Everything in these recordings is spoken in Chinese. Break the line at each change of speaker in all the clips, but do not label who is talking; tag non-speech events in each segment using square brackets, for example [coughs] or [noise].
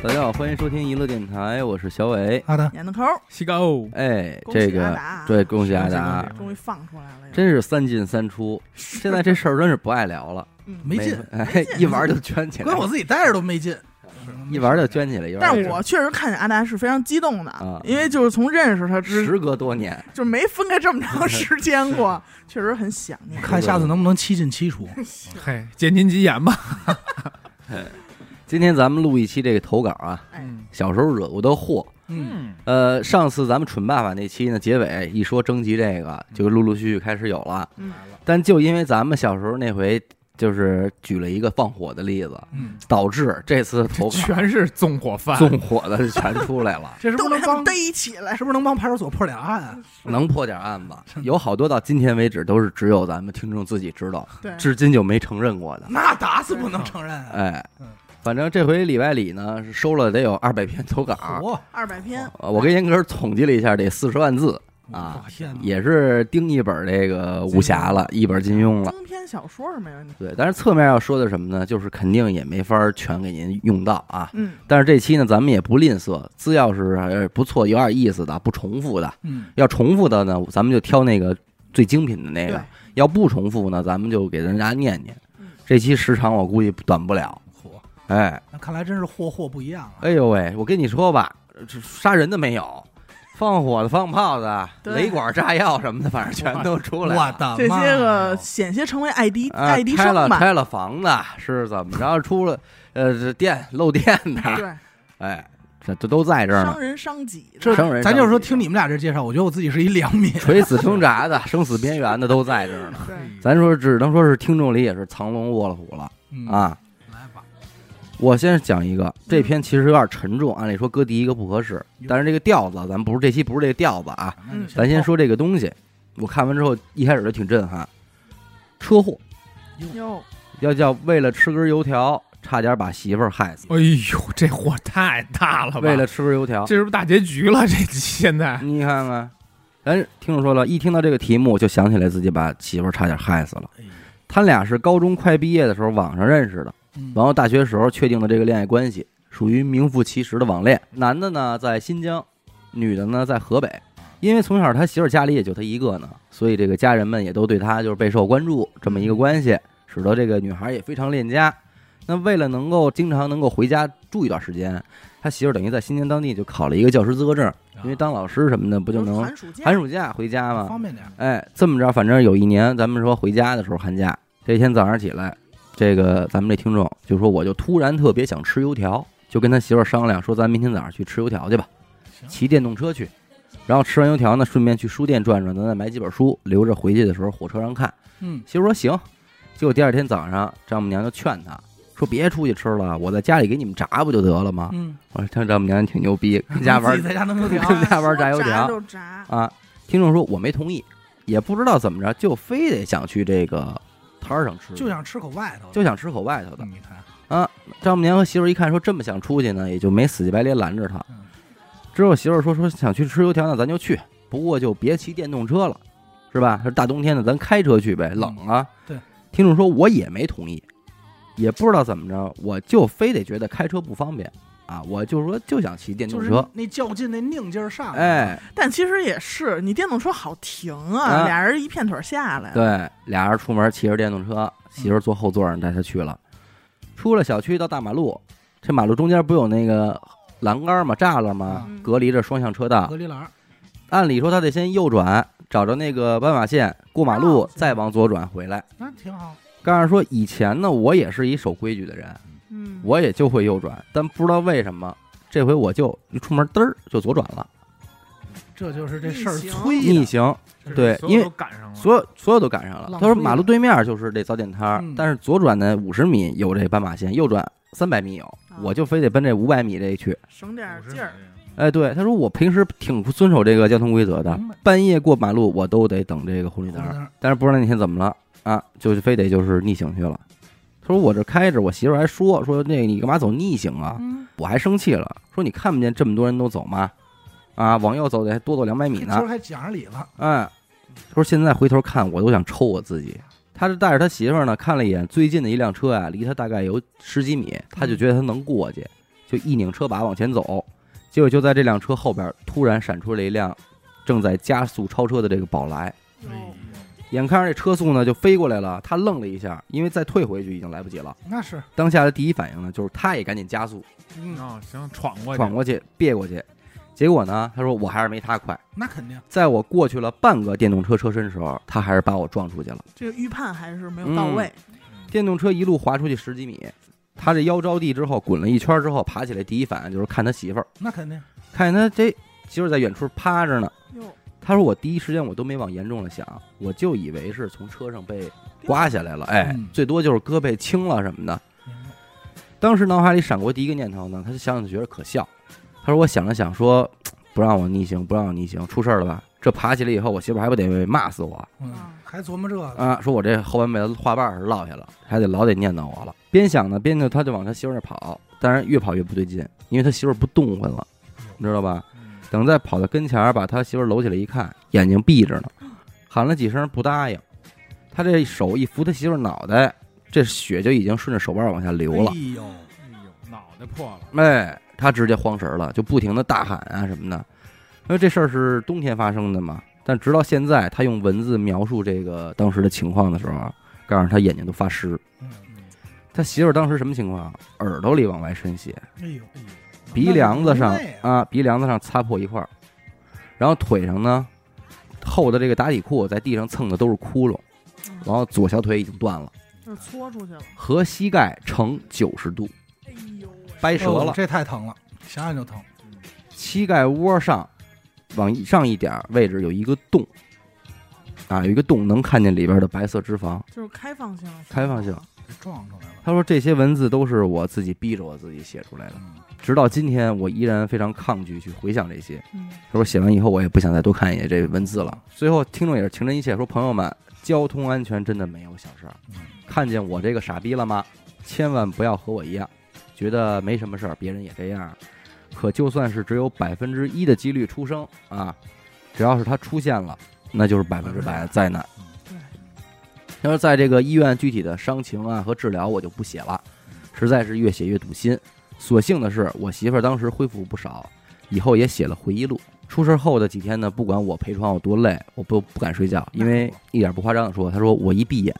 大家好，欢迎收听娱乐电台，我是小伟。
好的，
演的抠，
西高，
哎，
恭喜
这
阿
个
达
对，恭喜阿
恭喜
达啊
恭，喜
终于放出来了。
真是三进三出。现在这事儿真是不爱聊了，
嗯
没劲，
[laughs] 哎，一玩就圈
[laughs]
起来
关，我自己待着都没劲，
一玩就圈起来，一玩
但
就是
我确实看见阿达是非常激动的，
啊
因为就是从认识他之，
时隔嗯多年，
就没分开这么长时间过，确实很想念。
看下次能不能七
[laughs]
进七出。
嘿，见您吉言吧。
今天咱们录一期这个投稿啊，
哎
小时候惹过的祸。
嗯，
呃，上次咱们蠢爸爸那期呢，结尾一说征集这个，就陆陆续续开始有了。
嗯
但就因为咱们小时候那回，就是举了一个放火的例子，
嗯，，
导致这次投稿
全是纵火犯，
纵火的全出来了
[laughs] 这是不
都
是
给
能
他们
帮？
逮起来，
是不是能帮派出所破俩案啊？
能破点案子，有好多到今天为止都是只有咱们听众自己知道，
嗯
对，
至今就没承认过的。
那打死不能承认啊！
哎
嗯，
反正这回礼拜里呢，是收了得有二百篇投稿，
火
二百篇，
呃我跟严哥统计了一下，得四十万字啊，
天哪！
也是盯一本这个武侠了，一本金
嗯
庸了。
中篇小说是没问题。
对，但是侧面要说的什么呢？就是肯定也没法儿全给您用到啊。
嗯，
但是这期呢，咱们也不吝啬，资料是呃不错，有点意思的，不重复的。
嗯，
要重复的呢，咱们就挑那个最精品的那个
对；
要不重复呢，咱们就给人家念念
嗯。
这期时长我估计短不了。
火，
哎，
那看来真是货货不一样啊！
哎呦喂，我跟你说吧，这杀人的没有，放火的、放炮的、
对
雷管炸药什么的，反正全都出来了。
我的
这
妈
些个
呀！
险些成为爱迪
啊
爱迪
拆了
生吧？
拆了房子是怎么着？出了呃这电漏电的，
对，
哎，这这都在这儿呢
伤。人伤己的，
这生人
咱就是说，
伤己的
听你们俩这介绍，我觉得我自己是一良
[laughs]
民。
垂死挣扎的、生死边缘的都在这儿呢。
对，
咱说只能说是听众里也是藏龙卧了虎了
嗯，
啊！
来吧，
我先讲一个，这篇其实有点沉重，按理说搁第一个不合适，但是这个调子，咱不是这期不是这个调子啊，
那你
咱先
报
说这个东西。我看完之后一开始就挺震撼，车祸
哟，
要叫为了吃根油条，差点把媳妇儿害死。
哎呦，这火太大了吧！
为了吃根油条，
这是不是大结局了？这现在
你看看，咱听众说了，一听到这个题目就想起来自己把媳妇儿差点害死了
哎呦。
他俩是高中快毕业的时候网上认识的，
嗯
然后大学时候确定的这个恋爱关系，属于名副其实的网恋。男的呢在新疆，女的呢在河北。因为从小他媳妇儿家里也就他一个呢，所以这个家人们也都对他就是备受关注这么一个关系，使得这个女孩也非常恋家。那为了能够经常能够回家住一段时间，他媳妇儿等于在新疆当地就考了一个教师资格证，因为当老师什么的不就能
寒暑假
寒暑假回家
啊
吗？
方便点儿，
哎，这么着，反正有一年，咱们说回家的时候寒假，这天早上起来，这个咱们这听众就说，我就突然特别想吃油条，就跟他媳妇儿商量说，咱明天早上去吃油条去吧，
行
骑电动车去。然后吃完油条呢，顺便去书店转转，咱再买几本书，留着回去的时候火车上看。
嗯，
媳妇儿说行，结果第二天早上，丈母娘就劝他说别出去吃了，我在家里给你们炸不就得了吗？ [laughs]
嗯，
我说他丈母娘挺牛逼，跟啊家玩
[laughs] 自己在家能不
[laughs]
能
跟
聊？啊
家玩炸油条
说炸，就炸，
啊，听众说我没同意，也不知道怎么着，就非得想去这个摊儿上吃，
就想吃口外头的，
就想吃口外头的。
你看，
丈母娘和媳妇儿一看说这么想出去呢，也就没死乞白咧拦着他
嗯。
之后媳妇儿说说想去吃油条，那咱就去，不过就别骑电动车了，是吧？说大冬天的咱开车去呗，冷啊。
嗯对，
听众说我也没同意，也不知道怎么着，我就非得觉得开车不方便啊，我就说就想骑电
就
动
是啊
车。
那较劲那拧劲儿上来了，
哎，
但其实也是，你电动车好停
啊
啊，俩人一片腿下来，，
对，俩人出门骑着电动车，媳妇
嗯
儿坐后座上带他去了。出了小区到大马路，这马路中间不有那个栏杆吗？栅栏吗？
嗯
隔离着双向车道
隔。离栏儿，
按理说他得先右转，找着那个斑马线，过马路，
啊
再往左转回来。
那挺好。
告诉说以前呢，我也是一守规矩的人，
嗯，
我也就会右转，但不知道为什么这回我就一出门嘚儿就左转了，
这就是这事儿
逆行
催
逆
的，
行。嗯对
所有
因为
都赶上了，
所有所有都赶上了。
浪
他说
费
马路
了
对面就是这早点摊儿，
嗯
但是左转呢五十米有这斑马线，右转三百米有，
啊
我就非得奔这五百米这去。
省点劲儿，
哎，对，他说我平时挺遵守这个交通规则的
明白，
半夜过马路我都得等这个红绿灯
红
儿，
绿灯儿
但是不知道那天怎么了啊，就是非得就是逆行去了。他说我这开着，我媳妇儿还说说那你干嘛走逆行啊？
嗯，
我还生气了，说你看不见这么多人都走吗？啊，往右走得还多走两百米呢
今。儿还讲着理了，
哎，他说现在回头看我都想抽我自己。他是带着他媳妇儿呢，看了一眼最近的一辆车啊，离他大概有十几米，他就觉得他能过去，就一拧车把往前走，结果就在这辆车后边突然闪出了一辆正在加速超车的这个宝来，
啊
哎呦
眼看着这车速呢就飞过来了，他愣了一下，因为再退回去已经来不及了。
那是，
当下的第一反应呢就是他也赶紧加速
嗯，
哦，行，闯过去，
闯过去别过去，结果呢他说我还是没他快，
那肯定，
在我过去了半个电动车车身的时候，他还是把我撞出去了。
这个预判还是没有到
嗯
位。
电动车一路滑出去十几米，他这腰着地之后滚了一圈之后爬起来，第一反应就是看他媳妇儿，
那肯定，
看见他这媳妇儿在远处趴着呢。
哟，
他说我第一时间我都没往严重了想，我就以为是从车上被刮下来了，哎
嗯，
最多就是胳膊青了什么的。当时脑海里闪过第一个念头呢，他就想想就觉得可笑。他说我想了想说，不让我逆行，不让我逆行，出事儿了吧？这爬起来以后，我媳妇儿还不得骂死我？
嗯
啊，
还琢磨这个，
啊，说我这后半辈子画瓣儿是落下了，还得老得念叨我了。边想呢，边就他就往他媳妇儿那儿跑，但是越跑越不对劲，因为他媳妇儿不动弹了，
哎
你知道吧？
嗯，
等再跑到跟前儿，把他媳妇儿搂起来一看，眼睛闭着呢，喊了几声不答应。他这手一扶他媳妇儿脑袋，这血就已经顺着手腕儿往下流了
哎。呦，
哎呦，脑袋破了，
哎，他直接慌神儿了，就不停的大喊啊什么的。因为这事儿是冬天发生的嘛，但直到现在，他用文字描述这个当时的情况的时候啊，告诉他眼睛都发湿。
嗯，
他媳妇儿当时什么情况？耳朵里往外渗血，
哎呦，哎呦
鼻梁子上
那你无奈啊
啊，鼻梁子上擦破一块儿，然后腿上呢，厚的这个打底裤在地上蹭的都是窟窿，
嗯
然后左小腿已经断了，
就是搓出去了。
和膝盖呈九十度，
哎呦喂，
掰折
哦
了，
这太疼了，想想就疼，
膝盖窝上往上一点儿位置有一个洞，啊，有一个洞能看见里边的白色脂肪。
就是开放性，
开放性
给撞出来了，
他说这些文字都是我自己逼着我自己写出来的，
嗯，
直到今天我依然非常抗拒去回想这些。
嗯，
他说写完以后我也不想再多看一眼这文字了。最后听众也是情真意切说：“朋友们，交通安全真的没有小事儿
嗯，
看见我这个傻逼了吗？千万不要和我一样，觉得没什么事儿，别人也这样。可就算是只有百分之一的几率出生啊，只要是它出现了，那就是百分之百的灾难。
对，
要是在这个医院具体的伤情啊和治疗，我就不写了，实在是越写越堵心。所幸的是，我媳妇儿当时恢复不少，以后也写了回忆录。出事后的几天呢，不管我陪床有多累，我不不敢睡觉，因为一点不夸张的说，她说我一闭眼，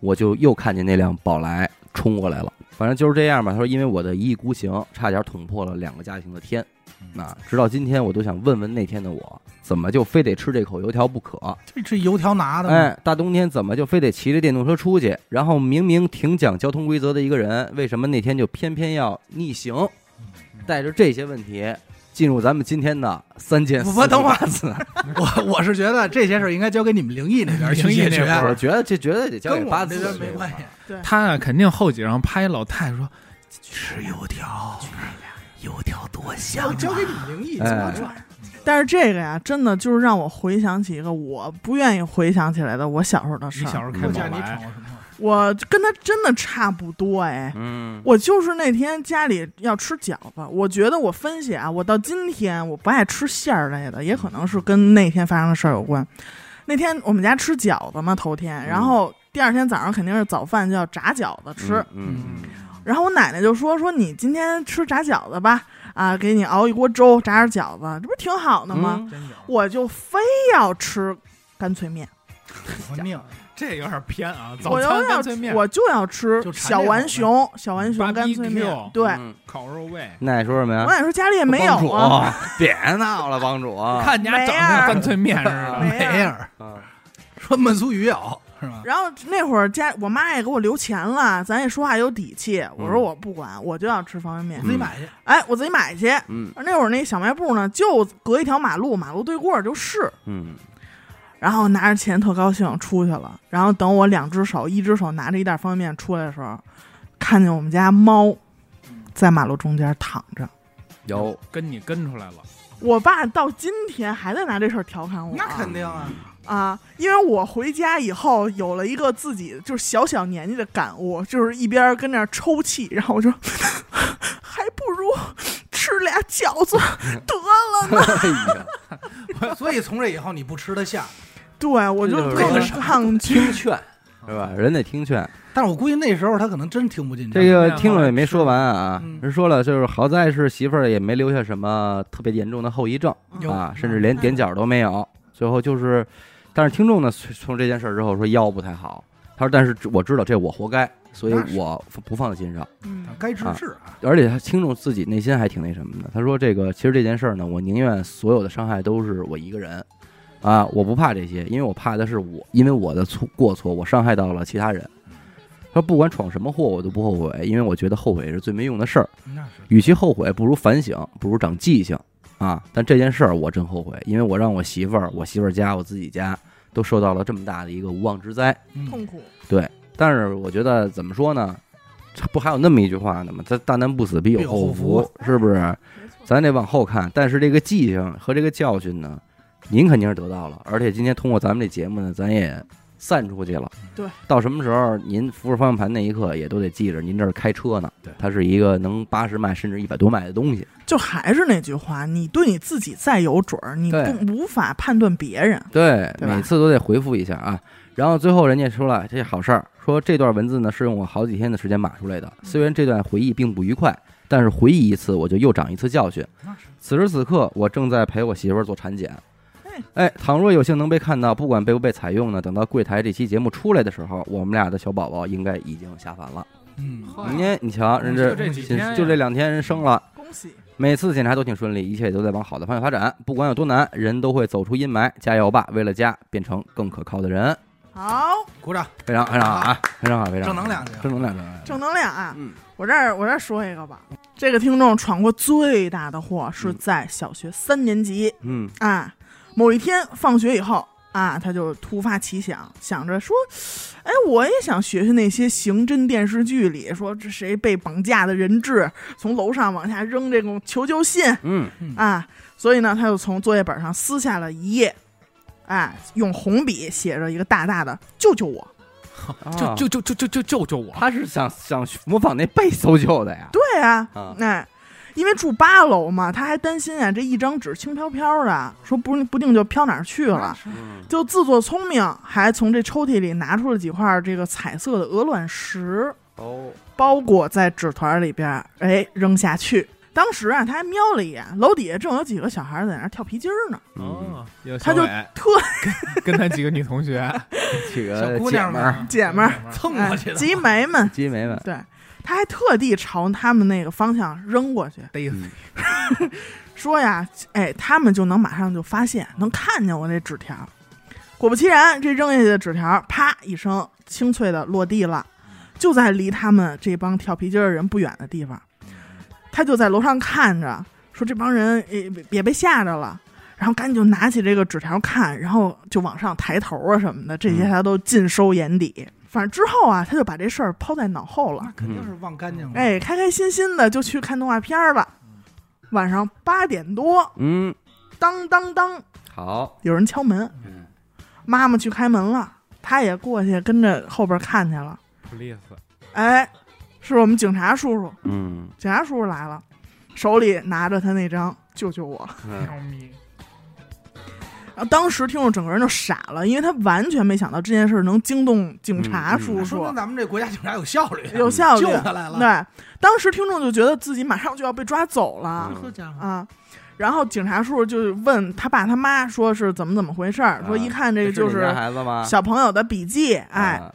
我就又看见那辆宝来冲过来了。反正就是这样吧。她说，因为我的一意孤行，差点捅破了两个家庭的天。那直到今天，我都想问问那天的我，怎么就非得吃这口油条不可？
这这油条拿的，，
哎，大冬天怎么就非得骑着电动车出去？然后明明挺讲交通规则的一个人，为什么那天就偏偏要逆行？带着这些问题，进入咱们今天的三件
不
四
不等会儿
次。
我我是觉得这些事儿应该交给你们灵异那
[laughs]
边儿去
灵异
解
那
决
会儿
我觉得这绝对得交给
跟我
八
们
字
这边没
这
关
块
系
儿。
他啊肯定后脊上拍老太太说：“吃油条，油条多香
我交给你们灵异，怎
哎
么转？
但是这个呀，真的就是让我回想起一个我不愿意回想起来的我小时候的！”
你
事
小
儿。
时
嗯
候开宝
我家你闯
来，
过什么？
我跟他真的差不多哎。
嗯，
我就是那天家里要吃饺子，我觉得我分析啊，我到今天我不爱吃馅儿类的，也可能是跟那天发生的事儿有关。那天我们家吃饺子嘛，头天，然后第二天早上肯定是早饭就要炸饺子吃。
嗯，
然后我奶奶就说说你今天吃炸饺子吧，啊，给你熬一锅粥，炸点饺子，这不挺好的吗？
嗯
真有，
我就非要吃干脆面，
我
[laughs]
命，
这有点偏啊。早
我就
餐
要
干脆面，
我就要吃
就馋这
小
口
浣
呗
熊，小浣熊干脆面
BBQ，
对。
嗯，
烤肉味，
那你说什么
我
呀？
奶奶说家里也没有
帮主 [laughs]
啊，，
别闹了，帮主。
看你家长得跟干脆面似
啊没
的。
没
梅尔
啊
说焖酥鱼咬是吧？
然后那会儿家我妈也给我留钱了，咱也说话有底气。我说
嗯
我不管，我就要吃方便面。
自己买去，
哎，我自己买去。
嗯
那会儿那小卖部呢，就隔一条马路，马路对过儿就是。
嗯，
然后拿着钱特高兴出去了。然后等我两只手，一只手拿着一袋方便面出来的时候，看见我们家猫在马路中间躺着。
有 [laughs]
跟你跟出来了，
我爸到今天还在拿这事儿调侃我。
那肯定啊， [laughs]
啊，因为我回家以后有了一个自己就是小小年纪的感悟，就是一边儿跟那儿抽泣，然后我就 [laughs] 还不如吃俩饺子得了。
哎呀，
所以从这以后你不吃得下，
对我就
这就是 [laughs]
特别抗拒。
听劝是吧？人得听劝。
但是我估计那时候他可能真听不进去。
这个听众也没说完啊，
嗯
人说了就是好在是媳妇儿也没留下什么特别严重的后遗症
有
啊，甚
嗯
至连踮脚都没有。最后就是，但是听众呢从从这件事儿之后说腰不太好，他说但是我知道这我活该，所以
那是
我不放在心上。
嗯
该治治啊，
而且他听众自己内心还挺那什么的，他说这个其实这件事儿呢，我宁愿所有的伤害都是我一个人。啊，我不怕这些，因为我怕的是我，因为我的错过错，我伤害到了其他人。他说不管闯什么祸，我都不后悔，因为我觉得后悔是最没用的事儿。
那是
与其后悔，不如反省，不如长记性啊！但这件事儿我真后悔，因为我让我媳妇儿、我媳妇儿家、我自己家都受到了这么大的一个无妄之灾。
嗯
痛苦，
但是我觉得怎么说呢？这不还有那么一句话呢吗？咱大难不死必有后福，是不是？
没错，
咱得往后看。但是这个记性和这个教训呢，您肯定是得到了，而且今天通过咱们这节目呢，咱也散出去了。
对，
到什么时候您扶着方向盘那一刻，也都得记着您这是开车呢。
对
它是一个能八十迈甚至一百多迈的东西。
就还是那句话，你对你自己再有准儿，你
对
不无法判断别人。
对，
对吧
每次都得回复一下啊。然后最后人家说了这好事儿，说这段文字呢是用我好几天的时间码出来的。虽然这段回忆并不愉快，但是回忆一次我就又长一次教训。
那是
此时此刻，我正在陪我媳妇儿做产检
哎。
哎，倘若有幸能被看到，不管被不被采用呢，等到柜台这期节目出来的时候，我们俩的小宝宝应该已经下凡了。
嗯，
你看，你瞧，人
嗯就这几天呀
这就这两天人生了。
恭喜，
每次检查都挺顺利，一切都在往好的方向发展。不管有多难，人都会走出阴霾。加油吧，为了家变成更可靠的人。
好，
鼓掌，
非常非常好啊，非常好，非常好
正能量去
正能量。
正能量啊！
嗯，
我这儿我这儿说一个吧，这个听众闯过最大的祸是
嗯
在小学三年级。
嗯，
啊，某一天放学以后啊，他就突发奇想，想着说，哎，我也想学学那些刑侦电视剧里说这谁被绑架的人质从楼上往下扔这种求救信
嗯，
啊，所以呢，他就从作业本上撕下了一页。啊，用红笔写着一个大大的“救救我
啊
就就就就就救救我！
他是啊想想模仿那被搜救的呀”。。
对啊，
啊，
那、因为住八楼嘛，他还担心啊，这一张纸轻飘飘的，说不不定就飘哪儿去了。
嗯
就自作聪明，还从这抽屉里拿出了几块这个彩色的鹅卵石，
哦，
包裹在纸团里边儿，哎，扔下去。当时啊，他还瞄了一眼，楼底下正有几个小孩在那儿跳皮筋儿呢，
嗯，
哦，有
他
小
就
伟
特
跟他几个女同学，
这
小
个
姑
姐
娘
们儿，
们
姐们儿
儿
蹭
哎
嗯过去的，
集美们，
鸡眉们，
对，他还特地朝他们那个方向扔过去，
逮死
嗯
[laughs] 说呀，哎，他们就能马上就发现，能看见我这纸条。果不其然，这扔下去的纸条，啪一声清脆的落地了，就在离他们这帮跳皮筋儿的人不远的地方。他就在楼上看着，说这帮人也也被吓着了，然后赶紧就拿起这个纸条看，然后就往上抬头啊什么的，这些
嗯
他都尽收眼底。反正之后啊，他就把这事儿抛在脑后了
那。肯定是忘干
嗯
净了。，
哎，开开心心的就去看动画片儿了。晚上八点多，
嗯，
当当当，
好，
有人敲门
嗯，
妈妈去开门了，他也过去跟着后边看去了。
police
[laughs]
哎，是我们警察叔叔，
嗯，
警察叔叔来了，手里拿着他那张“救救我
嗯
咪，”。
然后当时听众整个人就傻了，因为他完全没想到这件事儿能惊动警察
嗯嗯
叔
说
叔
明，咱们这国家警察有效率啊，
有效率
救。下来了。
对，当时听众就觉得自己马上就要被抓走了。
嗯
好家伙，
啊。然后警察叔叔就问他爸他妈，说是怎么怎么回事儿，说一看这个就
你家
是
孩啊子吗？
小朋友的笔记，哎，
啊，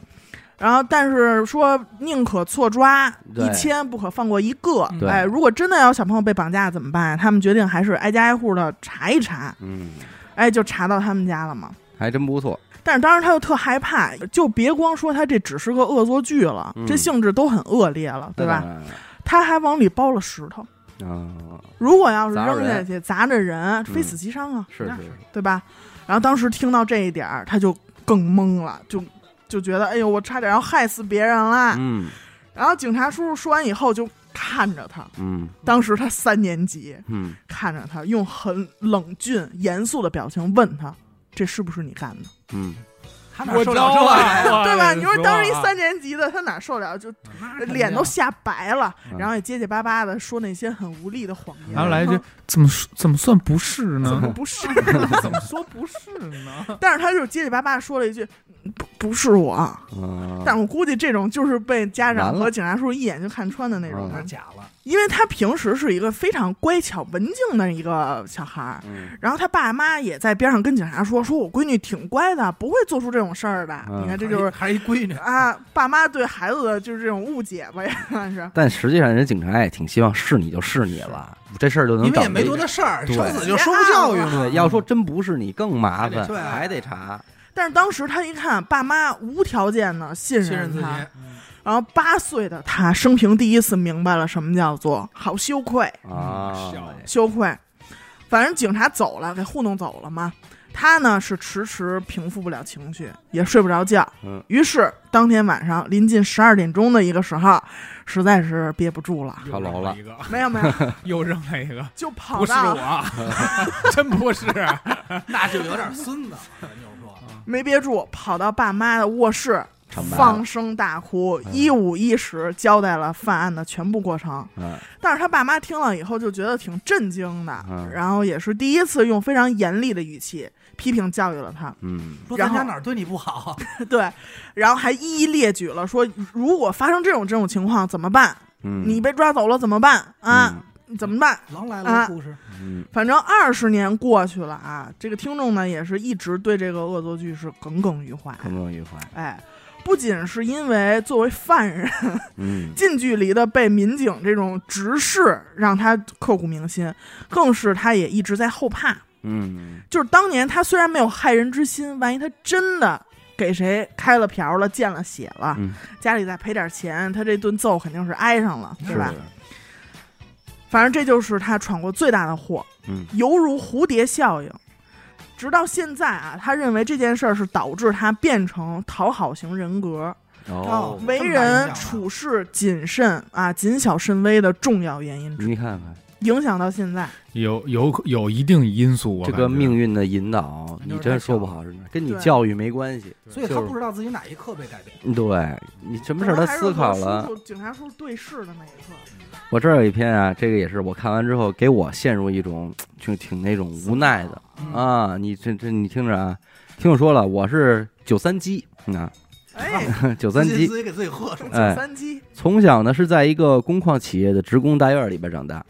然后但是说宁可错抓
对
一千，不可放过一个，
对
哎，如果真的要小朋友被绑架怎么办？他们决定还是挨家挨户的查一查，
嗯，
哎，就查到他们家了嘛。
还真不错，
但是当时他又特害怕，就别光说他这只是个恶作剧了，
嗯
这性质都很恶劣了，对吧？
那
他还往里包了石头，
当然了？啊，
如果要是
砸着
扔下
人
去砸着人，非
嗯
死即伤啊。
是
那
是，
是
对吧？然后当时听到这一点儿，他就更懵了，就就觉得哎呦，我差点要害死别人啦。
嗯
然后警察叔叔说完以后，就看着他，
嗯
当时他三年级，
嗯，
看着他用很冷峻、严肃的表情问他：“这是不是你干的
嗯，
他哪
我
受得
招
了
啊
这个呀？
对吧？
我
你说当时一
啊
三年级的，他哪受得了？就
那肯定
脸都吓白了，
嗯
然后也结结巴巴的说那些很无力的谎言。
然后来一句，怎么说怎么算不是
怎
呢
嗯
么？不是？
[laughs] 怎么说不是 [laughs] 呢？
但是他就结结巴巴地说了一句：“不，不是我。”啊
嗯，
但我估计这种就是被家长
完了嗯
和警察叔叔一眼就看穿的那种
那
的，
假了，
因为他平时是一个非常乖巧文静的一个小孩儿，
嗯
然后他爸妈也在边上跟警察说，说我闺女挺乖的，不会做出这种事儿的。
嗯
你看，这就是
还是一闺女，
啊，爸妈对孩子的就是这种误解吧，也算是。
但实际上，人警察也挺希望是你就是你了，这事儿就能
因为
找
也没
对
多大事儿，
对
生死就受教育嘛。
对，要说真不是你更麻烦，
还得嗯对
还得查。
但是当时他一看，爸妈无条件的信
信任
任
自己，
他，然后八岁的他生平第一次明白了什么叫做好羞愧，
嗯
啊，
羞愧。反正警察走了，给糊弄走了嘛。他呢是迟迟平复不了情绪，也睡不着觉。
嗯，
于是当天晚上临近十二点钟的一个时候，实在是憋不住了，
跳楼了
一个，
没有没
[laughs]
[laughs]
有，
又扔了一个，
就跑
不是
到
我， [laughs] 真不是。
那就有点孙子了，咱就说
没憋住，跑到爸妈的卧室
长白
放声大哭，
嗯
一五一十交代了犯案的全部过程。
嗯
但是他爸妈听了以后就觉得挺震惊的，
嗯
然后也是第一次用非常严厉的语气批评教育了
[laughs]
他。
嗯，
说
然
咱
后
家哪儿对你不好， [laughs]
对，然后还一一列举了说，如果发生这种这种情况怎么办？
嗯
你被抓走了怎么办啊？怎么办？
狼来了故事，
嗯，
反正二十年过去了啊，这个听众呢也是一直对这个恶作剧是耿耿于怀。
耿耿于怀。
哎，不仅是因为作为犯人 [laughs]
嗯
近距离的被民警这种直视让他刻骨铭心，更是他也一直在后怕。
嗯
就是当年他虽然没有害人之心，万一他真的给谁开了瓢了、见了血了，
嗯
家里再赔点钱，他这顿揍肯定是挨上了，
是
对吧？
的
反正这就是他闯过最大的祸，
嗯
犹如蝴蝶效应。直到现在啊，他认为这件事儿是导致他变成讨好型人格、
哦
哦，
为人处事谨慎啊、谨小慎微的重要原因之一，
你看看
影响到现在。
有有有一定因素，我
这
感
个
觉
命运的引导，你真说不好是哪，跟你教育没关系。
所以他
就是
不知道自己哪一刻被改变。
对你什么事儿他思考了。。
警察叔叔对视的那一刻，
我这儿有一篇啊，这个也是我看完之后给我陷入一种就挺那种无奈的
嗯，
啊。你这这你听着啊，听我说了，我是九三鸡啊， [laughs]
哎，
九三
自
鸡
己自己给自己喝上，
哎
九三鸡，
从小呢是在一个工矿企业的职工大院里边长大。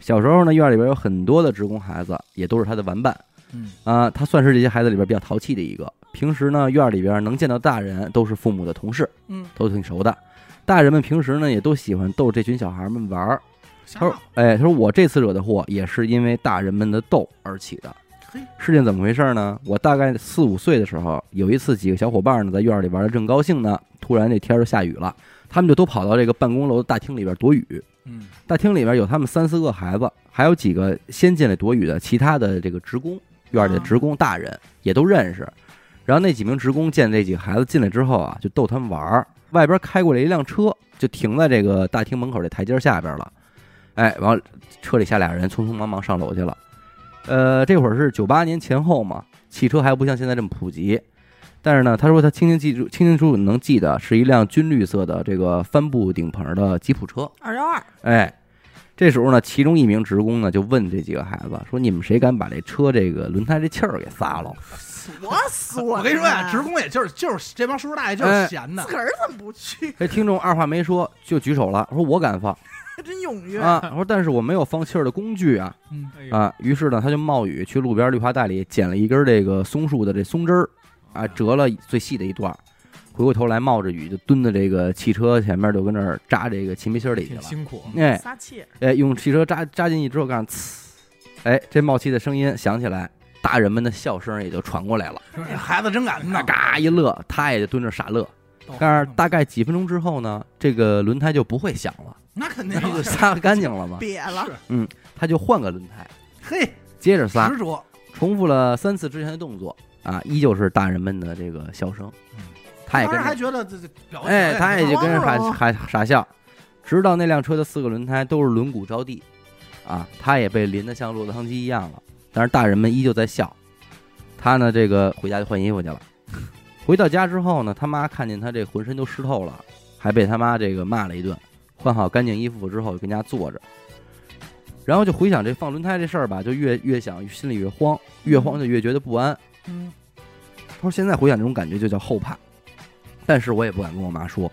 小时候呢，院里边有很多的职工孩子，也都是他的玩伴
嗯，
啊、他算是这些孩子里边比较淘气的一个。平时呢，院里边能见到大人都是父母的同事，
嗯，
都挺熟的。大人们平时呢也都喜欢逗这群小孩们玩儿。
瞎
他说
闹，：“
哎，他说我这次惹的祸也是因为大人们的逗而起的。
嘿，
事情怎么回事呢？我大概四五岁的时候，有一次几个小伙伴呢在院里玩的正高兴呢，突然这天儿就下雨了，他们就都跑到这个办公楼的大厅里边躲雨。
嗯，
大厅里边有他们三四个孩子，还有几个先进来躲雨的其他的这个职工，院里的职工大人也都认识。然后那几名职工见这几个孩子进来之后啊，就逗他们玩儿。外边开过来一辆车，就停在这个大厅门口这台阶下边了。哎，完了，车里下俩人，匆匆忙忙上楼去了。呃，这会儿是九八年前后嘛，汽车还不像现在这么普及。但是呢，他说他清清记住、清清楚楚能记得是一辆军绿色的这个帆布顶棚的吉普车。
二幺二，
哎，这时候呢，其中一名职工呢就问这几个孩子说：“你们谁敢把这车这个轮胎这气儿给撒了
锁死我！啊
我跟你说啊呀，职工也就是就是这帮叔叔大爷
哎
就是闲的
自，个儿怎么不去？”
这听众二话没说就举手了，说：“我敢放
还真踊跃！
啊！”我说：“但是我没有放气儿的工具啊
嗯，
哎呦
啊！”于是呢，他就冒雨去路边绿化带里捡了一根这个松树的这松枝儿啊，折了最细的一段儿。回过头来，冒着雨就蹲在这个汽车前面，就跟那儿扎这个秦皮芯儿里去
挺
了。
辛苦，
哎，
撒气，
哎，用汽车扎扎进去之后，干呲，哎，这冒气的声音响起来，大人们的笑声也就传过来了。
说这 [laughs] 孩子真敢闹，
嘎一乐，他也就蹲着傻乐。
逗
但是大概几分钟之后呢，这个轮胎就不会响了，
那肯定
那
[laughs]
就是撒干净
[laughs]
了嘛。
瘪了，
是
他就换个轮胎，
嘿，
接着撒
执，着，
重复了三次之前的动作啊，依旧是大人们的这个笑声
嗯。
他也
当
跟
时
着
还觉得这这表演
哎，他也就跟着
光
傻
荣
傻傻笑，直到那辆车的四个轮胎都是轮毂着地，啊，他也被淋得像落汤鸡一样了。但是大人们依旧在笑，他呢，这个回家就换衣服去了。回到家之后呢，他妈看见他这浑身都湿透了，还被他妈这个骂了一顿。换好干净衣服之后，就跟家坐着，然后就回想这放轮胎这事儿吧，就越越想心里越慌，越慌就越觉得不安。
嗯
他说现在回想这种感觉就叫后怕，但是我也不敢跟我妈说。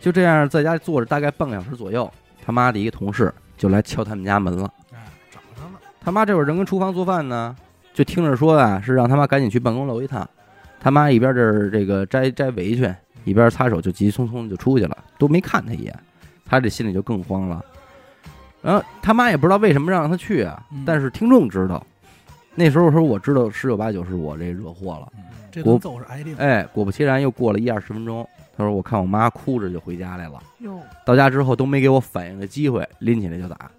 就这样在家坐着大概半个小时左右，他妈的一个同事就来敲他们家门了。
哎，找他了，
他妈这会儿正跟厨房做饭呢，就听着说啊，是让他妈赶紧去办公楼一趟。他妈一边这儿这个摘摘围裙，一边擦手，就急匆匆就出去了，都没看他一眼。他这心里就更慌了。然后他妈也不知道为什么让他去啊，
嗯
但是听众知道，那时候说我知道十有八九是我这惹祸了。
这
嗯我
顿揍是挨定的。
哎，果不其然，又过了一二十分钟，他说我看我妈哭着就回家来了。
哟，
到家之后都没给我反应的机会，拎起来就打。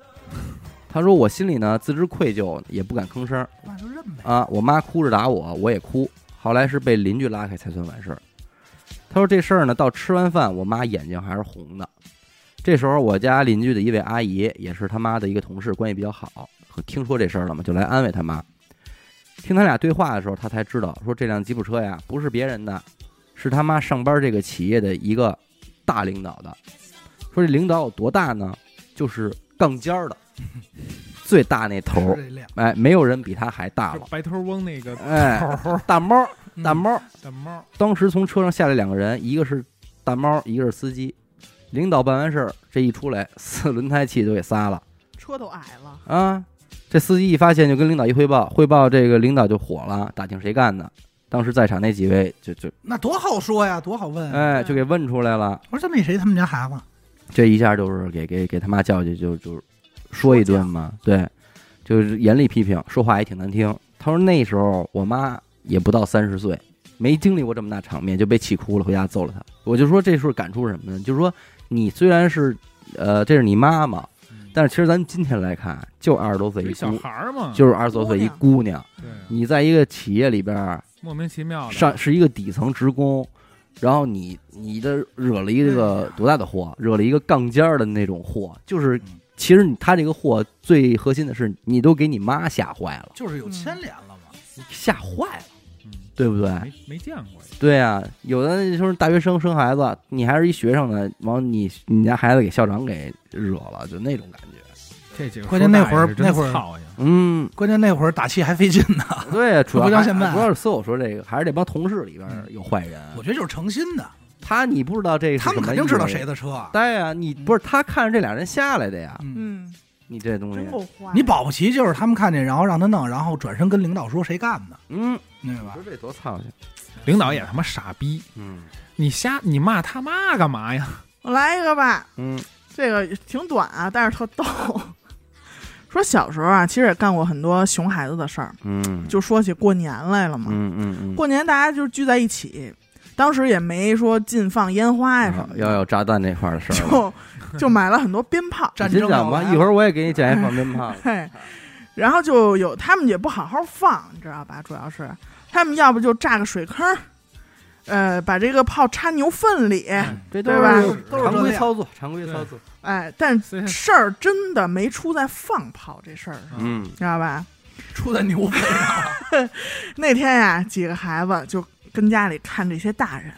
[laughs] 他说我心里呢自知愧疚，也不敢吭声。
那就认呗。
啊，我妈哭着打我，我也哭。后来是被邻居拉开才算完事儿。他说这事儿呢，到吃完饭，我妈眼睛还是红的。这时候，我家邻居的一位阿姨，也是他妈的一个同事，关系比较好，和听说这事儿了嘛，就来安慰他妈。听他俩对话的时候，他才知道，说这辆吉普车呀，不是别人的，是他妈上班这个企业的一个大领导的。说这领导有多大呢？就是杠尖儿的，最大那头儿
是，这量
哎，没有人比他还大了
是。白头翁那个
哎，
头儿
大猫，
嗯
大猫，
大猫，
当时从车上下来两个人，一个是大猫，一个是司机。领导办完事儿，这一出来，四轮胎气都给撒了
车都矮了，
啊！这司机一发现，就跟领导一汇报，汇报这个领导就火了，打听谁干的。当时在场那几位就就
那多好说呀，多好问。啊
哎就给问出来了，
我说这么那谁他们家孩子，
这一下就是给给给他妈教去，就就说一顿嘛，对，就是严厉批评，说话也挺难听。他说那时候我妈也不到三十岁，没经历过这么大场面，就被气哭了，回家揍了她。我就说这时候感触是什么呢？就是说你虽然是呃这是你妈妈，嗯但是其实咱们今天来看，就二十多岁
一
一
小
姑，
孩儿啊嘛，
就是二十多岁一姑娘，
对啊
你在一个企业里边儿
莫名其妙的
上是一个底层职工，然后你你的惹了一
哎
个多大的祸，惹了一个杠尖儿的那种祸，就是
嗯
其实你他这个祸最核心的是你都给你妈吓坏了，
就是有牵连了嘛。
吓坏了，
嗯
对不对？
没没见过，
对啊，有的就是大学生生孩子，你还是一学生呢，完你你家孩子给校长给惹了，就那种感觉。
这几个
关键
说
那
大
会儿
爷是真
那会儿
操心
嗯，
关键那会儿打气还费劲呢， [laughs]
对，啊主要
不
还
像现在
主要是搜我说这个，还是这帮同事里边儿有坏人。
我觉得就是诚心的，
他你不知道这个是
嗯他们
什么
肯定知道
意味
谁。的车啊。
对啊，你不是他看着这俩人下来的呀？
嗯，
嗯，
你这东西
真，够坏。
你保不齐就是他们看见，然后让他弄，然后转身跟领导说谁干的，
嗯，
明白
你
吧
说？这多操心，
领导也他妈傻逼，
嗯
你瞎你骂他妈干嘛
[laughs]
呀？
我来一个吧，
嗯
这个挺短啊，但是特逗。 [laughs] 说小时候啊，其实也干过很多熊孩子的事儿。
嗯，
就说起过年来了嘛，
嗯嗯嗯，
过年大家就是聚在一起，当时也没说禁放烟花呀什么
啊要
的，
有炸弹这块儿的事
[laughs]
儿了。
就就买了很多鞭炮。
战
你
争
先讲吧，
要来了
一会儿我也给你讲一放鞭炮。
嘿，然后就有他们也不好好放，你知道吧？主要是他们要不就炸个水坑儿，呃，把这个炮插牛粪里，
这
都是对吧
都是
常
这
规
样
操作，常规操作。
哎，但
所以
事儿真的没出在放炮这事儿上，
嗯
[laughs] 知道吧？
出在牛粪上，
那天呀、几个孩子就跟家里看这些大人，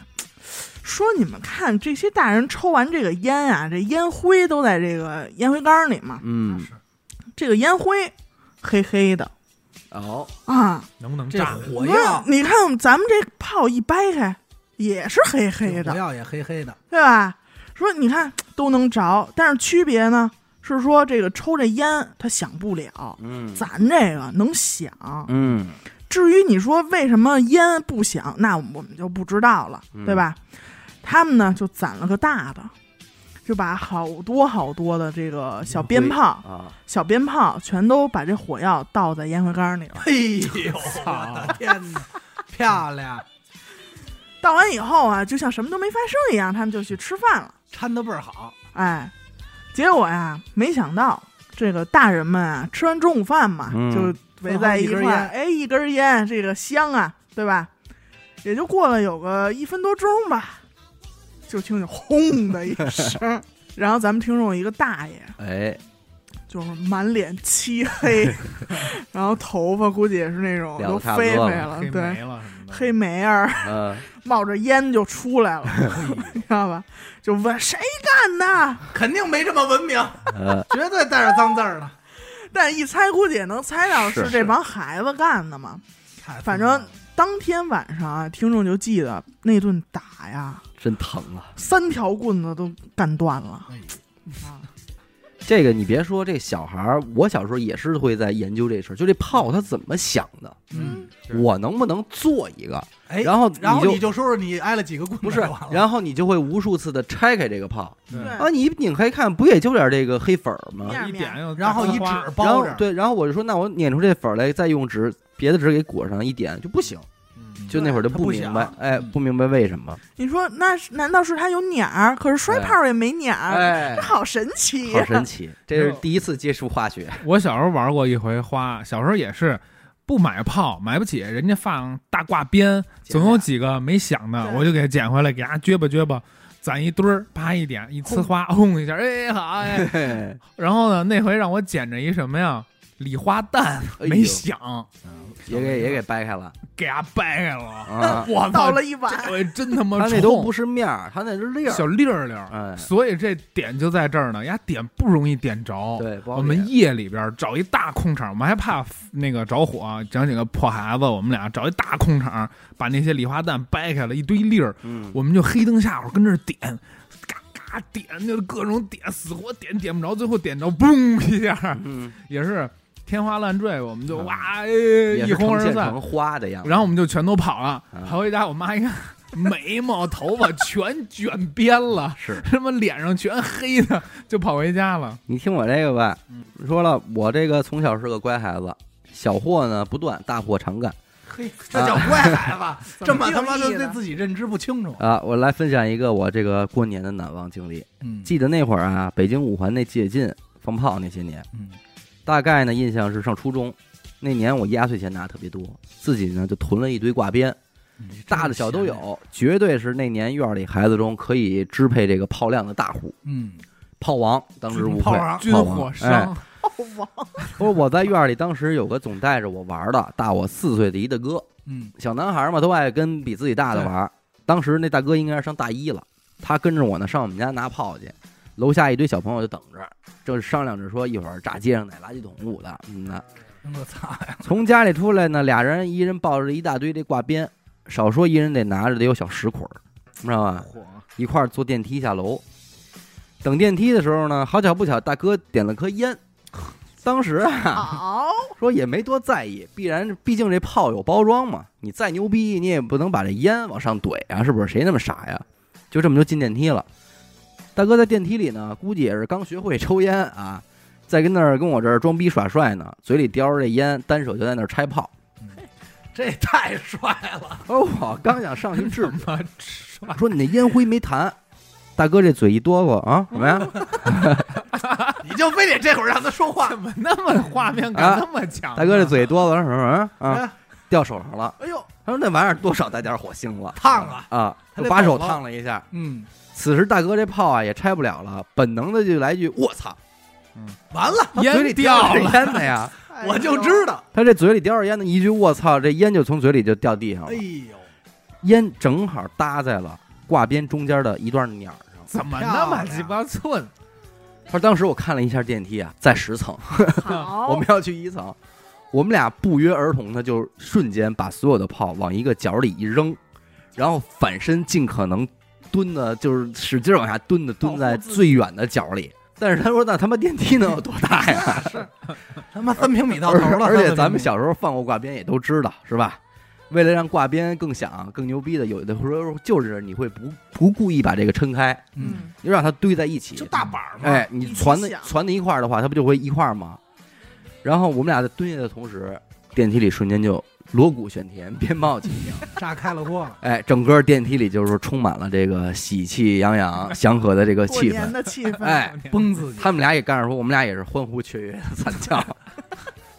说你们看这些大人抽完这个烟啊，这烟灰都在这个烟灰缸里嘛，
嗯，
这个烟灰黑黑的
哦，
啊。
能不能
这
炸？
火
那
药
你看咱们这炮一掰开也是黑黑
火
的，
药也黑黑的，
对吧？说你看都能着，但是区别呢是说这个抽这烟它响不了， [laughs]
嗯，
咱这个能响。
嗯
至于你说为什么烟不响，那我们就不知道了，
嗯
对吧？他们呢就攒了个大的，就把好多好多的这个小鞭炮、
啊，
小鞭炮全都把这火药倒在烟灰缸里了。
哎呦，我的天哪，漂亮，
倒完以后啊，就像什么都没发生一样，他们就去吃饭了。
掺的倍儿好，
哎，结果呀，没想到这个大人们啊，吃完中午饭嘛，
嗯
就围在
一根
块
烟
儿，哎，一根烟，这个香啊，对吧？也就过了有个一分多钟吧，
[laughs]
就听见轰的一声，然后咱们听众一个大爷
哎，
就是满脸漆
[laughs]
黑，然后头发估计也是那种
燎得
都
差不
飞
多
飞
了
啊
了
黑，
对，
没了什么的，
黑煤儿
嗯，
冒着烟就出来了，
[laughs]
你知道吧？就问谁干的？
肯定没这么文明，
呃，
绝对带着脏字儿呢。
但一猜估计也能猜到
是
是这帮孩子干的嘛。
太
反正当天晚上啊，听众就记得那顿打呀，
真疼啊！
三条棍子都干断了。
哎
啊，
这个你别说，这小孩儿，我小时候也是会在研究这事儿，就这炮他怎么想的，
嗯，
是
我能不能做一个？
哎，
然后
然后
你就
你就说说你挨了几个棍子
不是
就完，了
然后你就会无数次的拆开这个炮
对
对
啊！你一拧开看，不也就点这个黑粉儿吗？
嗯面
一点又
然后一
花
纸
然
包
后
着，
对，然后我就说，那我捻出这粉儿来，再用纸别的纸给裹上一点就不行，
嗯
就那会儿就
对它不
明白
响，
哎，
嗯
不明白为什么，
你说那是难道是他有鸟儿？可是摔炮也没鸟儿，
哎
这，啊好神奇
好
呀！
神奇，这是第一次接触化学，
我小时候玩过一回花，小时候也是不买炮，买不起，人家放大挂鞭，总有几个没响的，
对
我就给捡回来，给它撅吧撅吧，攒一堆儿，啪一点，一呲花，轰一下，哎好哎。
嘿
然后呢，那回让我捡着一什么呀？礼花弹
哎呦
没响，
也给也给掰开了
给它掰开了，。
啊
[laughs] 我
倒
操！
了一碗，
这我哎真他妈
它
冲！
那都不是面儿，它那是粒
小
儿，
粒儿粒儿，
哎，
所以这点就在这儿呢，呀，点不容易点着。
对，不好
我们
点
夜里边找一大空场，我们还怕那个着火，整几个破孩子，我们俩找一大空场，把那些礼花弹掰开了一堆粒儿，
嗯，
我们就黑灯瞎火跟这儿点，嘎嘎点，就各种点，死活点点不着，最后点着，嘣一下，
嗯，
也是天花乱坠，我们就
嗯
哇、哎
也
一
是
哄
呈
而
现
散
成，花的样子。
然后我们就全都跑了
嗯。
跑回家，我妈一看，眉毛、头发全卷边了，
是
什么脸上全黑的，就跑回家了。
你听我这个吧
嗯，
说了我这个从小是个乖孩子，小祸呢不断，大祸常干
嘿，这叫乖孩子，这么他妈
定
的
义
对
的
自己认知不清楚。
啊！我来分享一个我这个过年的难忘经历。
嗯
记得那会儿啊，北京五环那解禁放炮那些年，
嗯，
大概呢印象是上初中那年，我压岁钱拿特别多，自己呢就囤了一堆挂鞭，
嗯
大的小都。有，绝对是那年院里孩子中可以支配这个炮量的大户，
嗯，
炮王当之无
炮
愧。
王
军火 [laughs] 商，
哇，
不是我在院里当时有个总带着我玩的，大我四岁的一大哥，
嗯，
小男孩嘛都爱跟比自己大的玩。当时那大哥应该是上大一了，他跟着我呢上我们家拿炮去，楼下一堆小朋友就等着，正商量着说一会儿炸街上哪垃圾桶捂的，嗯呐。
我操呀！
从家里出来呢，俩人一人抱着一大堆这挂鞭，少说一人得拿着得有小十捆儿，知道吧？一块儿坐电梯下楼。等电梯的时候呢，好巧不巧，大哥点了颗烟。当时啊，
好，
说也没多在意，必然毕竟这炮有包装嘛，你再牛逼，你也不能把这烟往上怼啊，是不是？谁那么傻呀？就这么就进电梯了。大哥在电梯里呢，估计也是刚学会抽烟啊，在跟那儿跟我这儿装逼耍帅呢，嘴里叼着这烟，单手就在那儿拆炮。
[laughs] 这也太帅了！
而我刚想上去制止，
他妈帅！
[laughs] 说你那烟灰没弹，大哥这嘴一哆嗦啊，什么呀？
[laughs] 你就非得这会儿让他说话
怎么那么画面感那么强？
啊
啊
大哥这嘴哆嗦什么啊
哎？
掉手上了。
哎呦，
他说那玩意儿多少带点火星了
烫啊！
啊，
他
就
得
把手
抖了
烫了一下。
嗯，
此时大哥这炮啊也拆不了了，本能的就来一句我操，
完了，
他
烟
嘴里
掉
叼着
了
烟的呀，
哎
我就知
道
道。
他这嘴里叼着烟的一句我操，这烟就从嘴里就掉地上了
哎，呦，
烟正好搭在了挂鞭中间的一段鸟上。
怎么那么鸡巴寸？
他说当时我看了一下电梯啊，在十层。我
好
们，要去一层，我们俩不约而同的就瞬间把所有的炮往一个角里一扔，然后反身尽可能蹲的，就是使劲往下蹲的，蹲在最远的角里。但是他说：“那他妈电梯能有多大呀？
他妈三平米到
而
头了！嗯
而且
三平米
咱们小时候放过挂鞭也都知道，是吧？为了让挂鞭更响、更牛逼的，有的时候就是你会不不故意把这个撑开，
嗯，
嗯，
你让它堆在一起，
就大板儿嘛。
哎，
一
你
起
攒的
响
攒在一块儿的话，它不就会一块儿吗？然后我们俩在蹲下的同时，电梯里瞬间就锣鼓喧天，鞭炮
[laughs]
起，
炸开了锅了。
哎，整个电梯里就是充满了这个喜气洋洋、祥和的这个
[laughs]
过
气
年
氛。
的气氛，
哎，
崩自己，
他们俩也干着说，我们俩也是欢呼雀跃 [laughs] 的惨叫，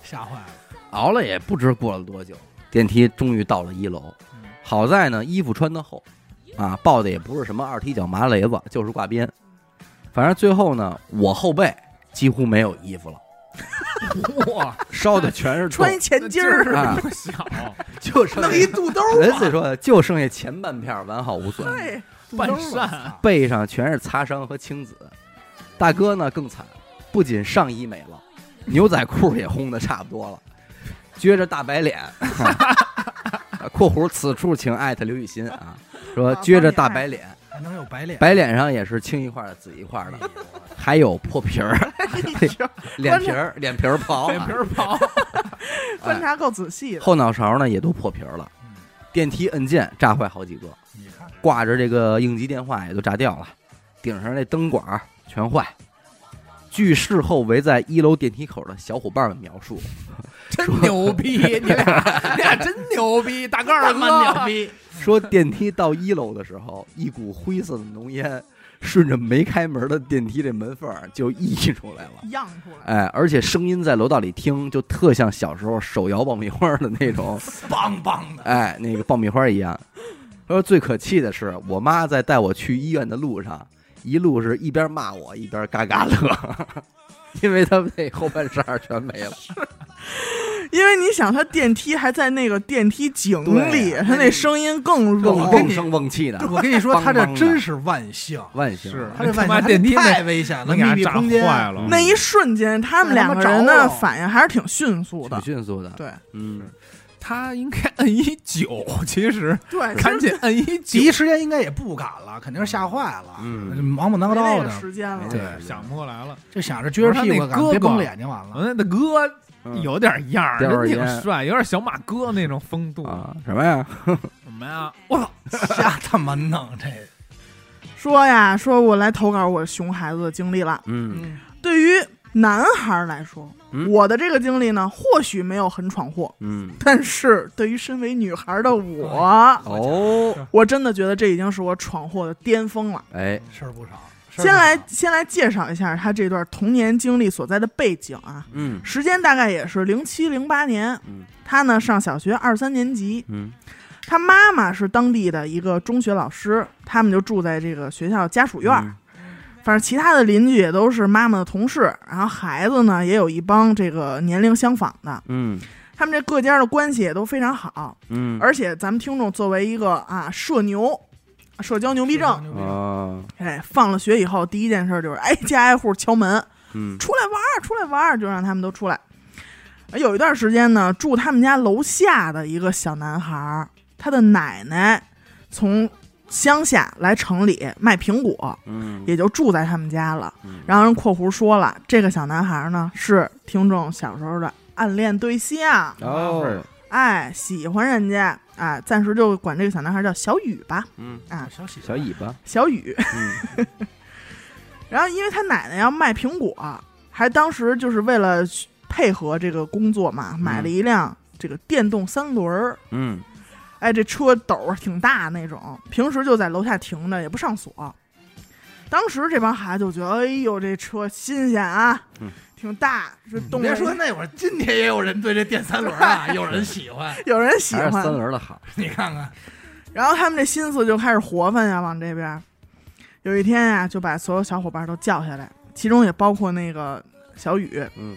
吓坏了。
熬了也不知过了多久，电梯终于到了一楼
嗯。
好在呢，衣服穿的厚，啊，抱的也不是什么二踢脚麻雷子，就是挂鞭。反正最后呢，我后背几乎没有衣服了，
哇，
烧的
[laughs]
全是
穿一
洞
前襟
那 [laughs]
儿
劲，
哎啊 [laughs]
不小，
就剩
弄一肚兜儿
人家说就剩下前半片儿完好无损，
对，
半扇，
背上全是擦伤和青紫。大哥呢更惨，不仅上衣没了，牛仔裤也烘的差不多了，撅着大白脸。（括弧此处请艾特刘雨欣啊，说撅着大白脸，
还能有白脸，哎
白脸上也是青一块儿的紫一块
[laughs]
儿的，还有破皮儿，脸皮儿脸皮儿薄
[laughs] 脸
啊
皮，儿薄，
观察够仔细的。
后脑勺呢也都破皮儿了
嗯，
电梯按键炸坏好几个，
你看
挂着这个应急电话也都炸掉了，顶上那灯管儿全坏。据事后围在一楼电梯口的小伙伴们描述，
真牛逼，你俩你俩真牛逼，大个儿哥，
逼，
说电梯到一楼的时候，一股灰色的浓烟顺着没开门的电梯这门缝儿就溢出来了。
漾出来，
哎，而且声音在楼道里听，就特像小时候手摇爆米花的那种，
棒棒 [laughs] 的，
哎，那个爆米花一样。他说最可气的是，我妈在带我去医院的路上，一路是一边骂我一边嘎嘎乐， [laughs] 因为他们那后半扇儿全没了。
因为你想，他电梯还在那个电梯井里，
对
他那声音 [laughs] 更
更
拢。
瓮声瓮气的，
我跟你说，
棒
他
棒
这
的
真是万幸，
万幸啊
是
他这万
他妈
幸，
电梯
他这太
那
危险了，
能给他
密闭
炸
空间
坏了
那一瞬间，他们两个人
那他妈
的
着了
反应还是挺迅速
挺
的。
迅速的。
对
嗯，
他应该摁一
[laughs]
九，其实
对，其
赶
实
紧摁一
第
九
一，时间应该也不敢了，肯定是吓坏了，
嗯
忙不
没
叨
那
叨
个
的，
时间了
没。
对，想不过来了。
就想着撅着屁
不
股
是他那
赶别
胳膊
崩脸就完 [laughs] 了。
嗯，那哥有点样儿，
叼着
人挺
烟
帅，有点小马哥那种风度。
啊，什么呀？
什么呀？我啊操！
瞎他妈弄这，
说呀，说我来投稿我熊孩子的经历了。
嗯
对于男孩儿来说，
嗯
我的这个经历呢，或许没有很闯祸，
嗯，
但是对于身为女孩儿的我，
哦，
我真的觉得这已经是我闯祸的巅峰了。
哎，
事儿不少。事儿不
先来
少
先来介绍一下他这段童年经历所在的背景啊，
嗯
时间大概也是零七零八年，
嗯
他呢上小学二三年级，
嗯
他妈妈是当地的一个中学老师，他们就住在这个学校家属院儿。
嗯
反正其他的邻居也都是妈妈的同事，然后孩子呢也有一帮这个年龄相仿的，
嗯
他们这各家的关系也都非常好。
嗯，
而且咱们听众作为一个啊社牛、社交牛逼症，
牛逼症
啊，
哎，放了学以后第一件事就是挨家挨户敲门，
嗯
出来玩儿，出来玩儿，就让他们都出来。有一段时间呢，住他们家楼下的一个小男孩儿，他的奶奶从乡下来城里卖苹果，
嗯，
也就住在他们家了。
嗯
然后人括弧说了，这个小男孩儿呢是听众小时候的暗恋对象，
哦，
哎，喜欢人家，哎，暂时就管这个小男孩叫小雨吧，
嗯，
啊，
小喜
小尾巴，
小雨。
嗯
[laughs] 然后因为他奶奶要卖苹果，还当时就是为了配合这个工作嘛，买了一辆这个电动三轮儿，
嗯
哎，这车斗儿挺大那种，平时就在楼下停着，也不上锁。当时这帮孩子就觉得，哎呦，这车新鲜啊
嗯，
挺大，这动了
别说那会儿，今天也有人对这电三轮啊，有人喜欢。
有人喜
还是
欢，
三轮的好，
你看看，
然后他们这心思就开始活泛呀，往这边儿。有一天呀、就把所有小伙伴都叫下来，其中也包括那个小雨，
嗯，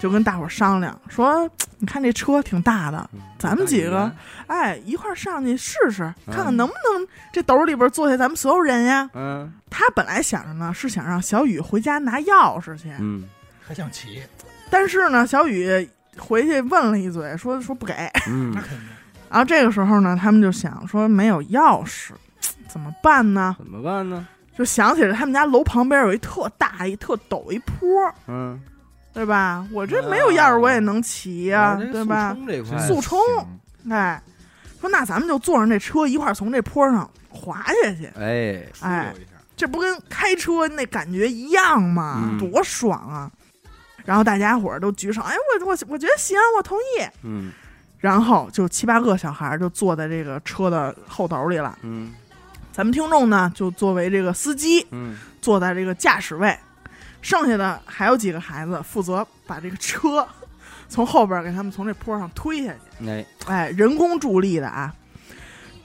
就跟大伙儿商量说：“嗯你看这车挺大的，
嗯
咱们几个，哎，一块儿上去试试，看看能不能这斗里边儿坐下咱们所有人呀。
嗯”
他本来想着呢是想让小雨回家拿钥匙去，
嗯
还想骑，
但是呢，小雨回去问了一嘴，说说不给。
嗯
那，肯定。
然后这个时候呢，他们就想说没有钥匙怎么办呢？
怎么办呢？
就想起了他们家楼旁边有一特大一特陡一坡，
嗯，
对吧？我这没有钥匙我也能骑呀、
我这个
对吧
速？冲这块，
真
速冲
嗯
行
哎，说那咱们就坐上这车一块儿从这坡上滑下去，
哎，
哎
出溜一下
这不跟开车那感觉一样吗？
嗯
多爽啊！然后大家伙儿都举手，哎，我我我觉得行，我同意。
嗯
然后就七八个小孩儿就坐在这个车的后斗里了。
嗯
咱们听众呢，就作为这个司机，
嗯
坐在这个驾驶位，剩下的还有几个孩子负责把这个车从后边给他们从这坡上推下去。
嗯，哎，
哎，人工助力的啊！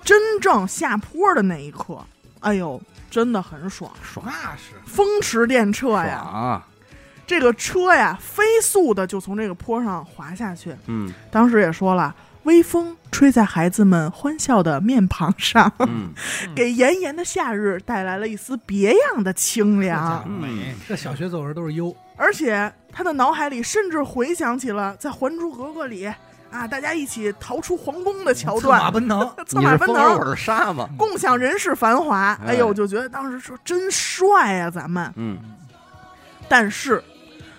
真正下坡的那一刻，哎呦，真的很爽，
那是
风驰电掣
爽
呀！
啊，
这个车呀飞速的就从这个坡上滑下去。
嗯
当时也说了，微风吹在孩子们欢笑的面庞上， [laughs]
嗯，
给炎炎的夏日带来了一丝别样的清凉。
嗯
哎这小学作文都是优，
而且他的脑海里甚至回想起了在《还珠格格》里啊，大家一起逃出皇宫的桥
策马
段，
奔腾，
[laughs] 策
你
马
是
奔
风儿
腾，
我是沙嘛，
共享人世繁华。哎呦，
哎
我就觉得当时说真帅啊，咱们。
嗯
但是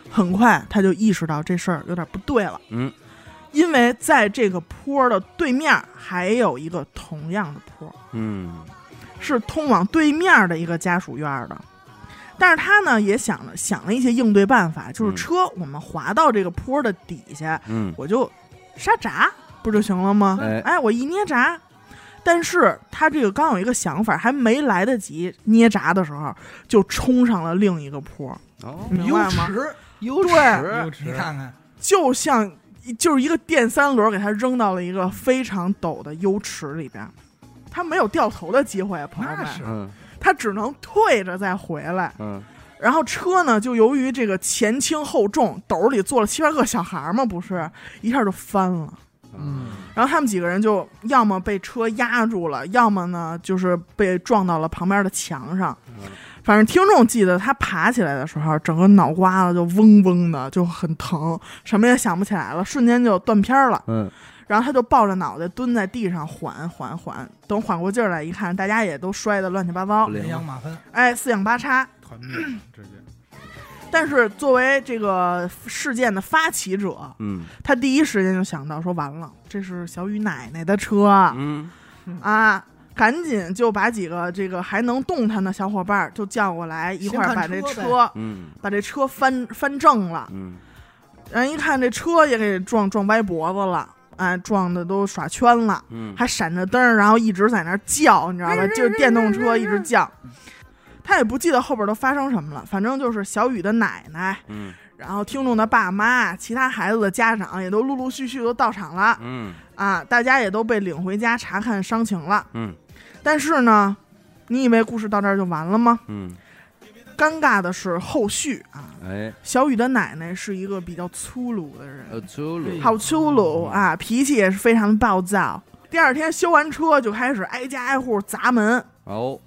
很快他就意识到这事儿有点不对了，
嗯，
因为在这个坡的对面还有一个同样的坡，
嗯
是通往对面的一个家属院儿的。但是他呢也想了想了一些应对办法，就是
嗯
车我们滑到这个坡的底下，
嗯，
我就刹闸不就行了吗？
哎
哎，我一捏闸。但是他这个刚有一个想法，还没来得及捏闸的时候，就冲上了另一个坡，
哦，
明
优
白吗？
池，优
嗯
对
池，哎你
你看
看看，
就像就是一个电三轮给他扔到了一个非常陡的优池里边，他没有掉头的机会啊，朋友们
那，是
嗯
他只能退着再回来。
嗯
然后车呢，就由于这个前轻后重，斗里坐了七八个小孩儿嘛，不是一下就翻了。
嗯
然后他们几个人就要么被车压住了，要么呢就是被撞到了旁边的墙上
嗯。
反正听众记得他爬起来的时候，整个脑瓜子就嗡嗡的，就很疼，什么也想不起来了，瞬间就断片儿了。
嗯
然后他就抱着脑袋蹲在地上缓缓缓，等缓过劲儿来一看，大家也都摔得乱七八糟
不，
羚
灵
羊
了，
马翻，
哎，四仰八叉。
团灭了直接，
但是作为这个事件的发起者，
嗯
他第一时间就想到说，完了，这是小雨奶奶的车。
嗯
啊，赶紧就把几个这个还能动弹的小伙伴儿就叫过来，一块儿把这
先看
车
嗯
把这车翻翻正了。
嗯
人一看这车也给撞撞歪脖子了，哎，撞的都耍圈了，
嗯，
还闪着灯儿，然后一直在那儿叫，你知道吧？就是电动车一直叫。他也不记得后边都发生什么了，反正就是小雨的奶奶，
嗯
然后听众的爸妈，其他孩子的家长也都陆陆续续都到场了
嗯
啊，大家也都被领回家查看伤情了。
嗯
但是呢，你以为故事到这儿就完了吗？
嗯，
尴尬的是后续啊，
哎，
小雨的奶奶是一个比较粗鲁的人，
呃，粗鲁，哦
好粗鲁啊，脾气也是非常的暴躁。第二天修完车就开始挨家挨户砸门
哦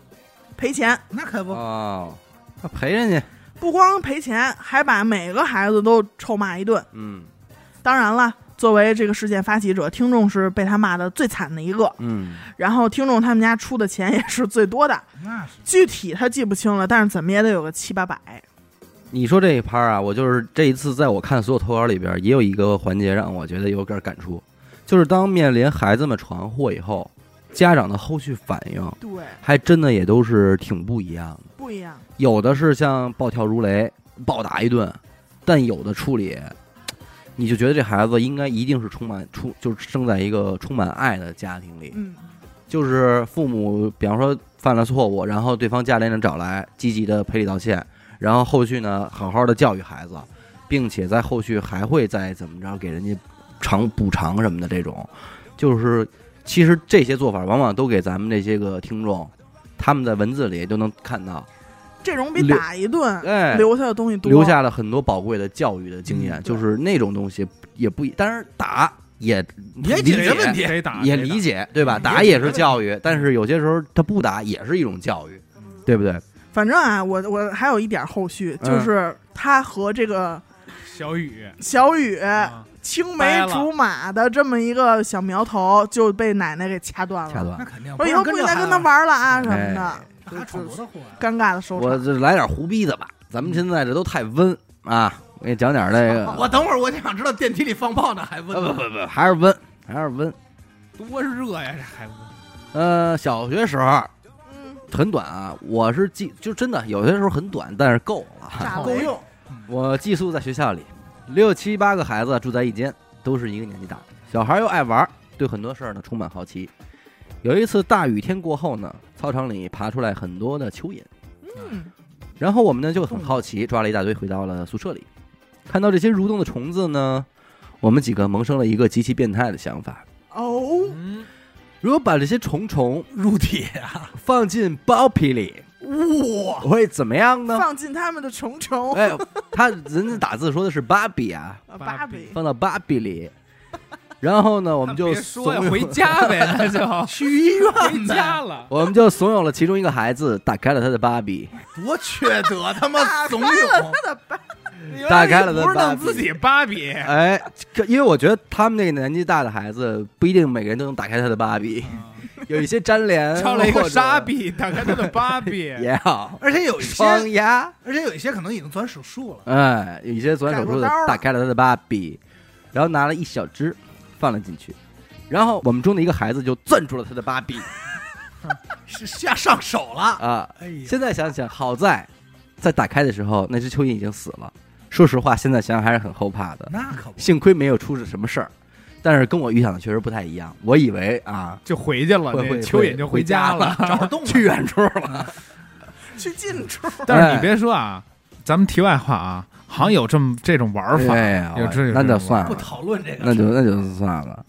赔钱，
那可不，
哦，那陪人家，
不光赔钱，还把每个孩子都臭骂一顿。
嗯
当然了。作为这个事件发起者，听众是被他骂的最惨的一个，
嗯
然后听众他们家出的钱也是最多的，
那是
具体他记不清了，但是怎么也得有个七八百。
你说这一拍儿啊，我就是这一次，在我看所有投稿里边儿，也有一个环节让我觉得有点感触，就是当面临孩子们闯祸以后，家长的后续反应，
对，
还真的也都是挺不一样的。
不一样。
有的是像暴跳如雷，暴打一顿，但有的处理，你就觉得这孩子应该一定是充满充，就是生在一个充满爱的家庭里，
嗯，
就是父母，比方说犯了错误，然后对方家里人找来，积极的赔礼道歉，然后后续呢，好好的教育孩子，并且在后续还会再怎么着给人家偿补偿什么的这种，就是其实这些做法往往都给咱们这些个听众，他们在文字里都能看到，
这种比
留
打一顿
哎，
留下的东西多，
留下了很多宝贵的教育的经验，
嗯
就
对
是那种东西也不一，当然打也
也
理
解
解
决问题，啊
谁打
也
谁打
理解，对吧？
嗯
打
也
也
是
是教育，但是有些时候他不打也是一种教育，对不对？
反正啊，我我还有一点后续，
嗯
就是他和这个
小雨，
小雨
啊
青梅竹马的这么一个小苗头就被奶奶给掐断
恰
了。
当
那。肯定。
我以后不应该跟他，玩了啊什么的，
他闯多大祸呀？
尴尬的收
哎我
场。
这来点胡逼的吧，咱们现在这都太温啊！我给你讲点
[laughs]
那个，
我等会儿我就想知道电梯里放炮呢，还
不
问
嗯不
呢
不不，还是温，还是温。
多热呀，这孩子。
呃，小学时候
嗯，
很短啊，我是寄就真的有些时候很短，但是够了。
炸
好
够
哎
用，
我寄宿在学校里，六七八个孩子住在一间，都是一个年纪大的。小孩又爱玩，对很多事儿呢充满好奇。有一次大雨天过后呢，操场里爬出来很多的蚯蚓，
嗯，
然后我们呢就很好奇，抓了一大堆回到了宿舍里。看到这些蠕动的虫子呢，我们几个萌生了一个极其变态的想法：
哦，
嗯，
如果把这些虫虫
入体啊，
放进包皮里，
哇，
会怎么样呢？
放进他们的虫虫，
哎，他人家打字说的是芭比啊，
呃
芭
芭
比
比，
放到芭比里。然后呢，我们就
别说呀
怂恿，
回家
[laughs]
呗，那就
去医院
回家了。
我们就怂恿了其中一个孩子打开了他的芭比，
多缺德，他妈怂
打开了 [laughs]
恿
他的芭，
[laughs] 打开了
不
他
是
的芭
弄
比
自。己芭比，
哎，这因为我觉得他们那个年纪大的孩子不一定每个人都能打开他的芭比，有一些粘
[laughs]
连，
敲嗯了一
或
个
者
沙比，打开他的芭比，
[laughs] 也好，
而且有一些，
双牙，
而且有一些可能已经钻手术了。
哎，有一些左手术的
改过刀了
打开了他的芭比，然后拿了一小只放了进去，然后我们中的一个孩子就攥住了他的芭
[laughs]
比
是下上手了。
啊。[laughs]
哎呀，
现在想想，好在在打开的时候，那只蚯蚓已经死了。说实话，现在想想还是很后怕的，
那可不，
幸亏没有出什么事儿。但是跟我预想的确实不太一样，我以为啊，
就回去了。
会
那
会
蚯
会
蚓就
回
家
家
了。
[laughs] 找着洞了
去远处了。
去近处，
[laughs] 但是
哎
你别说啊，咱们题外话啊，好像有这么这种玩法，
哎呀
有这有这
那就算
啊不
了，
讨论这个。
那就那就算了。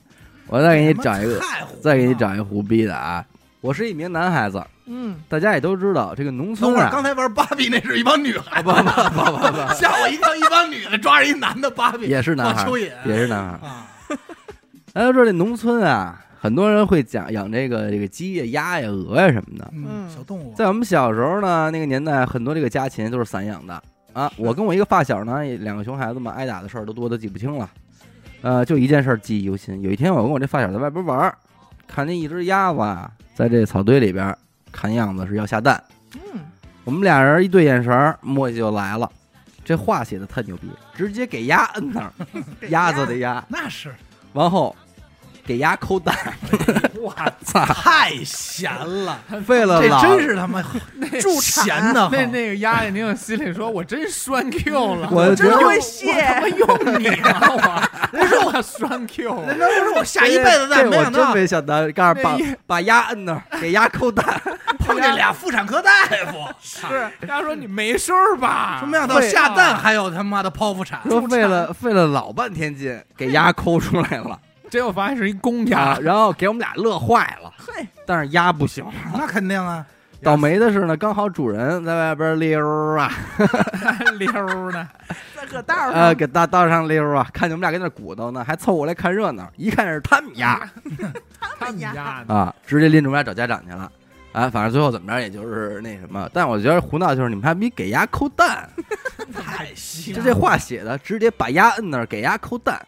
我再给你找一个，
太胡闹了
再给你。找一个胡逼的啊！我是一名男孩子，
嗯，
大家也都知道，这个农
等
村
会儿，刚
啊，
才玩芭比那是一帮女孩
不
子，
不不不 [laughs] 不，
[laughs] 吓我一跳，一帮女的抓着一男的芭比，
也是男孩
放蚯
儿，
蚓
也是男孩儿。
啊，
大家知道这农村啊，很多人会讲养这个这个鸡呀、鸭呀、鹅呀什么的。
嗯，小动物
在我们小时候呢，那个年代，很多这个家禽都是散养的啊。我跟我一个发小呢，也两个熊孩子嘛，挨打的事儿都多得记不清了。呃，就一件事儿记忆犹新。有一天，我跟我这发小在外边玩儿，看见一只鸭子啊，在这草堆里边儿，看样子是要下蛋。
嗯，
我们俩人一对眼神儿，墨迹就来了。这话写的特牛逼，直接给鸭摁那儿，鸭子的鸭，[laughs]
那是
然后给鸭抠
[laughs]
蛋，
哇，
操！
太闲了，
费了
这
[laughs] 老
真是他妈
助产
闲的
那那个丫丫，你有心里说，我真栓 Q 了，
我觉
真
得
会
我他
谢
妈，用你了， [laughs] 我不是我栓 Q 啊了。
那不是我下一辈子再
这
没
我
想
真
到
没想到，告诉
那
把
一
把鸭摁那儿，给鸭
[laughs]
抠蛋，
碰见俩妇产科大夫，
是
丫说你没事儿吧？
说没想到
会
下蛋
啊，
还有他妈的剖腹产，
说费了费了老半天劲，给鸭抠出来
[laughs]
了
结果发现是一公
啊
鸭，，
然后给我们俩乐坏了。
嘿，
但是鸭不行，
那肯定啊，
倒霉的是呢，刚好主人在外边溜儿啊，
溜儿 [laughs] 呢，
在搁道儿
呃，
上，
给大道上溜儿啊，看见我们俩跟那儿鼓捣呢，还凑过来看热闹，一看是他们鸭，
他
他
们
们
家
家
嗯
呢
啊，直接拎着我们俩找家长去了。啊，反正最后怎么着，也就是那什么。但我觉得胡闹就是你们还没给鸭抠蛋，
太闲
就这话写的，直接把鸭摁那儿给鸭抠蛋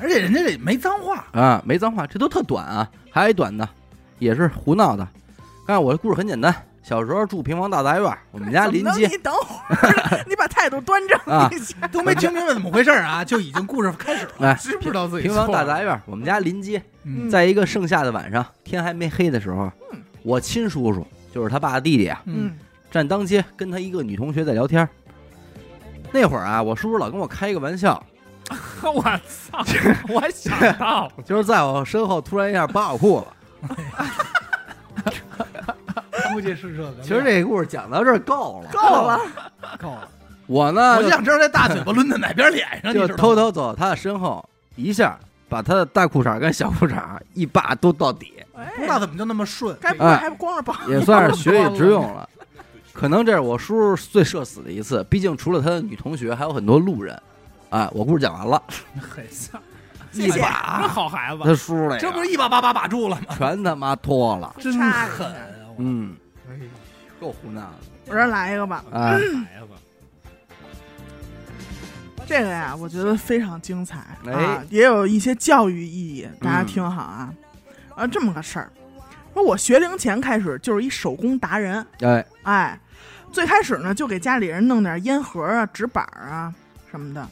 而且人家这没脏话，
啊，没脏话，这都特短啊。还有一短的，也是胡闹的。看我的故事很简单，小时候住平房大杂院，我们家
怎么
邻
能
居
你等
[laughs]
会儿，你把态度端正
啊
一下，
都没听明白怎么回事儿啊，就已经故事开始了。
哎，
知不知道自己
平房
错了
大
[laughs]
杂院，我们家邻街，
嗯
在一个盛夏的晚上，天还没黑的时候
嗯，
我亲叔叔就是他爸的弟弟啊，
嗯，
站当街跟他一个女同学在聊天儿。那会儿啊，我叔叔老跟我开一个玩笑，
我操！我想到了
就是在我身后突然一下扒我裤子。
估计嗯是这个。
其实这个故事讲到这儿够了。
够了，
够了，
我呢
我就想知道这大嘴巴抡在哪边脸上，你
就
知道吗
偷偷走到他的身后，一下把他的大裤衩跟小裤衩一把都到底，
不知道
哎，
怎么就那么顺。
该不会还光着膀
嗯也算是学以致用
[laughs]
了。可能这是我叔叔最社死的一次，毕竟除了他的女同学，还有很多路人。哎，我故事讲完了，
很像，哎
谢谢
一
那
把
好孩子，
他叔那
这不
个
是一把把把把住了吗？
全他妈脱了，
真
插
狠
一
啊！我
嗯，
哎
够胡闹的
我这来一个吧，
啊！
孩子，
这个呀，我觉得非常精彩
哎嗯
啊，也有一些教育意义，大家听好啊。啊，这么个事儿，说我学龄前开始就是一手工达人，
哎，
哎，最开始呢就给家里人弄点烟盒啊、纸板儿啊什么的，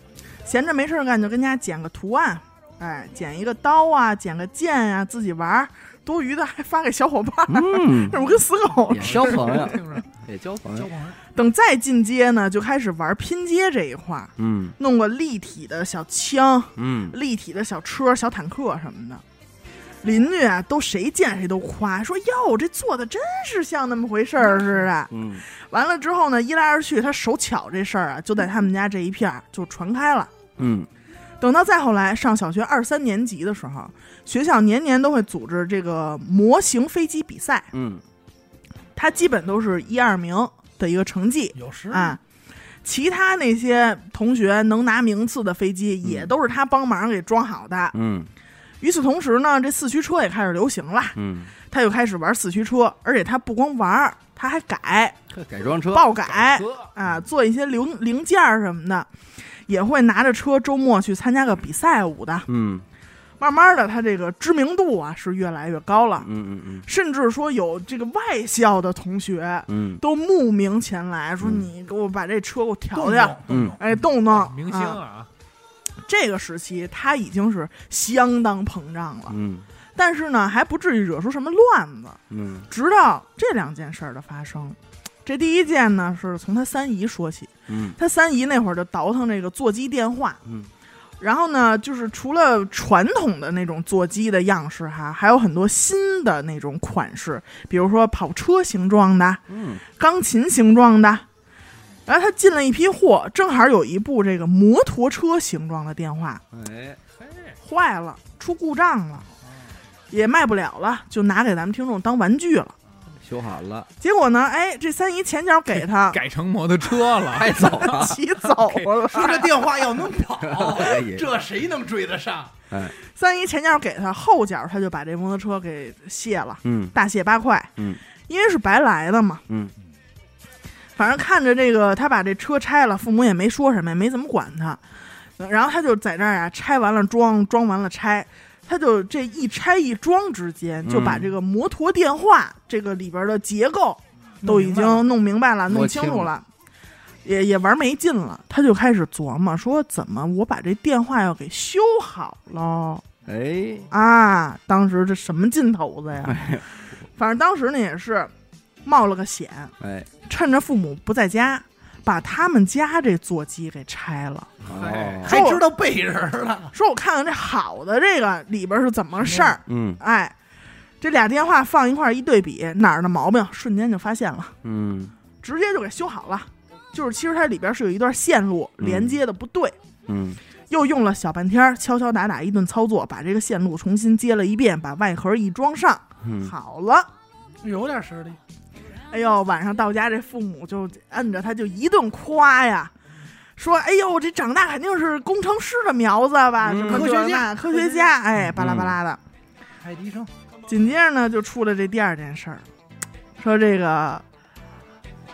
闲着没事儿干就跟家剪个图案，哎，剪一个刀啊，剪个剑啊，自己玩儿，多余的还发给小伙伴儿， [laughs]
[laughs]
嗯，
怎么跟死狗
也交朋友，
听着
也交朋
交
友，
[laughs] 朋友
等再进阶呢，就开始玩拼接这一块儿，
嗯
弄个立体的小枪，
嗯，
立体的小车、小坦克什么的。邻居啊，都谁见谁都夸，说哟，这做的真是像那么回事儿似的。
嗯
完了之后呢，一来二去，他手巧这事儿啊，就在他们家这一片儿就传开了。
嗯
等到再后来上小学二三年级的时候，学校年年都会组织这个模型飞机比赛，
嗯，
他基本都是一二名的一个成绩
有时
啊。其他那些同学能拿名次的飞机，也都是他帮忙给装好的。
嗯
与此同时呢，这四驱车也开始流行了，
嗯，
他就开始玩四驱车，而且他不光玩儿，他还改、
改装车，
爆改
车
啊，做一些零零件儿什么的，也会拿着车周末去参加个比赛舞的。
嗯
慢慢的，他这个知名度啊是越来越高了，
嗯嗯
甚至说有这个外校的同学
嗯
都慕名前来，说
嗯
你给我把这车给我调
动
调，
动动动
哎，动动
明星
啊
啊，
这个时期他已经是相当膨胀了，
嗯
但是呢，还不至于惹出什么乱子。
嗯
直到这两件事儿的发生，这第一件呢是从他三姨说起。
嗯
他三姨那会儿就倒腾这个座机电话，
嗯，
然后呢，就是除了传统的那种座机的样式哈，还有很多新的那种款式，比如说跑车形状的、
嗯
钢琴形状的。然后他进了一批货，正好有一部这个摩托车形状的电话
嗯，哎，
坏了，出故障了，也卖不了了，就拿给咱们听众当玩具了。
修好 [laughs] 了，
结果呢，哎，这三姨前脚给
啊
[laughs]
他
改成摩托车了，
开走了，
骑走了，
说这电话要能 [laughs] 跑
哎呀，
这谁能追得上？
三姨前脚给他，后脚他就把这摩托车给卸了，
嗯
大卸八块。
嗯，
因为是白来的嘛。
嗯，
反正看着这个，他把这车拆了，父母也没说什么，也没怎么管他。然后他就在这儿啊，拆完了装，装完了拆，他就这一拆一装之间，就把
嗯
这个摩托电话这个里边的结构都已经弄明白了，
弄
弄
清
清
楚
楚了，也也玩没劲了，他就开始琢磨说，怎么我把这电话要给修好了
哎，
啊？当时这什么劲头子呀？反正当时呢也是冒了个险，
哎，
趁着父母不在家，把他们家这座机给拆了，
哦，
还知道背人
啊
了，
说我看看这好的这个里边是怎么事儿，
嗯
哎。这俩电话放一块儿一对比，哪儿的毛病瞬间就发现了。
嗯
直接就给修好了。就是其实它里边是有一段线路
嗯
连接的不对，
嗯
又用了小半天儿敲敲打打一顿操作，把这个线路重新接了一遍，把外盒一装上，
嗯，
好了。
有点实力。
哎呦，晚上到家这父母就摁着他就一顿夸呀。说，哎呦，这长大肯定是工程师的苗子吧？
嗯
什么
科学
这
家
那科
科
学
学
家，哎，巴拉巴
嗯
拉的。
爱迪生，
紧接着呢，就出了这第二件事儿，说这个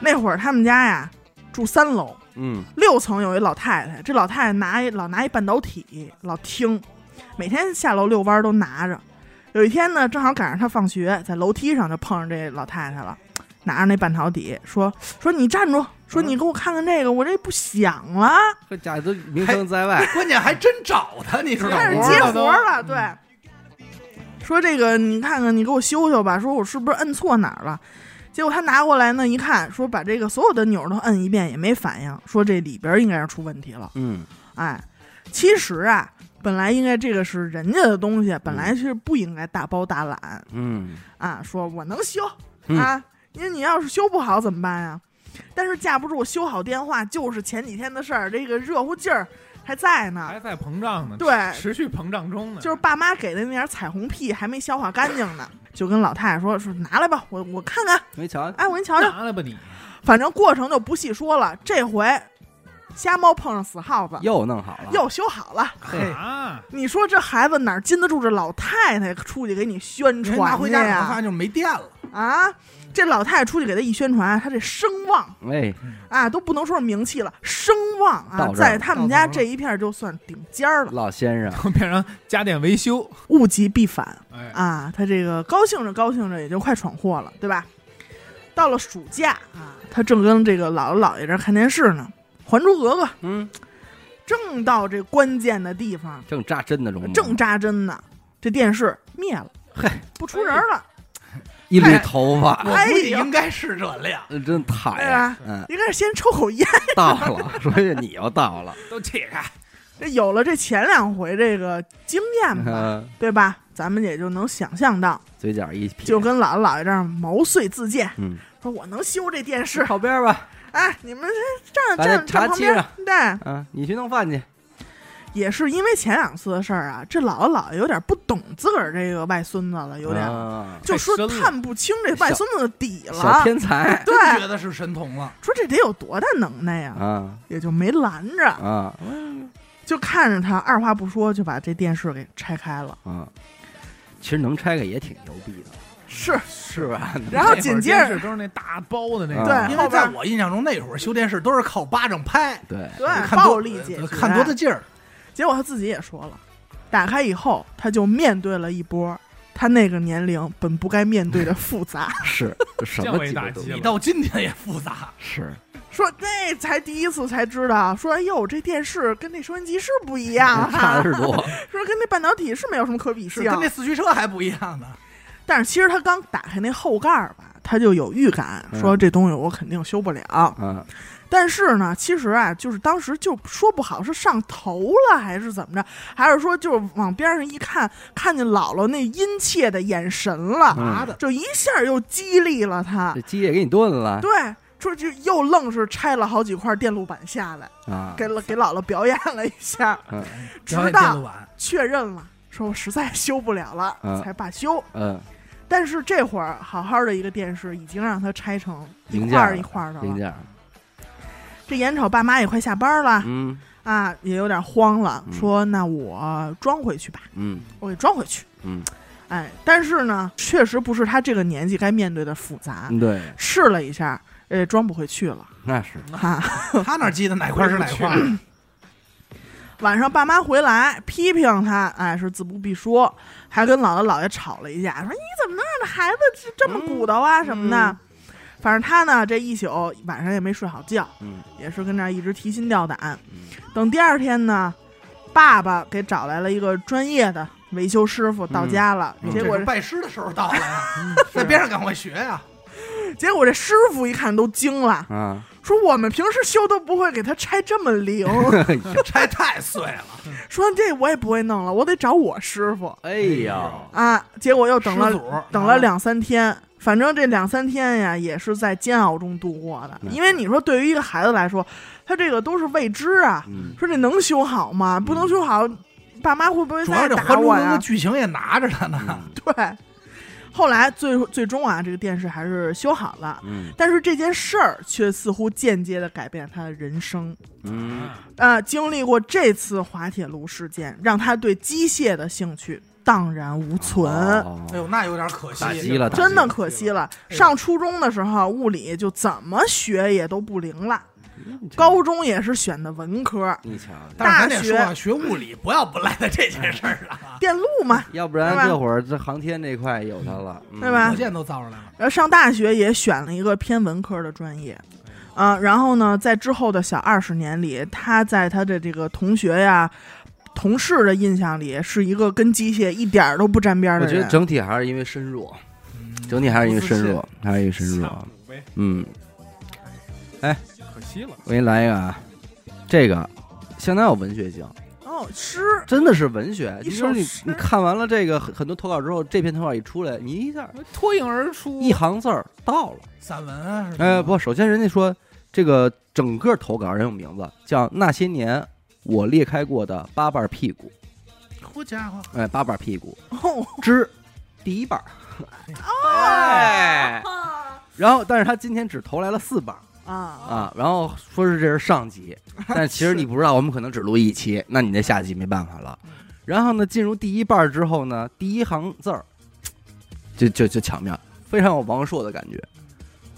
那会儿他们家呀住三楼，
嗯
六层有一老太太，这老太太拿一老拿一半导体，老听，每天下楼遛弯儿都拿着。有一天呢，正好赶上她放学，在楼梯上就碰上这老太太了，拿着那半导体，说说你站住，说你给我看看这个，我这不响了，
这家伙都名声在外，
哎关键还真找他，你知道
开始
吗？
接
活
活
儿
了，对。说这个，你看看，你给我修修吧。说我是不是摁错哪儿了？结果他拿过来呢，一看，说把这个所有的钮儿都摁一遍也没反应，说这里边儿应该是出问题了。
嗯
哎，其实啊，本来应该这个是人家的东西，本来是不应该大包大揽
嗯
啊，说我能修
嗯
啊，因为你要是修不好怎么办呀？但是架不住修好电话就是前几天的事儿，这个热乎劲儿还在呢。
还在膨胀呢，
对，
持续膨胀中呢，
就是爸妈给的那点彩虹屁还没消化干净呢，就跟老太太说说拿来吧，我我看看，
没瞧，
哎，我给你瞧瞧。
拿来吧你，
反正过程就不细说了，这回瞎猫碰上死耗子，
又弄好了，
又修好了。
嘿
啊，
你说这孩子哪儿经得住这老太太出去给你宣
你
传
拿回
去
家可能发
呀
现？就是没电了，
啊，这老太太出去给他一宣传，他这声望
哎，
啊都不能说是名气了，声望
到这
啊
儿，
在他们家
到头
这一片就算顶尖儿了，
老先生，
变成家电维修，
物极必反
哎，
啊！他这个高兴着高兴着也就快闯祸了，对吧？到了暑假啊，他正跟这个姥姥姥爷这儿看电视呢，《还珠格格》
嗯，
正到这关键的地方，
正扎针呢，中午
正扎针呢，这电视灭了，
嘿，
不出人了。
一缕头发，
哎
我估计应该是这量。
呃真惨
对
呀
啊，
嗯，
应该是先抽口烟。
到了， [laughs] 说这你又到了，
都起开，
这有了这前两回这个经验吧，
嗯
对吧？咱们也就能想象到，
嘴角一撇，
就跟姥姥姥爷这样毛遂自荐，
嗯，
说我能修这电视。
靠边吧，
哎，你们这
把
站
那
站
茶
站旁
沏
边
上，
对，
啊，你去弄饭去，
也是因为前两次的事儿啊，这姥姥姥爷有点不懂自个儿这个外孙子了，有点、
啊
就说
太深了
看不清这外孙子的底
小
了。
天才
对，
觉得是神童了，
说这得有多大能耐呀、
啊
也就没拦着，
啊
就看着他二话不说就把这电视给拆开了，
啊！其实能拆开也挺牛逼的，
[laughs] 是。
是吧？
然后紧接着，
都是那大包的那个，
啊
对，
因
后
为
边
在我印象中那会儿修电视都是靠巴掌拍，
[laughs] 对，
[laughs] 对
看多
嗯暴力解决，
看多大劲
嗯
儿，
结果他自己也说了，打开以后他就面对了一波他那个年龄本不该面对的复杂。
[laughs] 是什
降
么
维
级
打
别都
击
有
了
你到今天也复杂，
是
说那才第一次才知道，说哎呦这电视跟那收音机是不一
[laughs] [laughs]
样
差的，
啊
是多，
说跟那半导体是没有什么可比
是
性。
跟那四驱车还不一样呢。
但是其实他刚打开那后盖儿吧，他就有预感，
嗯
说这东西我肯定修不了。啊
嗯
但是呢，其实啊，就是当时就说不好是上头了还是怎么着，还是说就是往边上一看，看见姥姥那殷切的眼神了，
嗯
的，
就一下又激励了他
啊这。鸡也给你炖了
对，说就又愣是拆了好几块电路板下来，
啊，
给了给姥姥表演了一下，
嗯
直
表演电
到
路板，
确认了。说我实在修不了了，
嗯
才罢休。
嗯，
但是这会儿好好的一个电视已经让他拆成一
零
块
件
儿
儿
一块儿的
零
了。
件
[laughs]
儿，
这眼瞅爸妈也快下班了，
嗯
啊，也有点慌了，
嗯
说那我装回去吧， [laughs]
嗯
我给装回去。
嗯，
哎，但是呢，确实不是他这个年纪该面对的复杂。
对，
试了一下，呃，装不回去了
那是
哈、
他哪记得哪块是哪
[laughs]
块？
晚上爸妈回来批评他，哎，是自不必说，还跟姥姥姥爷吵了一架，说你怎么能让这孩子这这么骨头啊什么的。
嗯
反正他呢，这一宿晚上也没睡好觉，
嗯
也是跟那儿一直提心吊胆。
嗯
等第二天呢，爸爸给找来了一个专业的维修师傅到家了，
嗯
[laughs] 结
这
果、嗯
是拜师的时候到了 [laughs] 呀，在边上赶快学呀。
结果这师傅一看都惊了，
啊，
说我们平时修都不会给他拆这么灵，
[laughs]
嗯
拆太碎了，
说这我也不会弄了，我得找我师傅
哎呀，
啊。结果又 [laughs] 等
师
了
祖
等了，两三天。反正这两三天呀，也是在煎熬中度过的。
嗯
因为你说，对于一个孩子来说，他这个都是未知啊。 [laughs]
嗯
说这能修好吗？不能修好，爸妈会不会
主要
再
这《
打
还珠格
我
格》
呀
的？剧情也拿着它呢。
嗯
[laughs] 对，后来最最终啊，这个电视还是修好了，
嗯
但是这件事儿却似乎间接的改变了他的人生。
啊
嗯，
呃，经历过这次滑铁卢事件，让他对机械的兴趣荡然无存。
哦
嗯
哎呦，那有点可惜，
打击了打击
真的可惜了，
哎呦
上初中的时候物理就怎么学也都不灵了，高中也是选的文科，
你瞧瞧，
但是咱得说
大
啊，学物理不要不赖在这件事儿上啊，
电路嘛，
要不然
对吧
这会儿这航天这块有它了，嗯
对吧
火箭都造出来了。
然后上大学也选了一个偏文科的专业，啊，然后呢，在之后的小二十年里，他在他的这个同学呀、同事的印象里，是一个跟机械一点儿都不沾边儿
我
的
觉
人
得。整体还是因为深入，
嗯
整体还是因为深入，还是因为深入。
啊
嗯，
可惜了，
我给你来一个啊，这个相当有文学性，
哦，诗
真的是文学。
一
你
首
说你
诗
你看完了这个很很多投稿之后，这篇投稿一出来，你一下
脱颖而出，
一行字儿到了。
散文啊，是吧
哎，，不，首先人家说这个整个投稿人有名字，叫那些年我裂开过的八瓣屁股，
好家伙，
哎，八瓣屁股
哦，
之第一瓣儿。哎， [laughs] 然后但是他今天只投来了四瓣儿。
啊，
啊，然后说是这是上集，但其实你不知道，我们可能只录一期，那你那下集没办法了。然后呢，进入第一半儿之后呢，第一行字儿就就就巧妙，非常有王朔的感觉。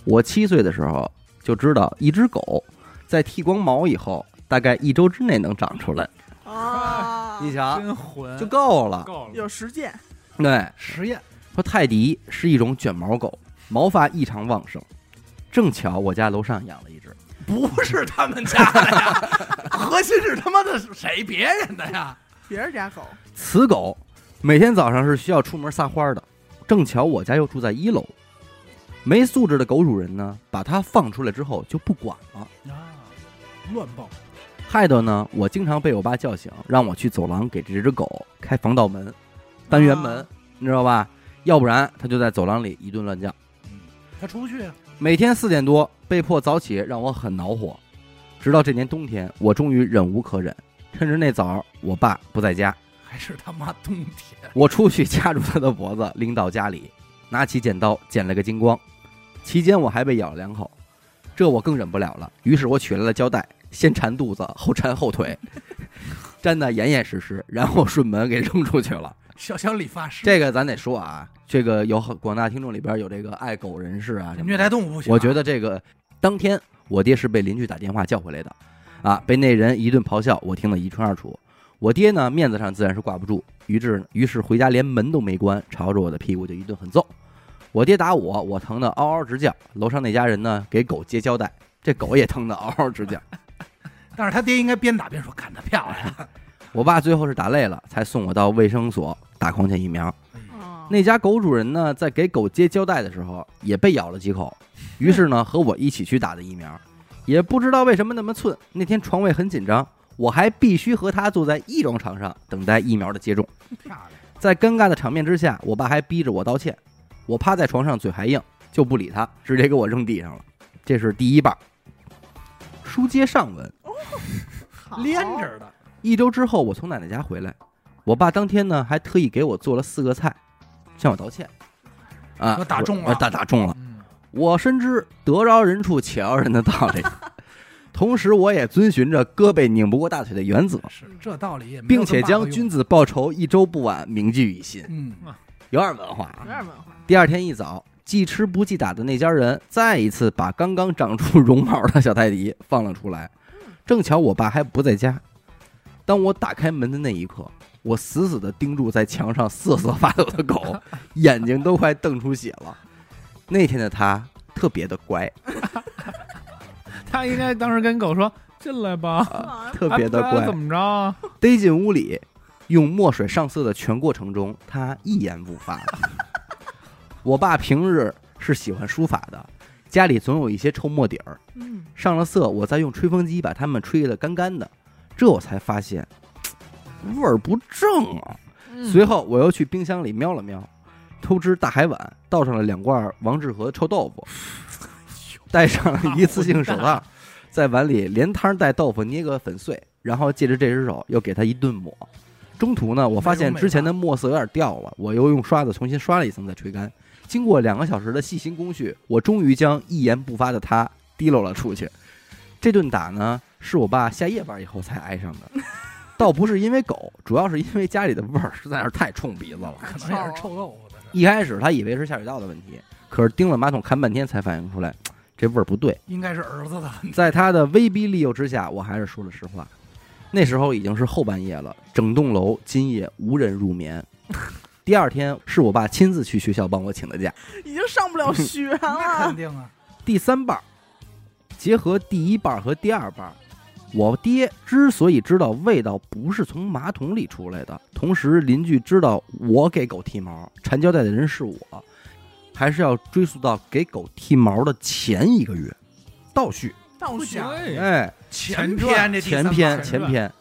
我七岁的时候就知道，一只狗在剃光毛以后，大概一周之内能长出来。 [laughs]
啊，
你瞧，
真混，
就够了。
够了，
有实践，
对，
实验
说泰迪是一种卷毛狗，毛发异常旺盛。正巧我家楼上养了一只，
不是他们家的 [laughs] 呀，核心是他妈的谁别人的呀？
别人家狗
此狗每天早上是需要出门撒欢儿的，正巧我家又住在一楼，没素质的狗主人呢，把它放出来之后就不管了，
啊，乱报，
害得呢我经常被我爸叫醒，让我去走廊给这只狗开防盗门、单元门
啊，
你知道吧？要不然它就在走廊里一顿乱叫。
他出不去啊，
每天四点多被迫早起，让我很恼火。直到这年冬天，我终于忍无可忍，趁着那早儿我爸不在家，
还是他妈冬天，
我出去掐住他的脖子，拎到家里，拿起剪刀剪了个精光，期间我还被咬了两口，这我更忍不了了，于是我取来了胶带，先缠肚子，后缠后腿， [laughs] 粘得严严实实，然后顺门给扔出去了。
小小理发师
这个咱得说啊，这个有很广大听众里边有这个爱狗人士啊，什么的
虐待动物不行啊，
我觉得这个当天我爹是被邻居打电话叫回来的，啊，被那人一顿咆哮，我听得一清二楚。我爹呢，面子上自然是挂不住，于是于是回家连门都没关，朝着我的屁股就一顿狠揍。我爹打我，我疼得嗷嗷直叫。楼上那家人呢，给狗接胶带，这狗也疼得嗷嗷直叫。
但是他爹应该边打边说干得漂亮，
我爸最后是打累了，才送我到卫生所打狂犬疫苗。
哦
那家狗主人呢，在给狗接胶带的时候也被咬了几口，于是呢和我一起去打的疫苗，也不知道为什么那么寸。那天床位很紧张，我还必须和他坐在一张床上等待疫苗的接种。
漂亮。
在尴尬的场面之下，我爸还逼着我道歉，我趴在床上嘴还硬，就不理他，直接给我扔地上了。这是第一半儿。书接上文，
好
连着的，
一周之后，我从奶奶家回来，我爸当天呢还特意给我做了四个菜，向我道歉。啊
说，打中了
我打打中了。
嗯
我深知得饶人处且饶人的道理， [laughs] 同时我也遵循着胳膊拧不过大腿的原则，
是这道理也没有
并
这么
且
大的用，
将君子报仇一周不晚铭记于心。
嗯
有点文化啊。
有点文化，
第二天一早，记吃不记打的那家人再一次把刚刚长出绒毛的小泰迪放了出来。正巧我爸还不在家。当我打开门的那一刻，我死死地盯住在墙上瑟瑟发抖的
[laughs]
狗，眼睛都快瞪出血了。那天的它特别的
[laughs]
乖，
他应该当时跟狗说进来吧，
啊
啊
特别的
哎不
乖
然怎，么着啊？
逮进屋里，用墨水上色的全过程中，他一言不
[laughs]
发。我爸平日是喜欢书法的，家里总有一些臭墨底儿，
嗯，
上了色，我再用吹风机把它们吹得干干的，这我才发现味儿不正啊。
嗯
随后我又去冰箱里瞄了瞄，偷吃大海碗，倒上了两罐王致和臭豆腐，戴上了一次性手套，在碗里连汤带豆腐捏个粉碎，然后借着这只手又给它一顿抹。中途呢，我发现之前的墨色有点掉了，我又用刷子重新刷了一层再吹干。经过两个小时的细心工序，我终于将一言不发的他提溜了出去。这顿打呢，是我爸下夜班以后才挨上的，倒不是因为狗，主要是因为家里的味儿实在是太冲鼻子了。
可能也是臭豆腐的事儿，
一开始他以为是下水道的问题，可是盯了马桶看半天才反应出来，这味儿不对。
应该是儿子的。
在他的威逼利诱之下，我还是说了实话。那时候已经是后半夜了，整栋楼今夜无人入眠。 [laughs] 第二天是我爸亲自去学校帮我请的假。
已经上不了学
[laughs]
那
了
肯，定啊，
第三瓣儿，结合第一瓣儿和第二瓣儿，我爹之所以知道味道不是从马桶里出来的，同时邻居知道我给狗剃毛，缠胶带的人是我，还是要追溯到给狗剃毛的前一个月，倒叙，
倒
不
学
行
哎，
哎，
传
前篇这第三
前篇
版
前篇，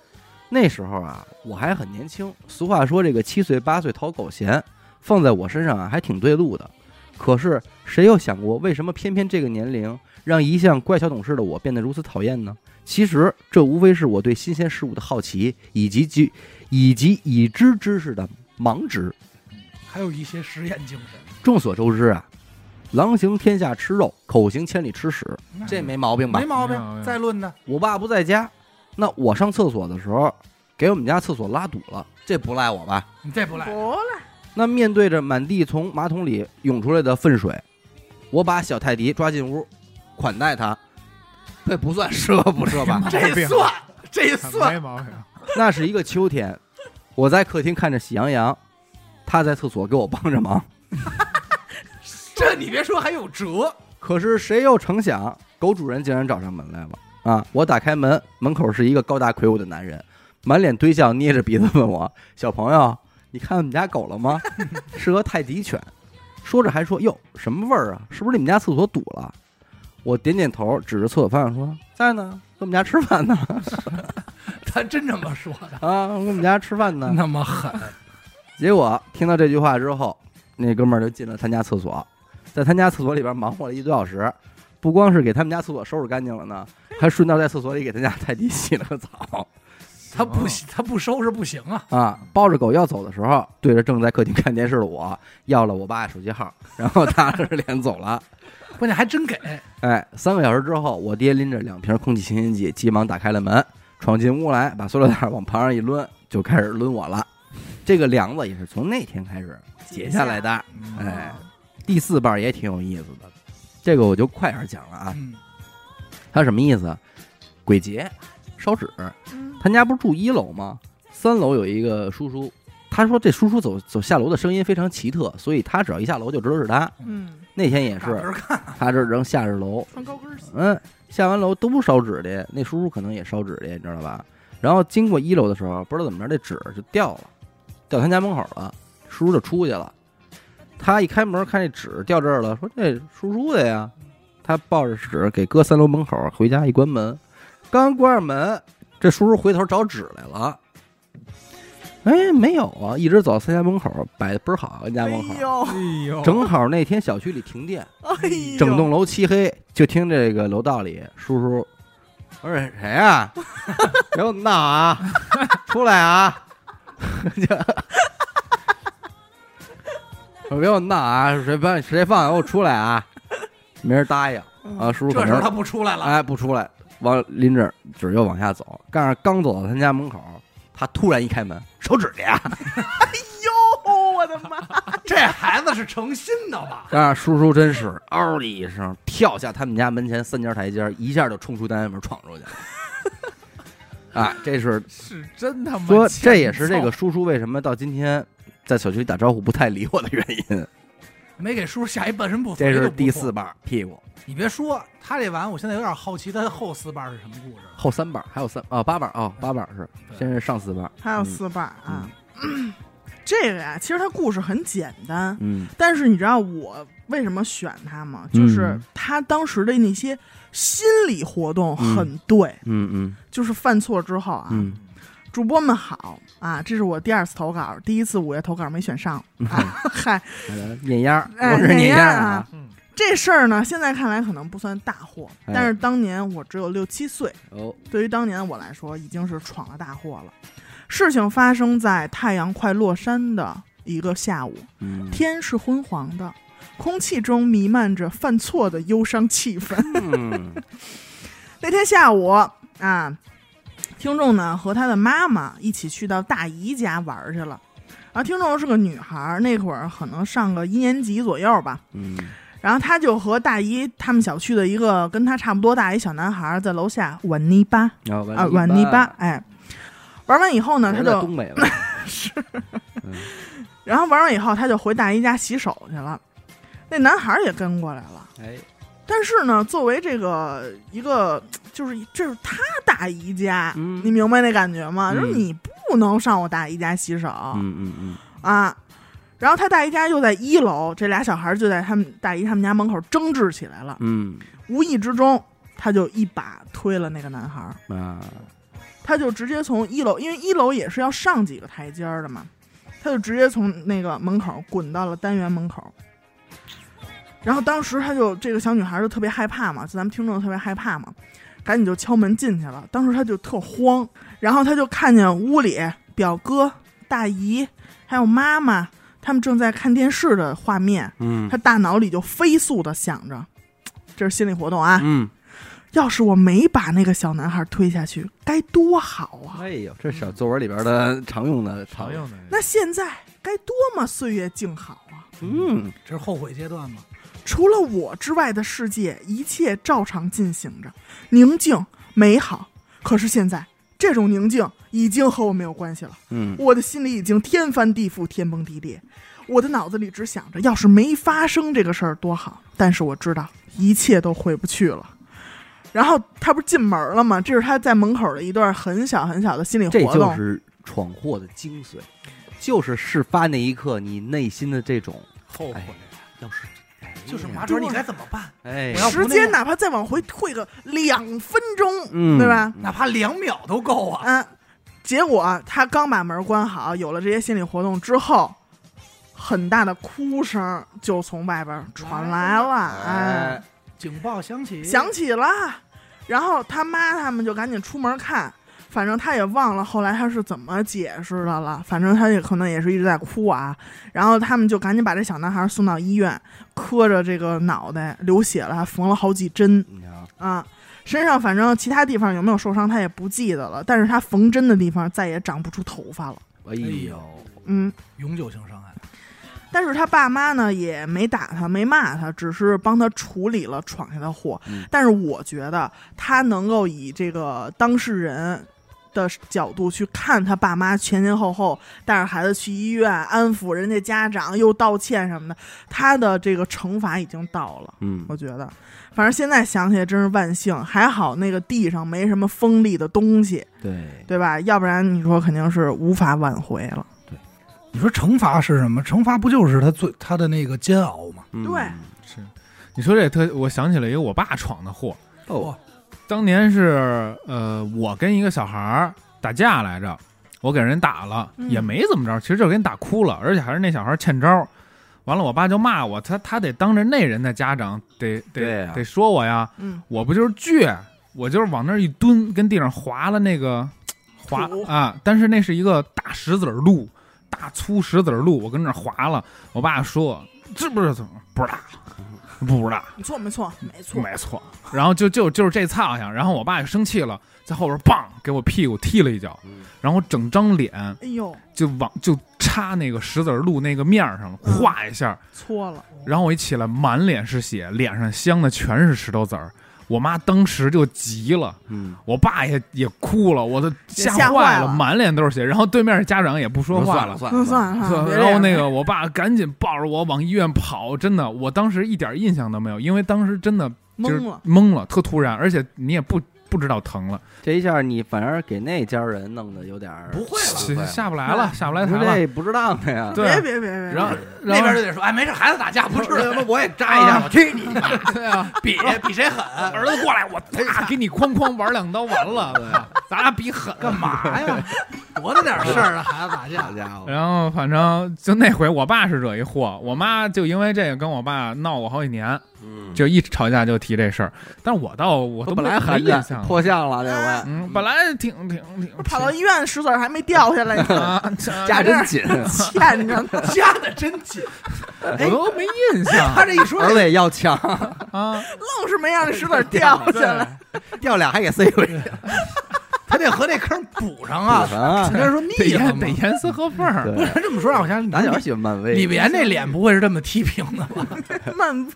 那时候啊，我还很年轻。俗话说这个七岁八岁讨狗嫌，放在我身上啊还挺对路的。可是谁又想过，为什么偏偏这个年龄让一向乖巧懂事的我变得如此讨厌呢？其实这无非是我对新鲜事物的好奇，以及及以及已知知识的盲执。
还有一些实验精神，
众所周知啊，狼行天下吃肉，狗行千里吃屎，这没毛病吧
没？毛
没毛
病。
病
再论呢，
我爸不在家，那我上厕所的时候给我们家厕所拉堵了，这不赖我吧？
你这不赖，
不了，
那面对着满地从马桶里涌出来的粪水，我把小泰迪抓进屋，款待他，这不算 [laughs] 奢不奢吧？
这算这算
没毛病。
那是一个秋天，我在客厅看着喜羊羊，他在厕所给我帮着忙。
这你别说还有辙，
可是谁又成想，狗主人竟然找上门来了啊！我打开门，门口是一个高大魁梧的男人，满脸堆笑，捏着鼻子问我：“小朋友，你看我们家狗了吗？是个泰迪犬。”说着还说：“哟，什么味儿啊？是不是你们家厕所堵了？”我点点头，指着厕所方向说：“在呢，跟我们家吃饭呢
[laughs] 他真这么说
[laughs]
的，
啊，跟我们家吃饭呢。”
那么狠，
结果听到这句话之后，那哥们儿就进了他家厕所，在他家厕所里边忙活了一个多小时，不 [laughs] 光是给他们家厕所收拾干净了呢，还顺道在厕所里给他家泰迪洗了个澡。
行
他不他不收拾不行啊，
啊，抱着狗要走的时候，对着正在客厅看电视的我要了我爸手机号， [laughs] 然后打着脸走了。
关键还真给，
哎，三个小时之后，我爹拎着两瓶空气清新剂，急忙打开了门，闯进屋来，把塑料袋往旁上一抡，就开始抡我了。这个梁子也是从那天开始解下来的。哎，第四瓣也挺有意思的，这个我就快点讲了啊。
嗯，
它什么意思啊？鬼节烧纸，
嗯
他家不是住一楼吗？三楼有一个叔叔，他说这叔叔走走下楼的声音非常奇特，所以他只要一下楼就知道是他。
嗯，
那天也
打门
是，
儿看
他这正下着楼，
穿高跟鞋，
嗯，下完楼都不烧纸的，那叔叔可能也烧纸的，你知道吧？然后经过一楼的时候，不知道怎么着，这纸就掉了，掉他家门口了，叔叔就出去了。他一开门看这纸掉这儿了，说这叔叔的呀。他抱着纸给搁三楼门口，回家一关门，刚关上门，这叔叔回头找纸来了。哎，没有啊，一直走到他家门口，摆的倍儿好，人家
哎
门口。
呦，
哎呦，
正好那天小区里停电，
哎呦，
整栋楼漆黑，就听这个楼道里叔叔，我说谁
[laughs]
啊？别给我闹啊！出来啊！ [laughs] 就我说别给我闹啊！谁放谁放给我出来啊？没人答应啊！叔叔可
嗯这时候
能
他不出来了，
哎不出来，往拎着纸又往下走，但是刚走到他家门口，他突然一开门，手指去呀！
哟，我的
嗯
妈！
[laughs] 这孩子是诚心的吧？
但是叔叔啊真是嗷的一声跳下他们家门前三阶台阶，一下就冲出单元门闯出去了。啊，这是
是真他妈欠揍，
说这也是这个叔叔为什么到今天在小区里打招呼不太理我的原因。
没给叔下一半身不遂
这
都不
是
错
第四，瓣屁股，
你别说他这碗，我现在有点好奇他后四瓣是什么故事了。
后三瓣还有三啊八瓣啊、哦、八瓣是
对
先是上四瓣，
还有四瓣啊。 [clears throat] 这个呀，其实它故事很简单，
嗯
但是你知道我为什么选它吗？就是
嗯
他当时的那些心理活动
嗯
很对，
嗯嗯
就是犯错之后啊，
嗯
主播们好啊，这是我第二次投稿，第一次五月投稿没选上
[laughs]
啊，嗨，
嗯，碾压，
哎
我是碾压
碾压啊，
嗯，
这事儿呢，现在看来可能不算大祸，
哎
但是当年我只有六七岁，
哦
对于当年我来说已经是闯了大祸了。事情发生在太阳快落山的一个下午，
嗯
天是昏黄的，空气中弥漫着犯错的忧伤气氛。 [laughs]
嗯
那天下午啊，听众呢和他的妈妈一起去到大姨家玩儿去了。然后听众是个女孩儿，那会儿可能上个一年级左右吧。
嗯
然后她就和大姨他们小区的一个跟她差不多大一小男孩儿在楼下玩泥巴
然后
啊玩泥巴，哎，玩完以后呢，他
人在
就
东北吧，
然后玩完以后他就回大姨家洗手去了。那男孩儿也跟过来了。 [laughs]
哎
但是呢，作为这个一个，就是这是他大姨家，
嗯
你明白那感觉吗？
嗯
就是你不能上我大姨家洗手、
嗯嗯嗯
啊。然后他大姨家又在一楼，这俩小孩就在他们大姨他们家门口争执起来了。
嗯
无意之中，他就一把推了那个男孩，
嗯啊
他就直接从一楼，因为一楼也是要上几个台阶儿的嘛，他就直接从那个门口滚到了单元门口。然后当时他就这个小女孩就特别害怕嘛，就咱们听众特别害怕嘛，赶紧就敲门进去了。当时他就特慌，然后他就看见屋里表哥、大姨还有妈妈他们正在看电视的画面，
嗯
他大脑里就飞速的想着，这是心理活动啊，
嗯。
要是我没把那个小男孩推下去，该多好啊！
哎呦，这小作文里边的常用的
常，用的
那现在该多么岁月静好啊！
嗯，
这是后悔阶段吗？
除了我之外的世界，一切照常进行着，宁静美好。可是现在，这种宁静已经和我没有关系了。
嗯，
我的心里已经天翻地覆，天崩地裂。我的脑子里只想着，要是没发生这个事儿多好。但是我知道，一切都回不去了。然后他不是进门了吗？这是他在门口的一段很小很小的心理
这
活
就
动。
是闯祸的精髓，就是事发那一刻你内心的这种，哎
后悔，
要是，哎呀
哦就是麻爪，你该怎么办？
哎
我，要不
时
那
间
样
哪怕再往回退个两分钟，
嗯，哎
对吧？
哪怕两秒都够啊！
嗯，结果啊他刚把门关好，有了这些心理活动之后，很大的哭声就从外边传来了，哎
哎，，
警报响起，
响起了。然后他妈他们就赶紧出门看，反正他也忘了后来他是怎么解释的了，反正他也可能也是一直在哭啊。然后他们就赶紧把这小男孩送到医院，磕着这个脑袋流血了，还缝了好几针
你瞧，
啊。身上反正其他地方有没有受伤他也不记得了，但是他缝针的地方再也长不出头发了。
哎呦
呦，
嗯，
永久性伤害，
但是他爸妈呢也没打他，没骂他，只是帮他处理了闯下的祸。
嗯
但是我觉得他能够以这个当事人的角度去看他爸妈前前后后带着孩子去医院安抚人家家长，又道歉什么的，他的这个惩罚已经到了。
嗯，
我觉得，反正现在想起来真是万幸，还好那个地上没什么锋利的东西，
对，
对吧？要不然你说肯定是无法挽回了。
你说惩罚是什么？惩罚不就是他最他的那个煎熬吗？
嗯
对
是，你说这特，我想起了一个我爸闯的祸。
哦，
当年是呃，我跟一个小孩儿打架来着，我给人打了，
嗯
也没怎么着，其实就是给人打哭了，而且还是那小孩儿欠招。完了，我爸就骂我，他他得当着那人的家长得
对
得、
啊
得说我呀，
嗯，
我不就是倔，我就是往那儿一蹲，跟地上划了那个划
土
啊，但是那是一个大石子儿路，大粗石子儿路，我跟那儿划了。我爸说我知不知道？不知道，不知道。
没错，没错，没错。
没错。然后就就就是这操性，然后我爸就生气了，在后边棒给我屁股踢了一脚
嗯，
然后整张脸
哎呦，
就往就插那个石子儿路那个面儿上了，
嗯
咵一下，
搓了，
然后我一起来满脸是血，脸上镶的全是石头子儿。我妈当时就急了，
嗯，
我爸也也哭了，我都吓
吓坏
坏
了
满脸都是血。然后对面家长也不说话
算了算
那
了
算了，啊
[laughs]
算了别这
然后
样
那个我爸赶紧抱着我往医院跑，真的，我当时一点印象都没有，因为当时真的就是
懵了，
懵了，特突然，而且你也不不知道疼了，
这一下你反而给那家人弄得有点儿
不会
不
了
下下不来
嗯
了，下不来
你说
台了。
这不值当的呀，
对啊
别别别别，
然后
那
然后
边就得说，哎，没事，孩子打架不是，
要
啊
不我也扎一下，我踢你，
[laughs] 对啊，
[laughs] 比比谁狠，
[laughs]
哎
儿子过来，我啪给你哐哐玩两刀，完了，
啊
对咱俩比狠干嘛呀？
多大点事
[laughs]
儿啊，孩子打架
好。家 [laughs] 伙，
[laughs] 然后反正就那回，我爸是惹一祸，我妈就因为这个跟我爸闹过好几年，
嗯
就一吵架就提这事儿。但是我倒我都
本来
没
含
印
着
象了，
破相了这回，
嗯，本来挺挺挺
跑到医院石子儿还没掉下来
[laughs]
呢，
啊，
夹真紧，
欠
[laughs]
着呢。
夹的 [laughs] 真紧，
我都没印象
[laughs] 他这一说
儿子也要强， [laughs]
啊。
[laughs] 愣是没让这石子儿掉下来。
掉俩还给塞回去，
他得和这坑补上啊
补！上啊
你这
[laughs]
说
得
腻了
严
吗
得？严丝合缝儿，
不
对 [laughs]
是，这么说，让我想起
哪
南
有人喜欢漫威？
李连那脸不会是这么踢平的吧？
漫威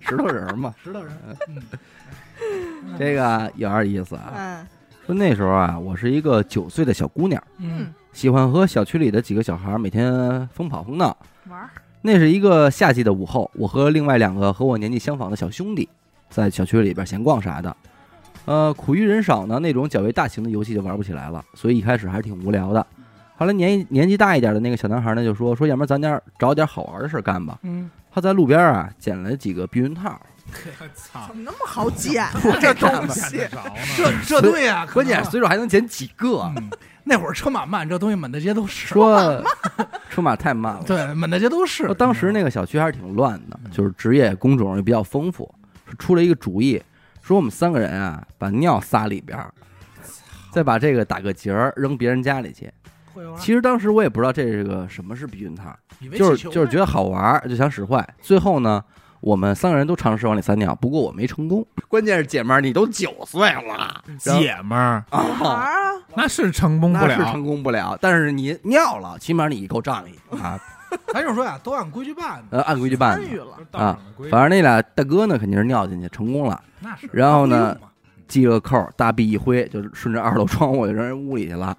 石头人儿嗯嘛，
知道人，
[laughs] 这个有点意思啊。
哎，
说那时候啊，我是一个九岁的小姑娘，
嗯，
喜欢和小区里的几个小孩儿每天疯跑疯闹。
玩儿
那是一个夏季的午后，我和另外两个和我年纪相仿的小兄弟，在小区里边闲逛啥的。呃，苦于人少呢，那种较为大型的游戏就玩不起来了，所以一开始还是挺无聊的。后来年年纪大一点的那个小男孩呢，就说说，要不然咱家找点好玩的事儿干吧。
嗯，
他在路边啊捡了几个避孕套，
操
怎，么那么
[laughs]
好捡啊？
这
东西
这这对呀，
[laughs] 关键
可能
随手还能捡几
[laughs]
个。
嗯那会儿车马慢，这东西满大街都是。
说 [laughs] 出马太慢了，
对，满大街都是
说。哦当时那个小区还是挺乱的，就是职业工种也比较丰富，出了一个主意，说我们三个人啊，把尿撒里边儿，再把这个打个结儿扔别人家里去。
会玩
其实当时我也不知道这是个什么是避孕套，
以为
就是
气球
就是觉得好玩儿，就想使坏。最后呢，我们三个人都尝试往里撒尿，不过我没成功。啊关键是姐们儿，你都九岁了，
姐们儿
玩儿啊！
那是成功不
那是
了
成，功不了，但是你尿了，起码你够 [laughs] 仗义啊，
咱就说呀，都按规矩办的。
呃，按规矩办
参与
的。
了，
啊反正那俩大哥呢，肯定是尿进去成功了。
那是。
然后呢
那不用嘛？
[laughs] 系了个扣儿，大臂一挥，就顺着二楼窗户就扔人屋里去了。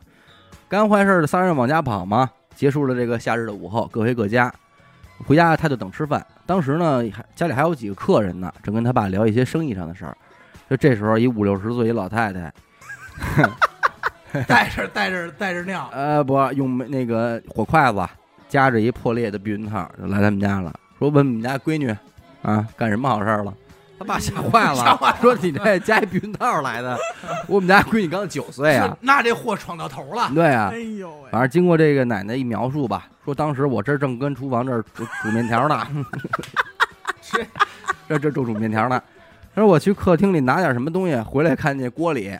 干坏事儿的仨人往家跑嘛，结束了这个夏日的午后，各回各家。回家他就等吃饭。当时呢，还家里还有几个客人呢，正跟他爸聊一些生意上的事儿。就这时候，一五六十岁一老太太，
带着带着带着尿，
呃，不用那个火筷子夹着一破裂的避孕套就来他们家了，说问我们家闺女啊干什么好事儿了。他爸吓坏
吓
了，说你这加一避孕套来的，我们家闺女刚九岁啊
是，那这货闯到头
[laughs]
了。
对啊
哎，呦喂
反！正经过这个奶奶一描述吧，说当时我这儿正跟厨房这儿煮煮面条
[laughs]
呢，这这正煮面条呢。他说我去客厅里拿点什么东西，回来看见锅里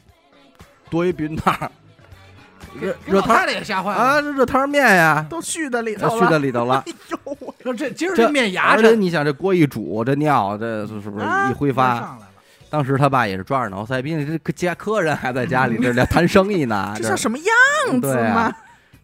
多一避孕套儿，热
给
热
老
汤儿
太太也吓坏了。
啊，这热汤面呀，
都续在里头
啊
了，
续在里头了。
[laughs] 哎呦喂，
说这今儿
这
这面牙
而且
碜，
你想，这锅一煮，这尿这是是不是
啊
一挥发？
上来了。
当时他爸也是抓耳挠腮，毕竟这家客人还在家里，这这谈生意呢。
这
啊这
叫什么样子
对
嘛
啊？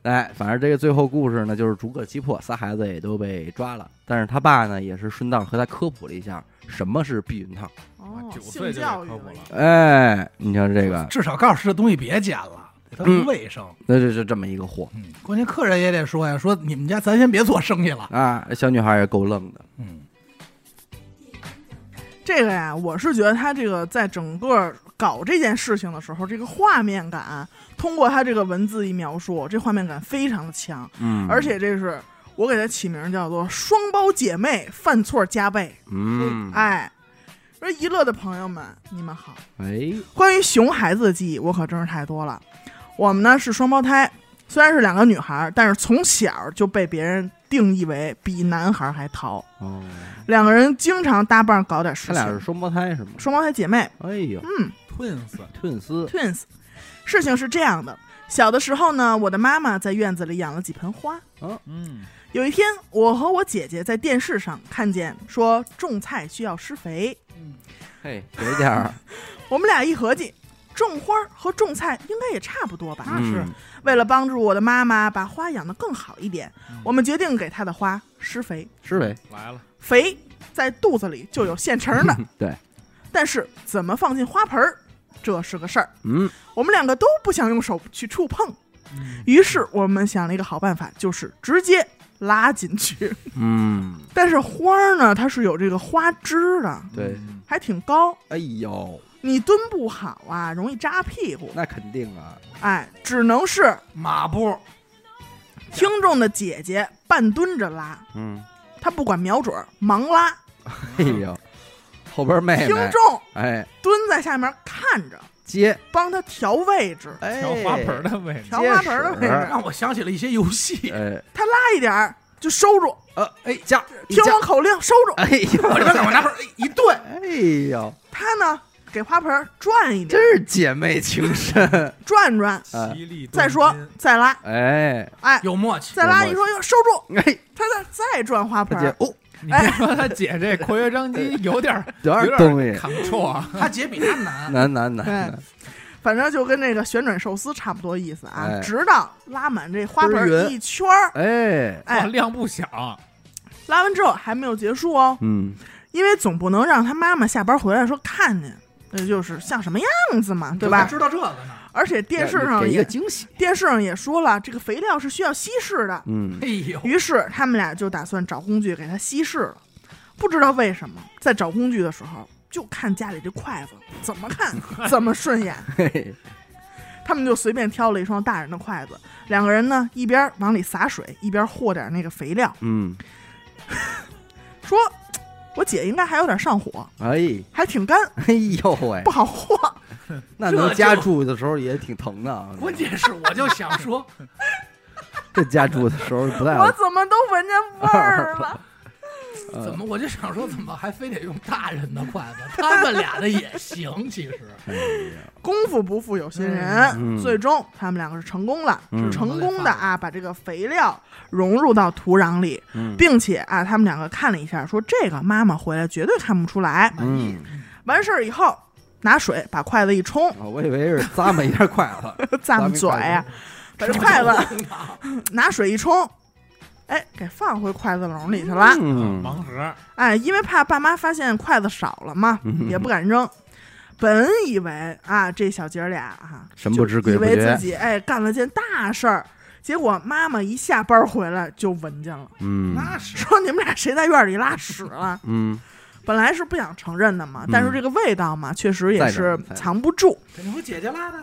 哎，反正这个最后故事呢，就是逐个击破，仨孩子也都被抓了。但是他爸呢，也是顺道和他科普了一下什么是避孕套。
哦，
啊九岁
性
就
教
得
育
科普了，
哎，你瞧这个，
至少告诉这东西别捡了，它不卫生。
那这是这么一个货
嗯，关键客人也得说呀，说你们家咱先别做生意了。
啊，小女孩也够愣的。
嗯，
这个呀，我是觉得他这个在整个搞这件事情的时候，这个画面感，通过他这个文字一描述，这画面感非常的强，
嗯
而且这是我给他起名叫做“双胞姐妹犯错加倍”。
嗯，
哎，说娱乐的朋友们，你们好。
哎，
关于熊孩子的记忆，我可真是太多了。我们呢是双胞胎，虽然是两个女孩，但是从小就被别人定义为比男孩还淘。
哦，
两个人经常搭伴搞点事
他俩是
情，
双胞胎是吗？
双胞胎姐妹，
哎呦，
嗯
，Twins，
顿丝，
，twins。事情是这样的，小的时候呢，我的妈妈在院子里养了几盆花。
嗯，
有一天，我和我姐姐在电视上看见说种菜需要施肥，
嘿，给点
[laughs]
儿，
我们俩一合计，种花儿和种菜应该也差不多吧？
那是
嗯
为了帮助我的妈妈把花养得更好一点，
嗯
我们决定给她的花施肥，
是呗？，
来了，
肥在肚子里就有现成的
[laughs] 对，
但是怎么放进花盆儿，这是个事儿。
嗯，
我们两个都不想用手去触碰，于是我们想了一个好办法，就是直接拉进去。 [laughs]
嗯，
但是花儿呢，它是有这个花枝的，
对，
嗯
还挺高，
哎呦，
你蹲不好啊，容易扎屁股。
那肯定啊，
哎，只能是
马步
听众的姐姐半蹲着拉，
嗯，
她不管瞄准儿，盲拉。
哎呦，后边妹
听
妹，
众
哎，
蹲在下面看着，
接，
帮他调位置，
哎，
调花盆儿，的位置，
调花盆的
接
位置
水，
让我想起了一些游戏，
哎，
他拉一点儿就收住，
呃，哎，加，一
听
加
我口令收住。
哎呦，
我这边赶快拿盆儿哎一顿，
哎呦，
他呢给花盆儿转一点
真
儿，
是姐妹情深，
转转，
哎
犀利动
再说
心
再拉，
哎，
哎，
有默契。
再拉一说又收住，
哎，
他再再转花
大
盆
姐
儿，，
哦，
你别说他姐这括约张机有点儿
有
有
点
点
东西，
control 啊，
他姐比他难，
难难难
[laughs] 对，
难，
反正就跟那个旋转寿司差不多意思啊
哎。
直到拉满这花盆
倍儿
儿
匀
一
[laughs]
圈儿，
哎，
哇
哎，
啊量不小，
拉完之后还没有结束哦，
嗯，
因为总不能让他妈妈下班回来说看见，那就是像什么样子嘛，对
我
吧
知？道这个呢。
而且电视
给
上
给一个
也
惊喜，
电视上也说了，这个肥料是需要稀释的。
嗯
哎，呦，
于是他们俩就打算找工具给它稀释了。不知道为什么，在找工具的时候，就看家里这筷子怎么看怎么顺眼，
嘿嘿，
他们就随便挑了一双大人的筷子。两个人呢，一边往里洒水，一边和点那个肥料，
嗯，
说：“我姐应该还有点上火，
哎，
还挺干，
哎呦喂
不，好和。
那
这
能
就
家住的时候也挺疼的啊，
关键是我就想说，
这家住的时候不太好
我怎么都闻见味儿
[laughs]
了。
怎么我就想说，怎么还非得用大人的筷子？他们俩的也行，其实。
哎呀”
功夫不负有心人，
嗯
最终他们两个是成功了，
嗯
是成功的啊，把这个肥料融入到土壤里。
嗯
并且啊，他们两个看了一下，说这个妈妈回来绝对看不出来。
嗯，
完事儿以后，拿水把筷子一冲，
[laughs] 啊我以为是咂摸一下筷子，
咂巴嘴，啊把这筷子 [laughs] 拿水一冲，哎，给放回筷子笼里去了。
嗯
盲盒，
哎，因为怕爸妈发现筷子少了嘛，
嗯
也不敢扔。本以为啊，这小姐儿俩哈、啊，
神不知
就
鬼
以
不
为
觉
自己哎干了件大事儿，结果妈妈一下班回来就闻见了，
嗯
那是
说你们俩谁在院里拉屎了？
嗯，
本来是不想承认的嘛，但是这个味道嘛，确实也
在这
是
儿在这儿
藏不住。
肯定是姐姐拉的。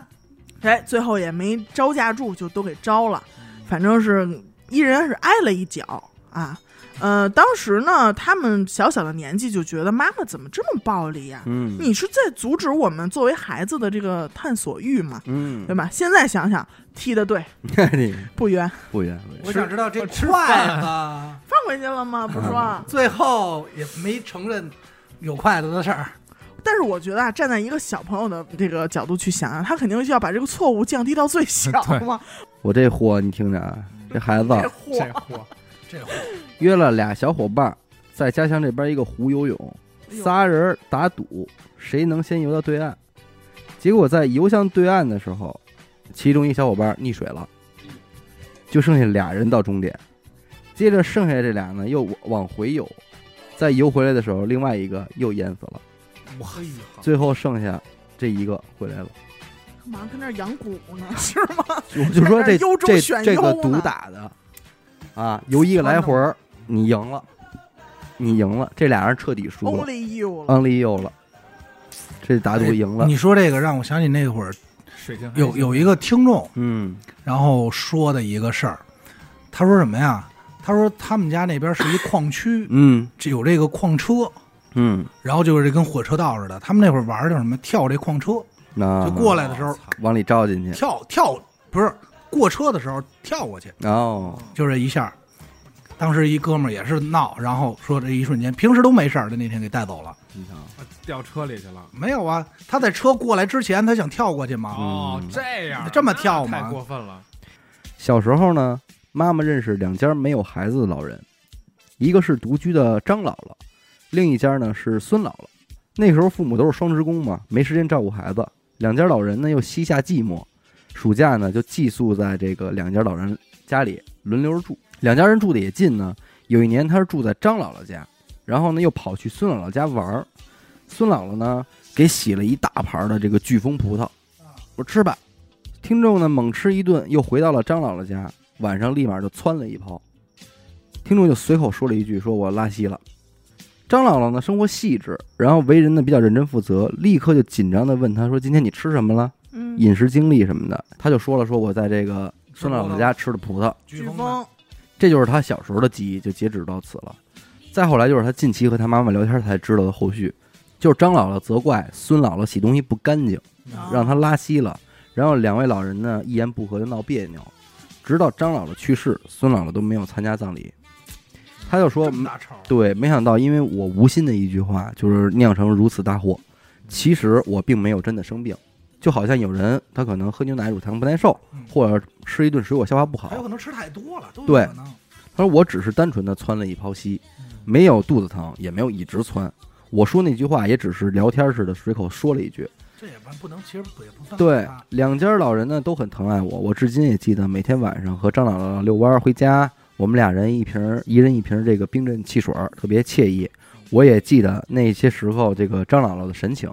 哎，最后也没招架住，就都给招了。
嗯
反正是一人是挨了一脚啊。呃，当时呢，他们小小的年纪就觉得妈妈怎么这么暴力呀、
嗯
你是在阻止我们作为孩子的这个探索欲嘛，
嗯
对吧？现在想想，踢的对，不冤，
不远不远，
我想知道这
吃
筷
饭
子
嗯
放回去了吗？不说，啊
最后也没承认有筷子的事儿。
但是我觉得啊，站在一个小朋友的这个角度去想啊，他肯定是要把这个错误降低到最小
对
嘛。
我这货你听着啊，
嗯
这孩子
这货
这货
这
约了俩小伙伴儿在家乡这边一个湖游泳，
哎
哎
仨人儿打赌谁能先游到对岸。结果在游向对岸的时候，其中一小伙伴溺水了，就剩下俩人到终点。接着剩下这俩呢又往往回游，在游回来的时候，另外一个又淹死了。
哇，
最后剩下这一个回来了，
干嘛跟那儿养蛊呢？是吗？
我就说这
在那儿优中
这
选
这个
优呢
毒打的啊，游一个来回儿，你赢了，你赢了，这俩人彻底输了。
Only 哎 you 了，
安利又了，这打赌赢了。
哎你说这个让我想起那会儿
水晶还
有
行
有一个听众，
嗯
然后说的一个事儿，他说什么呀？他说他们家那边是一矿区，
嗯
这有这个矿车，
嗯，
然后就是跟火车道似的。他们那会儿玩儿叫什么？跳这矿车，
那
就过来的时候
哦
往里照进去，
跳跳，不是过车的时候跳过去，
然后
嗯
就这一下。当时一哥们儿也是闹，然后说这一瞬间，平时都没事儿的那天给带走了。
你瞧，
掉车里去了。
没有啊，他在车过来之前，他想跳过去
嗯
嘛，
哦，这样
这么跳
那
吗
太过分了。
小时候呢，妈妈认识两家没有孩子的老人，一个是独居的张姥姥，另一家呢是孙姥姥。那时候父母都是双职工嘛，没时间照顾孩子，两家老人呢又膝下寂寞，暑假呢就寄宿在这个两家老人家里轮流住。两家人住的也近呢，有一年他是住在张姥姥家，然后呢又跑去孙姥姥家玩儿。孙姥姥呢给洗了一大盘的这个飓风葡萄，我吃吧。听众呢猛吃一顿，又回到了张姥姥家，晚上立马就窜了一泡。听众就随口说了一句：“说我拉稀了。”张姥姥呢生活细致，然后为人呢比较认真负责，立刻就紧张地问他说：“今天你吃什么了？
嗯，
饮食经历什么的？”他就说了：“说我在这个孙姥姥家吃的葡萄。”
飓风，
这就是他小时候的记忆，就截止到此了。再后来就是他近期和他妈妈聊天才知道的后续，就是张姥姥责怪孙姥姥洗东西不干净，
啊
让他拉稀了，然后两位老人呢一言不合就闹别扭，直到张姥姥去世，孙姥姥都没有参加葬礼。他就说
这么大仇，
对，没想到因为我无心的一句话，就是酿成如此大祸。
嗯
其实我并没有真的生病，就好像有人他可能喝牛奶乳糖不耐受，
嗯
或者吃一顿水果消化不好
还有，可能吃太多了，都有
对
可能。
他说我只是单纯的窜了一泡稀，
嗯
没有肚子疼，也没有一直窜。我说那句话也只是聊天似的随口说了一句。
这也不能，其实也不算
对
啊，
两家老人呢都很疼爱我，我至今也记得每天晚上和张姥姥遛弯儿回家，我们俩人一瓶儿，一人一瓶儿这个冰镇汽水儿，特别惬意。我也记得那些时候这个张姥姥的神情，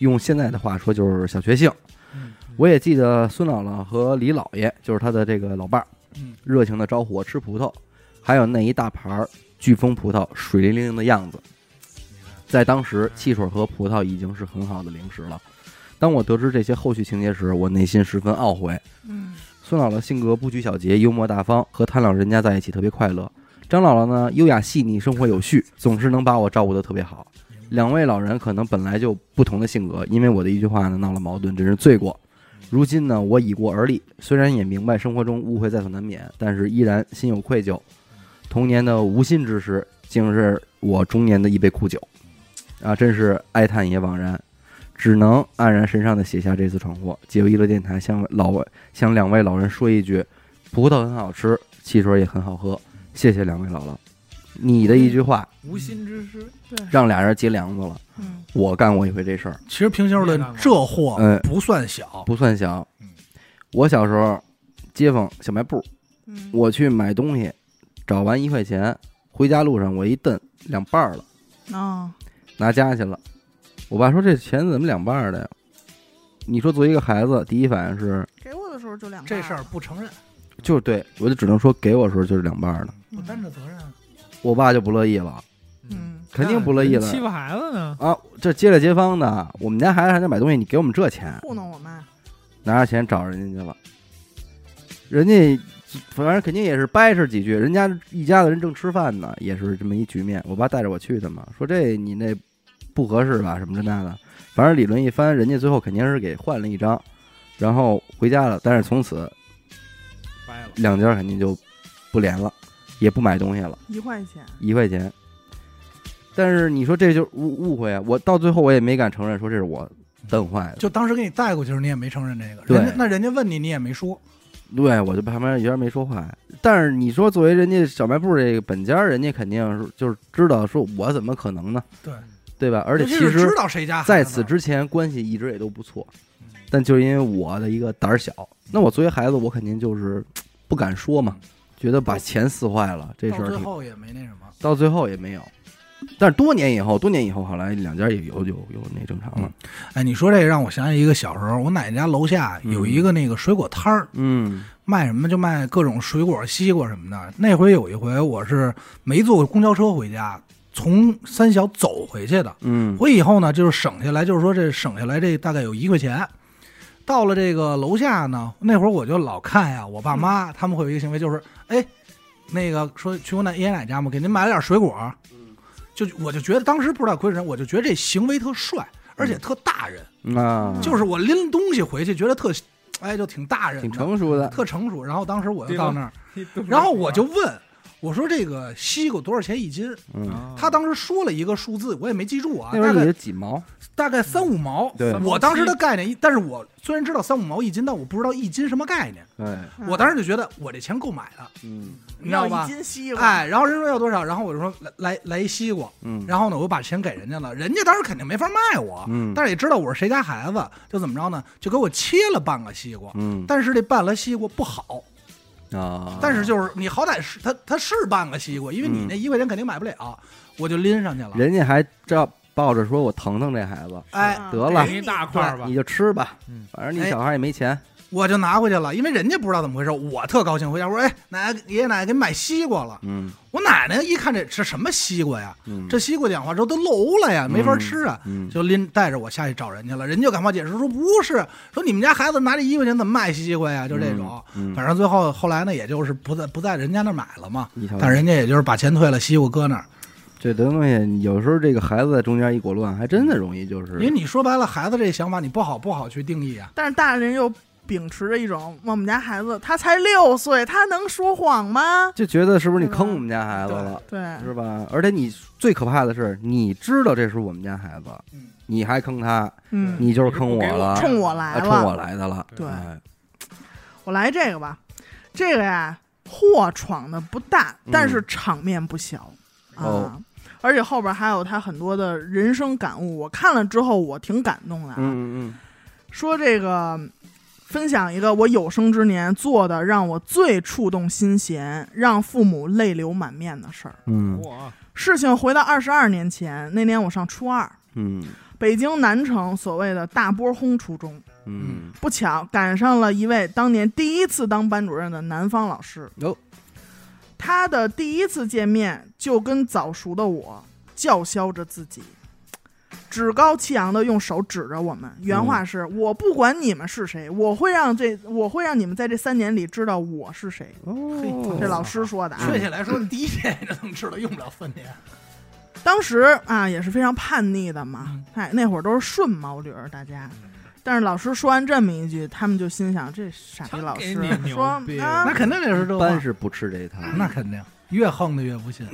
用现在的话说就是小确幸。
嗯
我也记得孙姥姥和李姥爷，就是他的这个老伴儿
嗯，
热情的招呼我吃葡萄，还有那一大盘儿飓风葡萄水灵灵的样子。在当时，汽水和葡萄已经是很好的零食了。当我得知这些后续情节时，我内心十分懊悔。
嗯，
孙姥姥性格不拘小节，幽默大方，和她老人家在一起特别快乐。张姥姥呢，优雅细腻，生活有序，总是能把我照顾得特别好。两位老人可能本来就不同的性格，因为我的一句话呢闹了矛盾，真是罪过。如今呢，我已过而立，虽然也明白生活中误会在所难免，但是依然心有愧疚。童年的无心之失，竟是我中年的一杯苦酒，啊，真是哀叹也枉然，只能黯然神伤的写下这次闯祸。解忧娱乐电台向老向两位老人说一句：葡萄很好吃，汽水也很好喝，谢谢两位姥姥。你的一句话
无心之失，
对，
让俩人结梁子了。
嗯，
我干过一回这事儿，
其实平心而论
你也干，过
这货
嗯
不算小，
不算小
嗯。
我小时候，街坊小卖部，
嗯
我去买东西，找完一块钱，回家路上我一蹬两半儿了。
啊，
拿家去了。我爸说这钱怎么两半儿的呀？你说作为一个孩子，第一反应是
给我的时候就两半
这事儿不承认，
就是对我就只能说给我的时候就是两半儿的。
不担着责任。
我爸就不乐意了，
嗯，
肯定不乐意了
哎欺负孩子呢？
啊！这街里街坊的，我们家孩子还在买东西，你给我们这钱，
糊弄我妈，
拿着钱找人家去了。人家反正肯定也是掰扯几句，人家一家子人正吃饭呢，也是这么一局面。我爸带着我去的嘛，说这你那不合适吧，什么这那的，反正理论一番，人家最后肯定是给换了一张，然后回家了。但是从此嗯
掰了，
两家肯定就不连了，也不买东西了，
一块钱，
一块钱。但是你说这就是误误会啊！我到最后我也没敢承认说这是我蹬坏的，
就当时给你带过去的时候，你也没承认这个。
对
人家那人家问你，你也没说。
对我就旁边有点没说话。但是你说作为人家小卖部这个本家，人家肯定是就是知道，说我怎么可能呢？
对
对吧？而且其
尤是
实
知道谁家孩子嗯
在此之前关系一直也都不错，但就是因为我的一个胆儿小，那我作为孩子，我肯定就是不敢说嘛，觉得把钱撕坏了这事
到
儿
最
挺，
后也没那什么。
到最后也没有。但是多年以后，多年以后，后来两家也有有有那正常了，
哎，你说这个让我想起一个小时候，我奶奶家楼下有一个那个水果摊儿，
嗯
卖什么就卖各种水果、西瓜什么的。那回有一回我是没坐公交车回家，从三小走回去的。
嗯
回以后呢，就是省下来，就是说这省下来这大概有一块钱。到了这个楼下呢，那会儿我就老看呀，我爸妈
嗯
他们会有一个行为，就是哎，那个说去我奶爷爷奶奶家嘛，给您买了点水果。
嗯
就我就觉得当时不知道亏人，我就觉得这行为特帅，而
嗯
且特大人。
啊，
就是我拎东西回去，觉得特，哎，就挺大人的，
挺成熟的，
特成熟。然后当时我就
对吧
到那儿，然后我就问我说：“这个西瓜多少钱一斤？”
嗯，
啊
他当时说了一个数字，我也没记住啊，
那会儿
大
你
概
是几毛？
大概三五毛。
对
我当时的概念，但是我虽然知道三五毛一斤，但我不知道一斤什么概念。
对，
嗯
我当时就觉得我这钱够买了，
嗯
你知道
要一
吧？
斤西瓜，
哎，然后人说要多少，然后我就说来来来一西瓜，
嗯，
然后呢，我就把钱给人家了，人家当时肯定没法卖我，
嗯
但是也知道我是谁家孩子，就怎么着呢，就给我切了半个西瓜，
嗯
但是这半个西瓜不好，
啊，
但是就是你好歹是它它是半个西瓜，因为你
嗯
那一块钱肯定买不了，我就拎上去了。
人家还照抱着说我疼疼这孩子，
哎，
啊
得了
给你一大块儿吧
你，就吃吧
嗯，
反正你小孩也没钱，
我就拿回去了，因为人家不知道怎么回事，我特高兴回家，我说：“哎，奶奶爷爷奶奶给你买西瓜了。
嗯”
我奶奶一看这是什么西瓜呀？
嗯，
这西瓜讲话之后都漏了呀，没法
嗯
吃啊，
嗯
就拎带着我下去找人去了。人家就赶快解释说：“不是，说你们家孩子拿这一块钱怎么卖西瓜呀？”就这种，
嗯
反正最后后来呢，也就是不在不在人家那儿买了嘛，
你瞧瞧
但人家也就是把钱退了，西瓜搁那儿。
这东西有时候这个孩子在中间一裹乱，还真的容易就
因为
是，
你说白了，孩子这想法你不好不好去定义啊。
但是大人又秉持着一种，我们家孩子他才六岁，他能说谎吗？
就觉得是不是你坑我们家孩子了，
对，
是吧？而且你最可怕的是，你知道这是我们家孩子
嗯，
你还坑他，
嗯，
你就是坑我了，
冲我
啊
来
冲
了，
我来的了，
对
哎
我来这个吧，这个呀，祸闯的不大，但是场面不小、啊
嗯哦。
而且后边还有他很多的人生感悟，我看了之后我挺感动的啊。
嗯嗯
说这个，分享一个我有生之年做的让我最触动心弦、让父母泪流满面的事儿。
嗯
我啊
事情回到二十二年前，那年我上初二，
嗯
北京南城所谓的大波轰初中，
嗯嗯，
不巧赶上了一位当年第一次当班主任的南方老师。
哟，
他的第一次见面就跟早熟的我叫嚣着自己，趾高气扬的用手指着我们，原话是：“
嗯
我不管你们是谁，我会让这我会让你们在这三年里知道我是谁。
嗯
哦
这老师说的啊，
确切来说，第一天就能知道用不了三年。
当时啊也是非常叛逆的嘛，
嗯
哎，那会儿都是顺毛驴儿，大家。但是老师说完这么一句，他们就心想：这傻逼老师
瞧给你牛
说
逼
啊
[laughs] 那，肯定得是这话
班是不吃这一套，
那肯定，越横的越不信。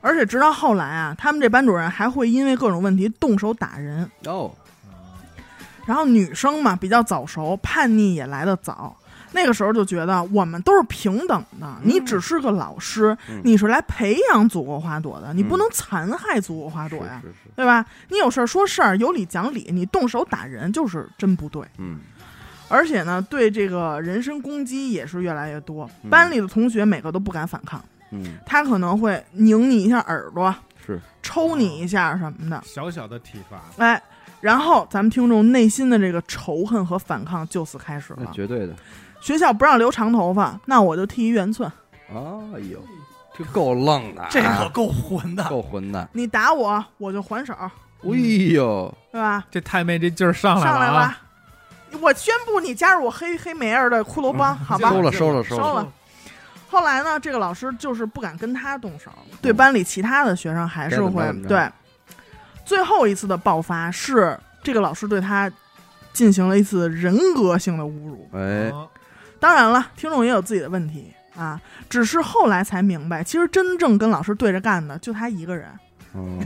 而且直到后来啊，他们这班主任还会因为各种问题动手打人。
哦，
然后女生嘛比较早熟，叛逆也来得早。那个时候就觉得我们都是平等的，你只是个老师，
嗯
你是来培养祖国花朵的，你不能残害祖国花朵呀，
是是是，
对吧？你有事儿说事儿，有理讲理，你动手打人就是真不对。
嗯
而且呢，对这个人身攻击也是越来越多，
嗯
班里的同学每个都不敢反抗，
嗯
他可能会拧你一下耳朵，
是，
抽你一下什么的，
小小的体罚，
哎，然后咱们听众内心的这个仇恨和反抗就此开始
那
了。
绝对的，
学校不让留长头发，那我就剃一圆寸。
哎呦，这够愣的啊，
这可够混的。
够混的，
你打我，我就还手，
哎呦，
对吧？
这太妹这劲儿上
上
了
来
啊！
吧，我宣布你加入我黑黑美儿的骷髅帮，
嗯 [laughs]
好吧
收？了收了收
收
了，
了。后来呢，这个老师就是不敢跟他动手，对班里其他的学生还
嗯
是
该
会
怎么着怎么
对
着。
最后一次的爆发是这个老师对他进行了一次人格性的侮辱。
哎，
嗯
当然了，听众也有自己的问题啊，只是后来才明白，其实真正跟老师对着干的就他一个人。
嗯，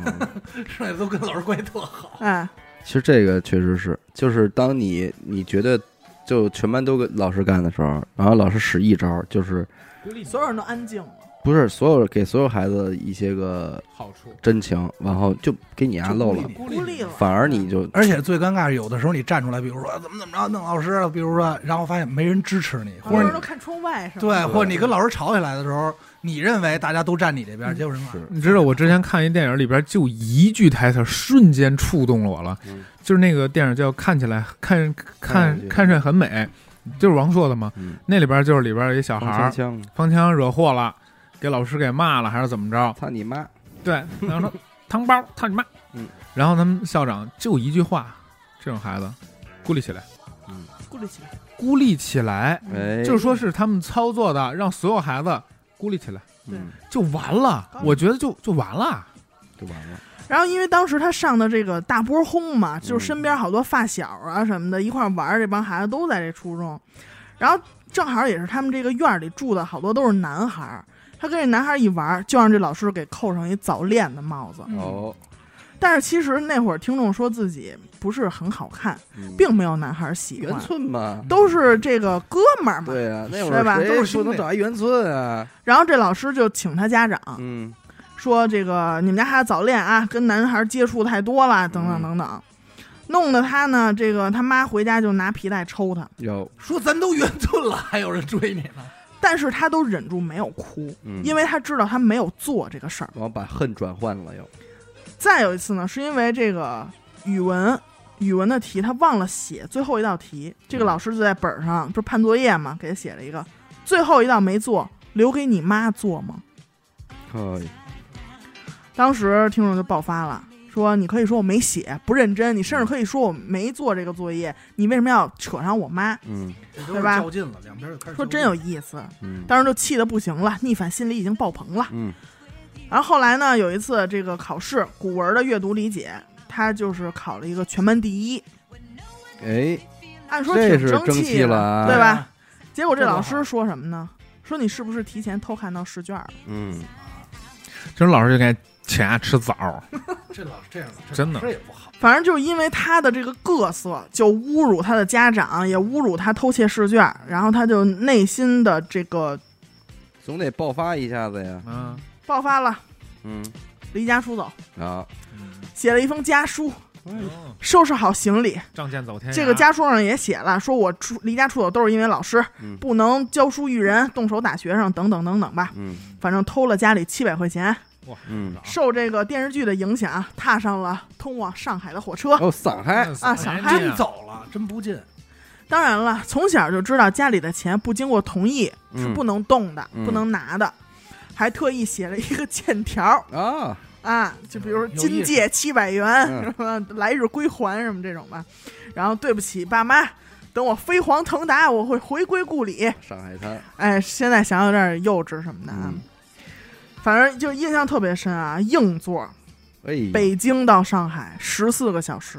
剩下都跟老师关系特好。
哎，
其实这个确实是，就是当你你觉得就全班都跟老师干的时候，然后老师使一招，就是
所有人都安静了，
不是所有给所有孩子一些个
好处
真情，然后就给你丫、
就
漏
故意
了，
你
孤立了，
反而你就
而且最尴尬是，有的时候你站出来，比如说怎么怎么着弄老师了，比如说，然后发现没人支持你，
好
或
多
者
人
你
都看窗外是吧？
对，嗯或者你跟老师吵起来的时候，你认为大家都站你这边，
嗯
结果人
是
你知道我之前看一电影里边就一句台词儿瞬间触动了我了，
嗯
就是那个电影叫《看起来看
看上
看
去
看上去很美》，就是王朔的嘛。
嗯，
那里边就是里边有一小孩
放
儿
枪了，
方枪惹祸了，给老师给骂了还是怎么着？
操你妈！
对，然后说汤包操你妈，
嗯，
然后他们校长就一句话，这种孩子孤立起来，
孤立起来，嗯
孤立起来，
哎，
就是说是他们操作的，让所有孩子孤立起来
嗯，
就完了
高，
我觉得就就完了，
就完了，
然后因为当时他上的这个大波轰
嗯
嘛，就是身边好多发小啊什么的，一块儿玩儿，这帮孩子都在这初中，然后正好也是他们这个院儿里住的好多都是男孩儿。他跟这男孩儿一玩儿，就让这老师给扣上一早恋的帽子。
嗯
哦，
但是其实那会儿听众说自己不是很好看，
嗯
并没有男孩儿喜
圆
欢，
寸嘛，
都是这个哥们儿嘛。
对啊，那会
是吧
儿
都是
谁
兄
不能
弟
找一圆寸啊？
然后这老师就请他家长，
嗯，
说这个你们家孩子早恋啊，跟男孩接触太多了，等等等等，弄得他呢，这个他妈回家就拿皮带抽他，
有，
说咱都圆寸了，还有人追你呢。
但是他都忍住没有哭，
嗯，
因为他知道他没有做这个事儿。
然后把恨转换了又，
再有一次呢，是因为这个语文。语文的题他忘了写最后一道题，这个老师就在本儿上不是判作业嘛，给他写了一个最后一道没做，留给你妈做吗？
哎，
当时听众就爆发了，说你可以说我没写，不认真，你甚至可以说我没做这个作业，你为什么要扯上我妈？
嗯
这都
对
是
吧
较劲了，两边就开始
说
较
真
劲
有意思，
嗯，
当时就气得不行了，逆反心理已经爆棚了。
嗯
然后后来呢，有一次这个考试，古文的阅读理解，他就是考了一个全班第一，
哎，
按说挺
这是
争
争
气
气
的，
了
哎
啊，
对吧？结果这
这多
老
好
师说什么呢？说你是不是提前偷看到试卷了？
嗯，
这种老师就该请
啊
他吃枣儿，
这老这样老师
真的
这也不好。
反正就是因为他的这个各色，就侮辱他的家长，也侮辱他偷窃试卷，然后他就内心的这个
总得爆发一下子呀，
嗯，
爆发了，
嗯
离家出走，
啊，
嗯
写了一封家书，
嗯
收拾好行李。
哎
仗剑走天涯
这个家书上也写了，说我出离家出走都是因为老师
嗯
不能教书育人，动手打学生等等等等吧。
嗯
反正偷了家里七百块钱，
嗯，
受这个电视剧的影响，踏上了通往上海的火车。
哦，上
哎
海，
啊想嗨
真走了，真不进。
当然了，从小就知道家里的钱不经过同意是
嗯
不能动的，
嗯
不能拿的，还特意写了一个欠条
啊，
啊，就比如说
有
今
意思
借七百元，
嗯
什么来日归还什么这种吧。然后对不起爸妈，等我飞黄腾达，我会回归故里。
上海滩，
哎，现在想想有点幼稚什么的啊，
嗯
反正就印象特别深啊。硬座，
哎，
北京到上海十四个小时，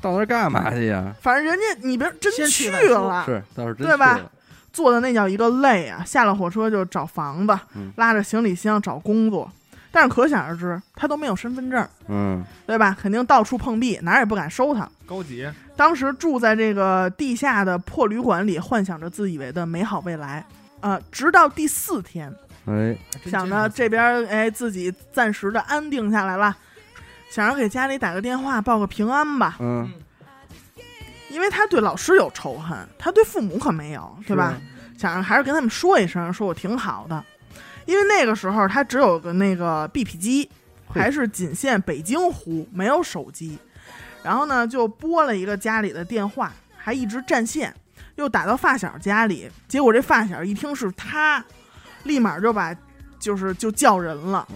到那儿干嘛去呀？
反正人家你别真
先
去
去再说
了，
是，倒是真
对吧
去了？
坐的那叫一个累啊！下了火车就找房子，
嗯
拉着行李箱找工作，但是可想而知，他都没有身份证，
嗯，
对吧？肯定到处碰壁，哪儿也不敢收他。
高级，
当时住在这个地下的破旅馆里，幻想着自以为的美好未来。呃，直到第四天，
哎，
想着这边儿哎自己暂时的安定下来了，想着给家里打个电话报个平安吧，
嗯，
因为他对老师有仇恨，他对父母可没有，对吧？想着还是跟他们说一声，说我挺好的，因为那个时候他只有个那个 BP 机，
嘿
还是仅限北京呼，没有手机。然后呢，就拨了一个家里的电话，还一直占线，又打到发小家里。结果这发小一听是他，立马就把就是就叫人了。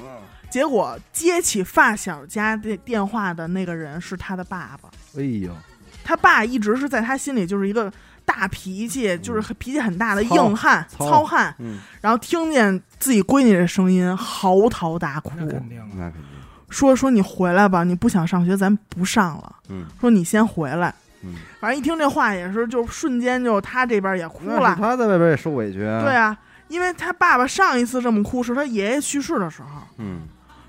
结果接起发小家的电话的那个人是他的爸爸。
哎呦，
他爸一直是在他心里就是一个大脾气，就是很脾气很大的
嗯糙
硬汉、
糙
糙汉。
嗯，
然后听见自己闺女的声音，嚎啕大哭，
那肯定啊，
那肯定，
说说你回来吧，你不想上学，咱不上了。
嗯
说你先回来。
嗯，
反正一听这话也是，就瞬间就他这边也哭
那是
了。
他在外边也受委屈啊，
对，啊，因为他爸爸上一次这么哭是他爷爷去世的时候。
嗯，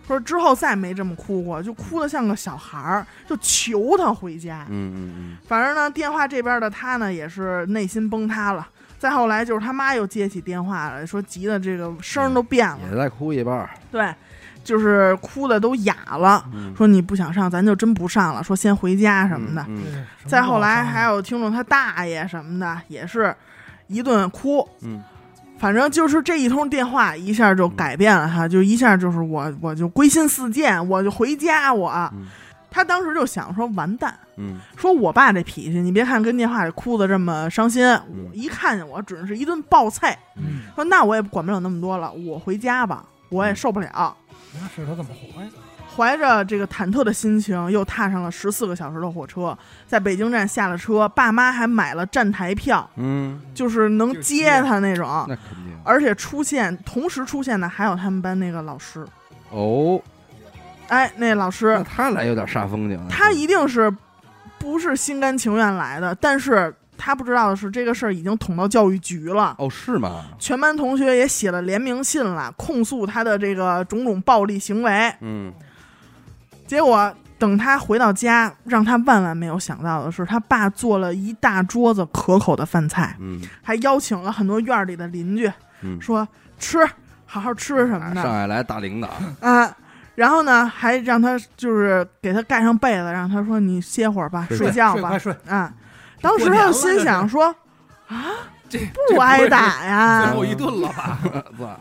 说之后再没这么哭过，就哭得像个小孩儿，就求他回家。
嗯嗯
反正呢，电话这边的他呢也是内心崩塌了。再后来就是他妈又接起电话了，说急的这个声儿都变了，
嗯，也在哭一半儿，
对，就是哭的都哑了。
嗯
说你不想上，咱就真不上了。说先回家什么的。
嗯嗯
再后来还有听众他大爷什么的，也是一顿哭。
嗯
反正就是这一通电话，一下就改变了他，就一下就是我，我就归心似箭，我就回家我。
嗯
他当时就想说，完蛋，
嗯
说我爸这脾气，你别看跟电话里哭的这么伤心，我一看见我准是一顿暴菜。
嗯，
说那我也管不了那么多了，我回家吧，我也受不了。
那是他怎么活呀？
怀着这个忐忑的心情，又踏上了十四个小时的火车，在北京站下了车，爸妈还买了站台票，
嗯，
就是能接他那种。
那肯定
而且出现同时出现的还有他们班那个老师，
哦，
哎，那老师
那他来有点煞风景啊，
他一定是不是心甘情愿来的，但是他不知道的是，这个事儿已经捅到教育局了。
哦是吗？
全班同学也写了联名信了，控诉他的这个种种暴力行为。
嗯
结果等他回到家，让他万万没有想到的是，他爸做了一大桌子可口的饭菜，
嗯
还邀请了很多院儿里的邻居，
嗯，啊
说吃，好好吃什么
上
的
海来大领导，
啊。然后呢，还让他就是给他盖上被子，让他说你歇会儿吧，
睡
睡觉
睡
吧
快。睡，
啊，当时他就心想说啊
这
不挨打 [laughs] 呀，
最后一顿了吧？
哇，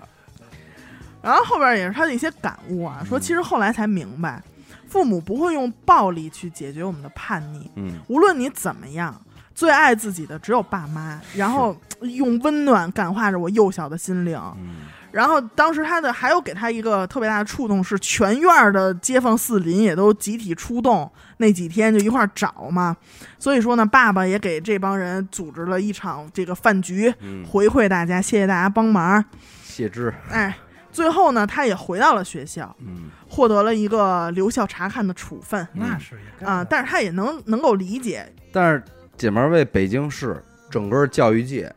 然后后边也是他的一些感悟啊，说其实后来才明白，父母不会用暴力去解决我们的叛逆，
[laughs] 嗯
无论你怎么样，最爱自己的只有爸妈，然后呃用温暖感化着我幼小的心灵。
嗯
然后当时他的还有给他一个特别大的触动是，全院儿的街坊四邻也都集体出动，那几天就一块儿找嘛。所以说呢，爸爸也给这帮人组织了一场这个饭局，
嗯，
回馈大家，谢谢大家帮忙。
谢之，
哎，最后呢，他也回到了学校，
嗯
获得了一个留校查看的处分
那是也该
啊、
的
但是他也能能够理解，
但是姐们儿为北京市整个教育界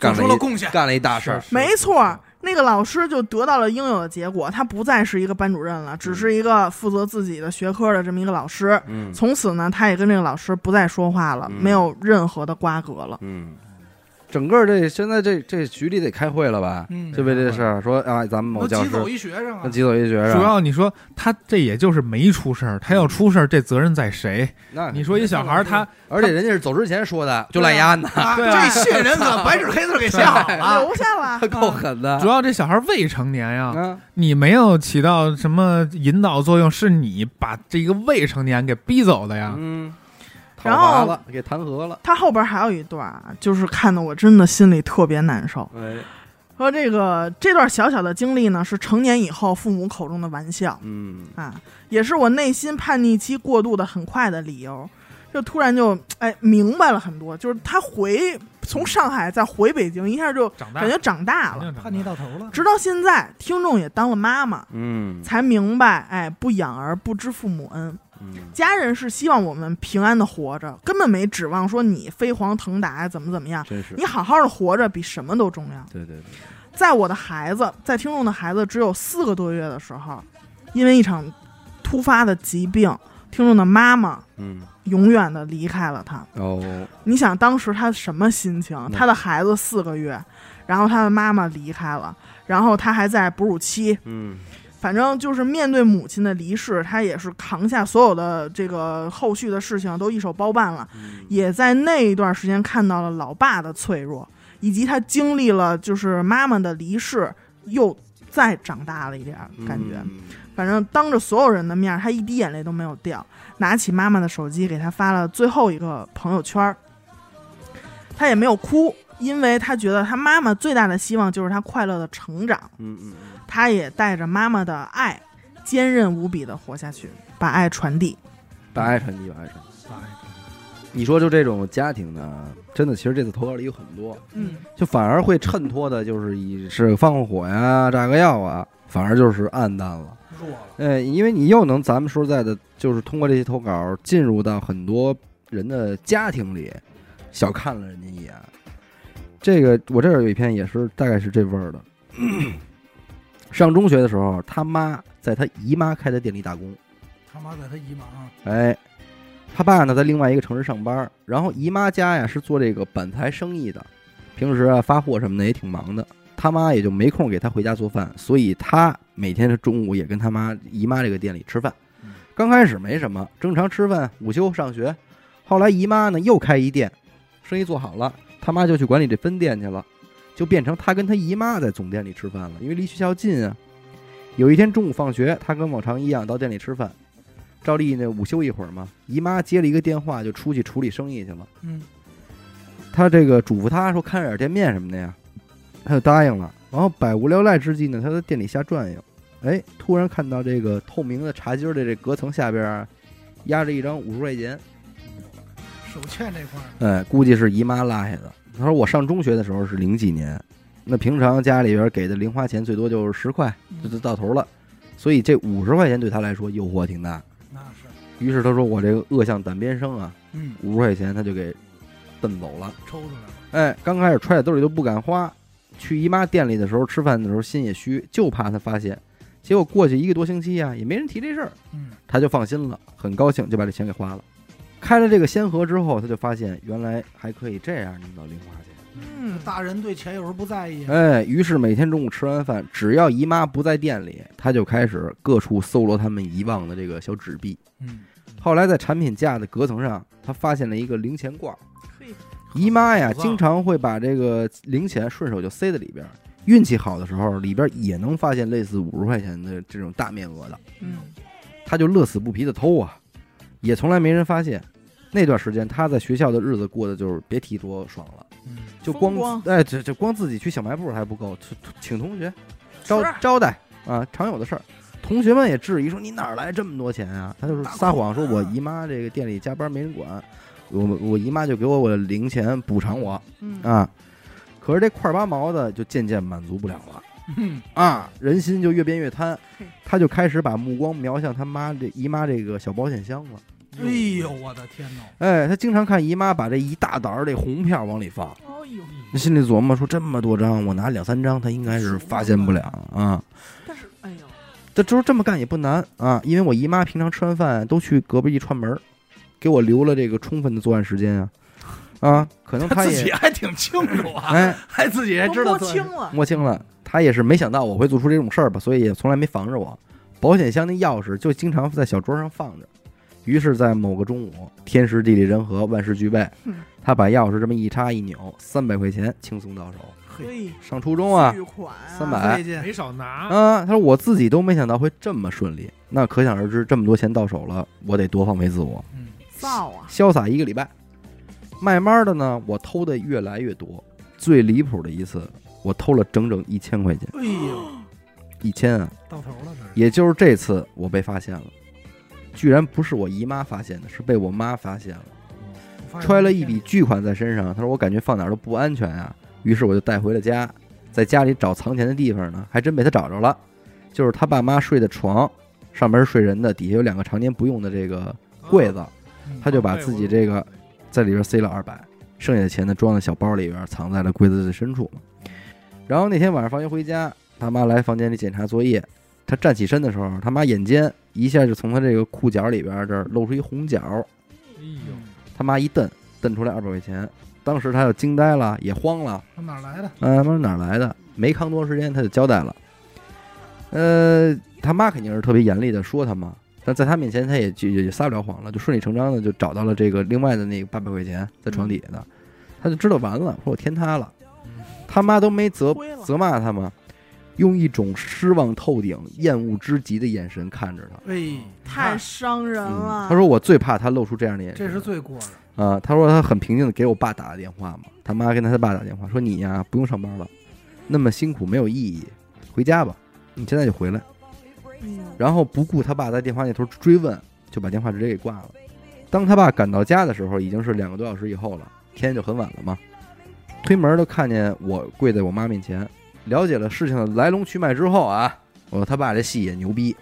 干了
做出了
一
贡献，
干了一大事儿，
是
没错儿，那个老师就得到了应有的结果，他不再是一个班主任了，只是一个负责自己的学科的这么一个老师。
嗯
从此呢，他也跟这个老师不再说话了，
嗯
没有任何的瓜葛了。
嗯。整个这现在这这局里得开会了吧？
嗯
就为这事儿说啊，咱们某
能
教
挤
师
走一学生啊
那，挤走一学生，
主要你说他这也就是没出事儿，他要出事儿，这责任在谁？
那
你说一小孩儿他
而且人家是走之前说的，就赖丫呢， [laughs]
啊
对啊
这些人可白纸黑字给
[laughs]
写好了， [laughs]
留下了，
哎 [laughs] 够狠的。
主要这小孩未成年呀，
啊，
你没有起到什么引导作用，是你把这个未成年给逼走的呀。
嗯，讨
然后
伐了，给弹劾了。
他后边还有一段啊，就是看得我真的心里特别难受。
哎，
说这个这段小小的经历呢，是成年以后父母口中的玩笑。
嗯
啊，也是我内心叛逆期过渡的很快的理由。就突然就哎明白了很多，就是他回从上海再回北京，一下就
长大
感觉长大
肯
了。
定长
叛逆到头了，
直到现在，听众也当了妈妈，
嗯
才明白哎，不养儿不知父母恩。
嗯
家人是希望我们平安的活着，根本没指望说你飞黄腾达怎么怎么样。
真是，
你好好的活着比什么都重要。
对对对，
在我的孩子，在听众的孩子只有四个多月的时候，因为一场突发的疾病，听众的妈妈
嗯
永远的离开了他。
哦，
你想当时他什么心情？他的孩子四个月，然后他的妈妈离开了，然后他还在哺乳期，
嗯
反正就是面对母亲的离世，他也是扛下所有的这个后续的事情都一手包办了，
嗯
也在那一段时间看到了老爸的脆弱，以及他经历了就是妈妈的离世，又再长大了一点儿感觉。
嗯
反正当着所有人的面儿，他一滴眼泪都没有掉，拿起妈妈的手机给他发了最后一个朋友圈儿。他也没有哭，因为他觉得他妈妈最大的希望就是他快乐的成长。
嗯嗯嗯
他也带着妈妈的爱，坚韧无比的活下去，把爱传递。
把爱传递，把爱传递。你说就这种家庭呢，真的，其实这次投稿里有很多，
嗯，
就反而会衬托的，就是以是放放火呀、炸个药啊，反而就是暗淡了。
弱了，
哎，因为你又能，咱们说实在的，就是通过这些投稿进入到很多人的家庭里，小看了人家一眼。这个我这儿有一篇也是大概是这味儿的， [coughs] 上中学的时候，他妈在他姨妈开的店里打工，
他妈在他姨妈啊，
哎，他爸呢在另外一个城市上班，然后姨妈家呀是做这个板材生意的，平时啊发货什么的也挺忙的，他妈也就没空给他回家做饭，所以他每天的中午也跟他妈姨妈这个店里吃饭
嗯。
刚开始没什么，正常吃饭、午休、上学。后来姨妈呢又开一店，生意做好了，他妈就去管理这分店去了，就变成他跟他姨妈在总店里吃饭了，因为离学校近啊。有一天中午放学，他跟往常一样到店里吃饭，照例呢午休一会儿嘛，姨妈接了一个电话，就出去处理生意去了。
嗯，
他这个嘱咐他说看着点店面什么的呀，他就答应了。然后百无聊赖之际呢，他在店里瞎转悠，哎，突然看到这个透明的茶几儿的这隔层下边儿压着一张五十块钱，
手欠这块儿，
哎，估计是姨妈落下的。他说我上中学的时候是零几年，那平常家里边给的零花钱最多就是十块，这就到头了，所以这五十块钱对他来说诱惑挺大。
嗯那是，
于是他说我这个恶向胆边生啊，
嗯，
五十块钱他就给蹬走了。
抽出来了，
哎，刚开始揣在兜里都不敢花，去姨妈店里的时候吃饭的时候心也虚，就怕她发现。结果过去一个多星期啊，也没人提这事儿，
嗯，
他就放心了，很高兴就把这钱给花了。开了这个先河之后，他就发现原来还可以这样弄到零花钱。
嗯，
大人对钱有时候不在意，啊
哎，于是每天中午吃完饭，只要姨妈不在店里，他就开始各处搜罗他们遗忘的这个小纸币。
嗯，
后来在产品架的隔层上，他发现了一个零钱罐儿。
嘿
姨妈呀，
好脏
经常会把这个零钱顺手就塞在里边儿。运气好的时候，里边也能发现类似五十块钱的这种大面额的，
嗯，
他就乐此不疲的偷啊，也从来没人发现。那段时间，他在学校的日子过得就是别提多爽了，
嗯，
就光
风光
哎，这这光自己去小卖部还不够，请请同学招
是
招待啊，常有的事儿。同学们也质疑说：“你哪儿来这么多钱啊？”他就是
大
撒谎说
款：“啊
我姨妈这个店里加班没人管，我我姨妈就给我我的零钱补偿我。”
嗯，
啊。可是这块八毛的就渐渐满足不了了
嗯
啊，人心就越变越贪
嘿，
他就开始把目光瞄向他妈这姨妈这个小保险箱了。
哎呦，我的天哪，
哎，他经常看姨妈把这一大沓儿这红票往里放，
哦呦，
他心里琢磨说这么多张，我拿两三张，他应该是发现不了啊。
但是哎呦，
这之后这么干也不难啊，因为我姨妈平常吃完饭都去隔壁一串门儿，给我留了这个充分的作案时间啊啊，可能
他
他
自
也
己还挺清楚啊，
哎
还自己还知道
摸
做
清了，
摸清了，他也是没想到我会做出这种事儿吧，所以也从来没防着我。保险箱的钥匙就经常在小桌上放着。于是，在某个中午，天时地利人和，万事俱备
嗯，
他把钥匙这么一插一扭，三百块钱轻松到手。
嘿，
上初中啊，
巨款哎啊，
三百
费劲，
没少拿，
啊，他说我自己都没想到会这么顺利，那可想而知，这么多钱到手了，我得多放飞自我，
嗯，
造啊，
潇洒一个礼拜。慢慢的呢，我偷的越来越多，最离谱的一次，我偷了整整一千块钱，
哎呦，
一千啊，
到头了这是，
也就是这次我被发现了，居然不是我姨妈发现的，是被我妈发现了，
我发现
揣了一笔巨款在身上。她说我感觉放哪儿都不安全啊，于是我就带回了家，在家里找藏钱的地方呢，还真被她找着了，就是她爸妈睡的床，上面是睡人的，底下有两个常年不用的这个柜子，
嗯
她就
哎
把自己
哦
这个在里边塞了二百，剩下的钱呢装在小包里边，藏在了柜子的深处。然后那天晚上放学回家，他妈来房间里检查作业，他站起身的时候，他妈眼尖一下就从他这个裤脚里边这儿露出一红角，
哎呦，
嗯
他妈一瞪，瞪出来二百块钱。当时他就惊呆了，也慌了，
他哪儿来的？
嗯、他妈哪儿来的？没扛多长时间，他就交代了。呃，他妈肯定是特别严厉的说他嘛，但在他面前他也就也撒不了谎了，就顺理成章的就找到了这个另外的那个八百块钱在床底下的，他就知道完了，说我天塌了，他妈都没责
亏了，
责骂他吗？用一种失望透顶、厌恶之极的眼神看着他。
哎，
嗯
太伤人了。
他说：“我最怕他露出这样的眼神。”
这是最过的，
啊、他说他很平静的给我爸打了电话嘛，他妈跟他爸打电话说：“你呀，不用上班了，那么辛苦没有意义，回家吧，你现在就回来。
嗯”
然后不顾他爸在电话那头追问，就把电话直接给挂了。当他爸赶到家的时候，已经是两个多小时以后了，天就很晚了嘛。推门都看见我跪在我妈面前，了解了事情的来龙去脉之后啊，我说他爸这戏也牛逼。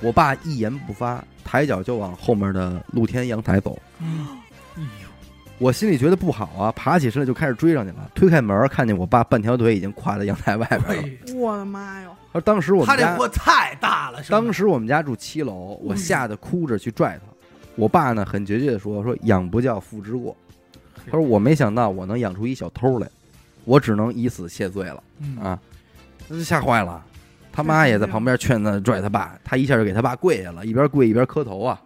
我爸一言不发，抬脚就往后面的露天阳台走。
嗯，
哎呦，
我心里觉得不好啊，爬起身来就开始追上去了。推开门，看见我爸半条腿已经跨在阳台外边了。
哎
我的妈哟！
而当时我
他
们
这
家，
锅太大了，兄弟
当时我们家住七楼，我吓得哭着去拽他。我爸呢，很决绝的说：“说养不教，父之过。”他说：“我没想到我能养出一小偷来，我只能以死谢罪了
嗯
啊！”那就吓坏了，他妈也在旁边劝他拽他爸，他一下就给他爸跪下了，一边跪一边磕头啊，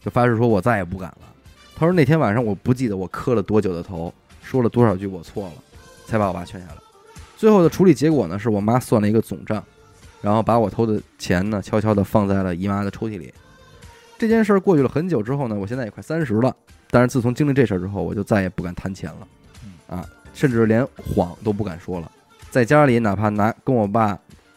就发誓说：“我再也不敢了。”他说：“那天晚上我不记得我磕了多久的头，说了多少句我错了，才把我爸劝下来。”最后的处理结果呢，是我妈算了一个总账，然后把我偷的钱呢，悄悄地放在了姨妈的抽屉里。这件事儿过去了很久之后呢，我现在也快三十了，但是自从经历这事儿之后，我就再也不敢贪钱了，啊，甚至连谎都不敢说了。在家里，哪怕拿跟我爸，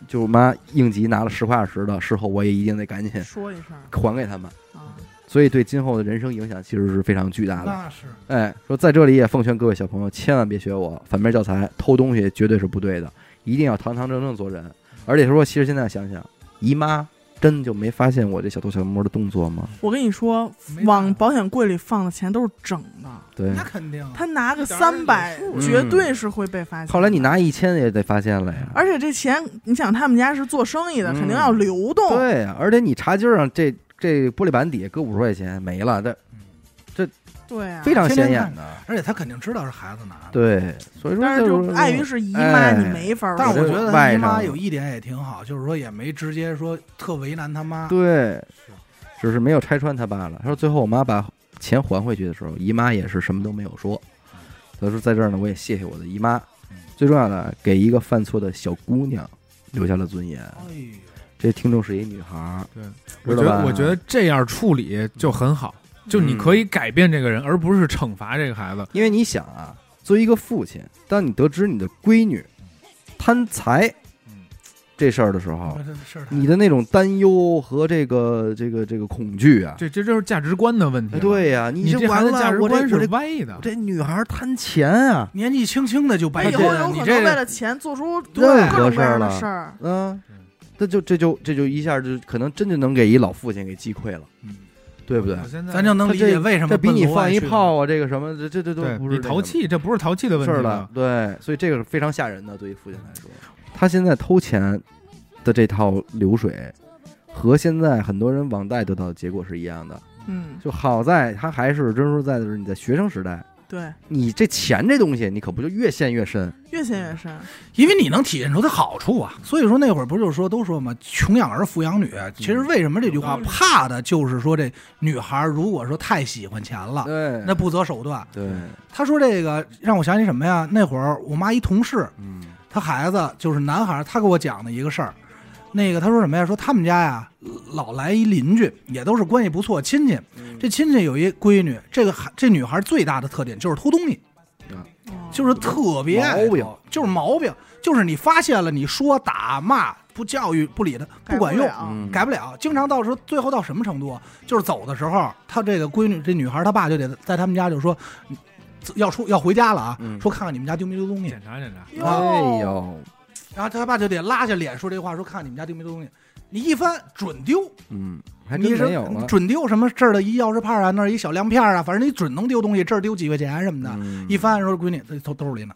就是我妈应急拿了十块二十的，事后我也一定得赶紧
说一声
还给他们。
啊，
所以对今后的人生影响其实是非常巨大的。
那是
哎，说在这里也奉劝各位小朋友，千万别学我，反面教材，偷东西绝对是不对的，一定要堂堂正正做人。而且说，其实现在想想，姨妈真就没发现我这小偷小摸的动作吗？
我跟你说，
没
往
办法
保险柜里放的钱都是整的，
对。
那肯定啊，
他拿个
一点儿
三
也
百
有，数
绝
嗯
对是会被发现的。
后来你拿一千也得发现了呀。
而且这钱，你想他们家是做生意的，肯定要
嗯
流动。
对呀、而且你茶几儿上这这玻璃板底下搁五十块钱没了，这
对啊，
非常
天天
显眼
看
的。
而且他肯定知道是孩子拿的。
对，所以说
但是
就
就是碍于是姨妈，
哎
你没法儿。
但是我
我
觉
这
得他
外
姨妈
甥
有一点也挺好，就是说也没直接说特为难他
[laughs]
妈。
对，只是没有拆穿他爸了。他说最后我妈把钱还回去的时候，姨妈也是什么都没有说。他说在这儿呢，我也谢谢我的姨妈。
嗯
最重要的，给一个犯错的小姑娘留下了尊严。
哎呦，
这听众是一女孩儿，
嗯对，我
知
觉
道吧嗯
得我觉得，这样处理就很好，就你可以改变这个人，而不是惩罚这个孩子。
因为你想啊，作为一个父亲，当你得知你的闺女贪财
嗯
这事儿的时候
我，这事儿太
你的那种担忧和这这个这个这个恐惧啊，
这这就是价值观的问题
哎
了。
对呀、你
你这
完
孩子
了
价值
我这
观
我
是
这
歪的
我。这女孩贪钱啊，
年纪轻轻的就
他
白
以
这
后有
个，你
可能
这
为
个
了钱做出各
任何
种
事
各
儿
样的
了
事儿。
嗯
嗯，
这就这就这就一下就可能真就能给一老父亲给击溃了，
嗯
对不对？
我现在
咱就能
他
理
这
解为什么
这比你
奔楼
放
外
一
去
炮啊，这个什么，这这这都
对
不是
你
那
淘
个
气，这不是淘气的问
事
题啊
儿
嗯了
了。。对，所以这个是非常吓人的，对于父亲来说，他现在偷钱的这套流水。和现在很多人网贷得到的结果是一样的，
嗯，
就好在他还是真实在的是你在学生时代，
对，
你这钱这东西，你可不就越陷越深？
越陷越深。
因为你能体现出它好处啊。所以说那会儿不就是说都说嘛，穷养儿富养女。啊其实为什么这句话
嗯
怕的就是说这女孩儿如果说太喜欢钱
啊
了，
对，
那不择手段。
对，
他说这个让我想起什么呀？那会儿我妈一同事，
嗯
他孩子就是男孩儿，他给我讲的一个事儿。那个他说什么呀？说他们家呀老来一邻居，也都是关系不错亲戚。这亲戚有一闺女，这个孩这女孩最大的特点就是偷东西，
嗯
哦
就是特别爱
毛病
偷就是毛病，就是你发现了，你说打骂不教育不理他不管用
改，
啊
了
嗯
改不了。经常到时候最后到什么程度啊，就是走的时候，他这个闺女这女孩她爸就得在他们家就说嗯要出要回家了啊，
嗯
说看看你们家丢没丢东西。
检查检查，
哟
哎呦，
然后他爸就得拉下脸说这话，说看你们家丢没丢东西。你一翻准丢，
嗯，还
你
真
是
没有啊了。
准丢什么这儿的一钥匙帕啊，那儿一小亮片啊，反正你准能丢东西，这儿丢几块钱什么的。
嗯
一翻说闺女兜兜
[laughs]
里呢，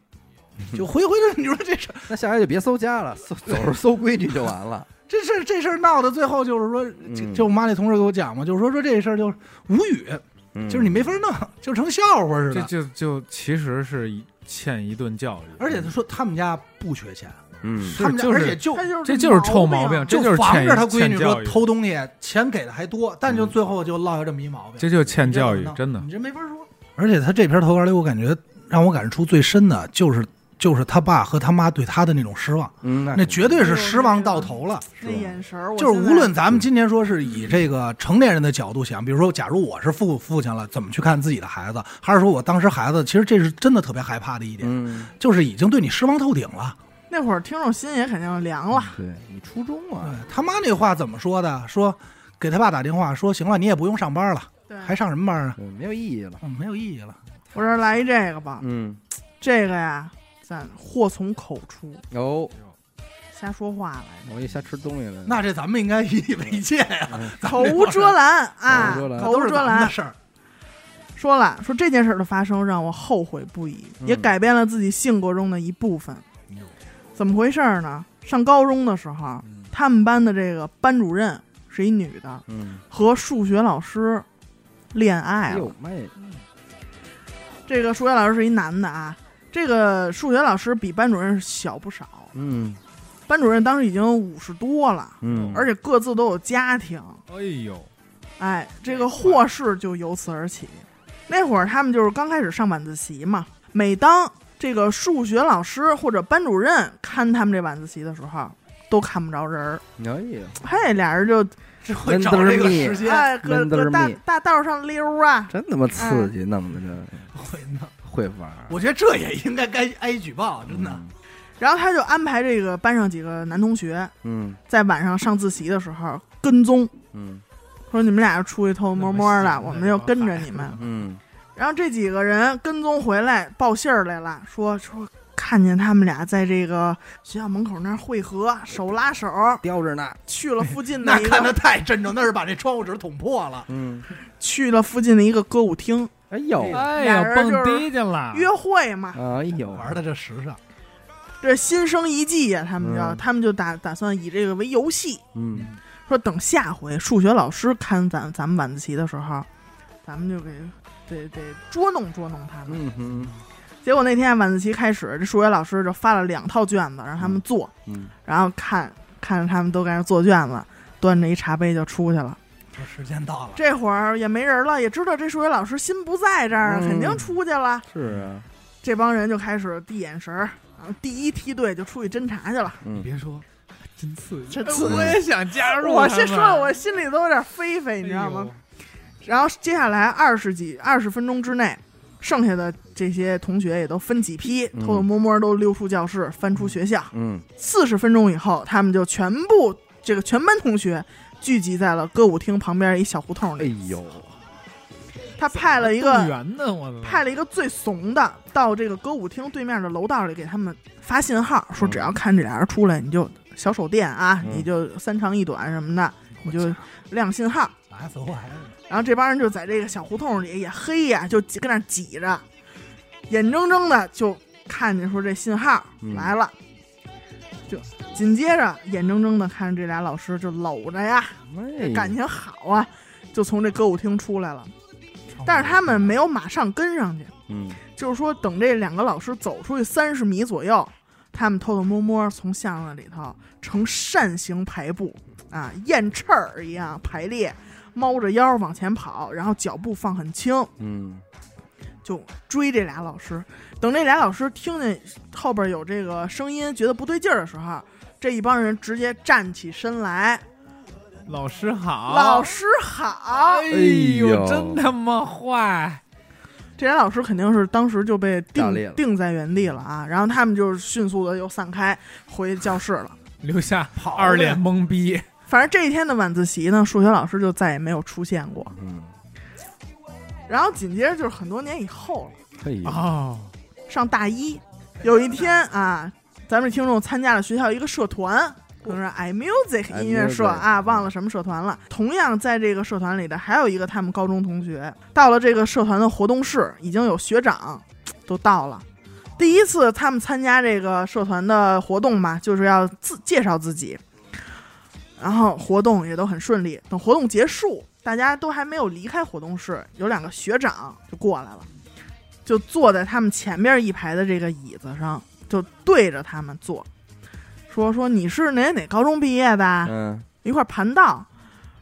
就回回的，你说这事儿
那下回就别搜家了，搜走着搜规矩就完 [laughs] 了。
这事儿这事儿闹的最后就是说，就
嗯
就我妈那同事给我讲嘛，就是说说这事儿就是无语，
嗯
就是你没法弄，就成笑话似
这
的。
就就其实是一欠一顿教育。嗯
而且他说他们家不缺钱，
嗯，
他们家
就是
而且就
他就是
这就是臭毛病这就是
防着
欠
他闺女
欠教
说
育嗯
偷东西，钱给的还多，但就最后就落下这么一毛病。
这就欠教育
你这怎么，
真的
弄你这没法说。而且他这篇投稿里，我感觉让我感触最深的就是就是他爸和他妈对他的那种失望，
嗯，
哎
那绝对是失望到头了。
那眼神儿，我
就是
现在
无论咱们今天说是以这个成年人的角度想，比如说，假如我是父父亲了，怎么去看自己的孩子，还是说我当时孩子，其实这是真的特别害怕的一点，
嗯，
就是已经对你失望透顶了。
那会儿听众心也肯定凉了。
对你初中
对
啊，
他妈那话怎么说的？说给他爸打电话说，行了，你也不用上班了，
对，
还上什么班啊？
对没有意义了。
嗯，没有意义了。
我这儿来一这个吧，
嗯，
这个呀，咱祸从口出，
有
瞎说
[laughs]
话来着。
哦我一瞎吃东西了。
那这咱们应该以以为戒呀、
口无遮拦
口无遮
啊，
拦
嗯
口无遮
咱们的
拦。
事儿。
说了说这件事儿的发生让我后悔不已，也
嗯
改变了自己性格中的一部分。
哎
怎么回事儿呢？上高中的时候，他们班的这个班主任是一女的，
嗯，
和数学老师恋爱了。
哎呦妈呀，
这个数学老师是一男的啊，这个数学老师比班主任小不少，
嗯
班主任当时已经五十多了，
嗯，
而且各自都有家庭，
哎呦，
哎，这个祸事就由此而起。那会儿他们就是刚开始上晚自习嘛，每当这个数学老师或者班主任看他们这晚自习的时候，都看不着人儿，
哎呀，
嘿，俩人就
[laughs] 这会找这个时间，
哎，搁
闷得
搁
儿
大
密
大道上溜啊，
[laughs] 真他妈
嗯
刺激，弄的这
会弄。
会玩儿，
我觉得这也应该该挨举报，真的。
嗯
然后他就安排这个班上几个男同学
嗯
在晚上上自习的时候跟踪，
嗯
说你们俩出去偷偷摸摸
那么
的，
闲
我们就跟着你们。
嗯
然后这几个人跟踪回来报信儿来了，说说看见他们俩在这个学校门口那儿汇合，手拉手
叼着呢，
去了附近
[laughs] 那
的一
看的
个
太真诚，那是把这窗户纸捅破了。
嗯，
去了附近的一个歌舞厅
哎呦
哎
俩
呀，
人就是
蹦迪去了，
约会嘛。
哎呦，
玩的这时尚，
这心生一计呀、他们就、
嗯
他们就打打算以这个为游戏，
嗯
说等下回数学老师看咱咱们晚自习的时候，咱们就给得得捉弄捉弄他们。
嗯哼
结果那天晚自习开始，这数学老师就发了两套卷子让他们做，
嗯，
然后看看着他们都在那做卷子，端着一茶杯就出去了。
说时间到了，
这会儿也没人了，也知道这数学老师心不在这儿，
嗯
肯定出去了。
是啊，
这帮人就开始递眼神儿，然后第一梯队就出去侦查去了。
你
嗯
别说，真刺激，
真刺激
哎我也想加入他们。
我是说，我心里都有点飞飞，
哎呦，
你知道吗？然后接下来二十几二十分钟之内，剩下的这些同学也都分几批，
嗯
偷偷摸摸都溜出教室，翻出学校。
嗯
四十分钟以后，他们就全部这个全班同学聚集在了歌舞厅旁边一小胡同
哎
里。
呦，哎
他派了一
动
个
员呢，我的妈
派了一个最怂的到这个歌舞厅对面的楼道里给他们发信号，说
嗯
只要看这俩人出来，你就小手电啊，
嗯
你就三长一短什么的，你就亮信号。
S O M，
然后这帮人就在这个小胡同里也黑呀、就挤跟那儿挤着，眼睁睁的就看见说这信号
嗯
来了，就紧接着眼睁睁的看着这俩老师就搂着呀，
哎，哦
感情好啊，就从这歌舞厅出来了。但是他们没有马上跟上去，
嗯
就是说等这两个老师走出去三十米左右，他们偷偷摸摸从巷子里头呈扇形排步啊，燕翅儿一样排列，猫着腰往前跑，然后脚步放很轻，
嗯
就追这俩老师。等这俩老师听见后边有这个声音，觉得不对劲儿的时候，这一帮人直接站起身来，
老师好，
老师好。
哎
啊哎
呦，
呦
真他妈坏！
这俩老师肯定是当时就被
炸裂
定
了
定在原地了啊，然后他们就是迅速的又散开回教室了。
留下
跑
二脸懵
哎
逼，
反正这一天的晚自习呢，数学老师就再也没有出现过。
嗯，
然后紧接着就是很多年以后了，
哎呦，
哦，
上大一，有一天啊，咱们听众参加了学校一个社团，可能是 i music 音乐社
iMusic
啊，忘了什么社团了。同样在这个社团里的还有一个他们高中同学，到了这个社团的活动室，已经有学长都到了。第一次他们参加这个社团的活动嘛，就是要自介绍自己，然后活动也都很顺利。等活动结束，大家都还没有离开活动室，有两个学长就过来了，就坐在他们前面一排的这个椅子上，就对着他们坐，说说你是哪哪高中毕业的，
嗯
一块儿盘道。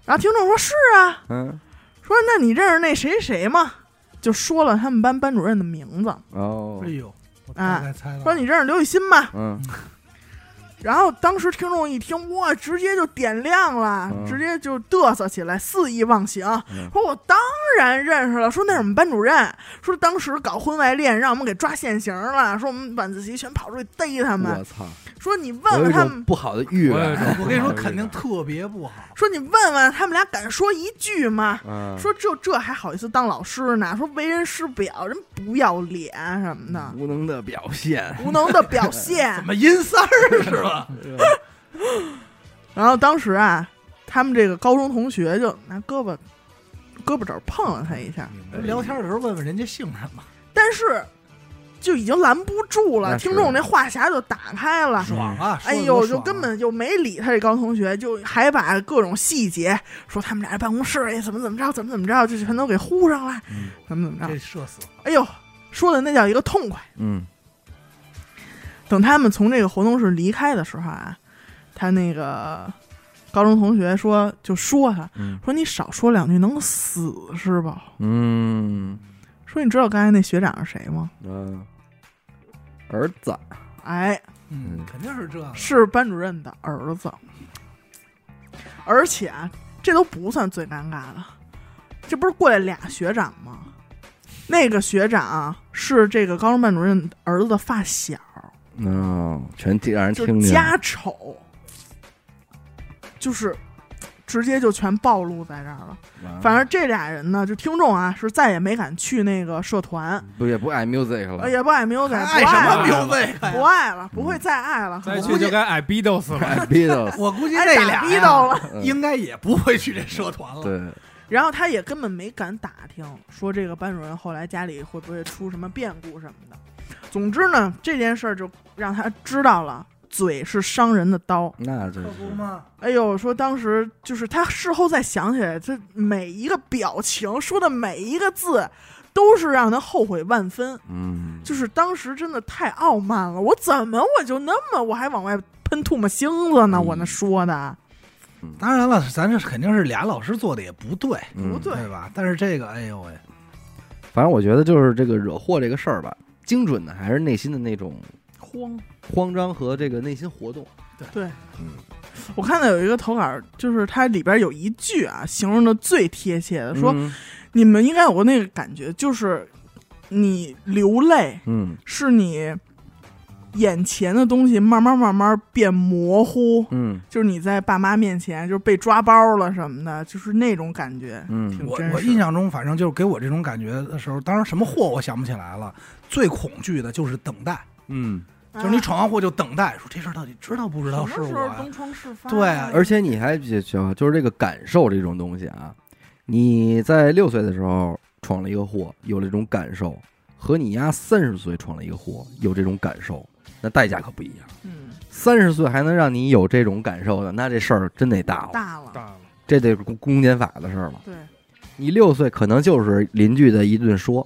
然后听众说是啊，
嗯
说那你认识那谁谁吗？就说了他们班班主任的名字，
哦
哎，呦，我
啊
大概猜到了，
说你认识刘雨欣吗？
嗯
然后当时听众一听，哇，直接就点亮了，
嗯
直接就嘚瑟起来，肆意妄想，
嗯
说我当然认识了，说那是我们班主任，说当时搞婚外恋让我们给抓现行了，说我们晚自习全跑出去逮他
我
们，
操，
说你
我
问
有
问
一
他
种
们，
不好的预
我也
感，
是
我跟你说，肯
啊
定特别不好。
说你问问他们俩敢说一句吗？
嗯，
说就这还好意思当老师呢？说为人师表，人不要脸什么的，
无能的表现，
无能的表
[laughs]
现
怎。么阴三儿啊是吧？
然后当时啊，他们这个高中同学就拿胳膊胳膊肘碰了他一下，
嗯
明白
聊天的时候问问人家姓什么，
但是就已经拦不住了，
那是
听众那话匣就打开了。
爽啊！说
哎
得
呦，
多
就
爽啊
根本就没理他这高同学，就还把各种细节说他们俩在办公室哎怎么怎么着，怎么怎么着，就全都给呼上了，
嗯
怎么怎么着
这。社死了，嗯
哎呦，说的那叫一个痛快。
嗯，
等他们从这个活动室离开的时候啊，他那个高中同学说就说他
嗯
说你少说两句能死是吧？
嗯
说你知道刚才那学长是谁吗？
嗯，儿子，
哎，
嗯
嗯，
肯定是这个。
是班主任的儿子，而且啊，这都不算最尴尬的，这不是过来俩学长吗？那个学长啊是这个高中班主任儿子的发小，
嗯，全听让人
就是
听见，
家丑，就是直接就全暴露在这儿了。反正这俩人呢，就听众啊是再也没敢去那个社团，
不也不爱 music 了
呃，也不爱 music，不
爱
爱
什
了
么
表
牛背
不爱了，不
嗯
会再爱了。
再
我
去
估计
就该挨 Beatles 了。
爱 Beatles，
我估计
哎
这
打
俩
逼到
呀
了，
嗯
应该也不会去这社团了。
对，
然后他也根本没敢打听，说这个班主任后来家里会不会出什么变故什么的。总之呢，这件事儿就让他知道了，嘴是伤人的刀。
那真
可不
是，
嘛，
哎呦，说当时就是他事后再想起来，这每一个表情说的每一个字，都是让他后悔万分。
嗯，
就是当时真的太傲慢了，我怎么我就那么我还往外喷唾沫星子呢？
嗯
我那说的，
当然了，咱这肯定是俩老师做的也不对，
嗯
不对
对吧？但是这个，哎呦喂，
反正我觉得就是这个惹祸这个事儿吧，精准的还是内心的那种
慌。
慌张和这个内心活动，
对，
嗯
我看到有一个投稿，就是它里边有一句啊，形容的最贴切的，说、
嗯
你们应该有过那个感觉，就是你流泪
嗯
是你眼前的东西慢慢慢慢变模糊，
嗯
就是你在爸妈面前就是被抓包了什么的，就是那种感觉。
嗯
挺
我
真
我
实
印象中，反正就是给我这种感觉的时候，当然什么祸我想不起来了。最恐惧的就是等待，
嗯，
啊
就是你闯完祸就等待，说这事儿到底知道不
哎
知道是我呀？
窗事发
对啊
而且你还比较就是这个感受这种东西啊，你在六岁的时候闯了一个祸，有了这种感受，和你丫三十岁闯了一个祸，有这种感受，那代价可不一样。
嗯，
三十岁还能让你有这种感受的，那这事儿真得大了，
大了，
大了，
这得公公检法的事儿了。
对，
你六岁可能就是邻居的一顿说，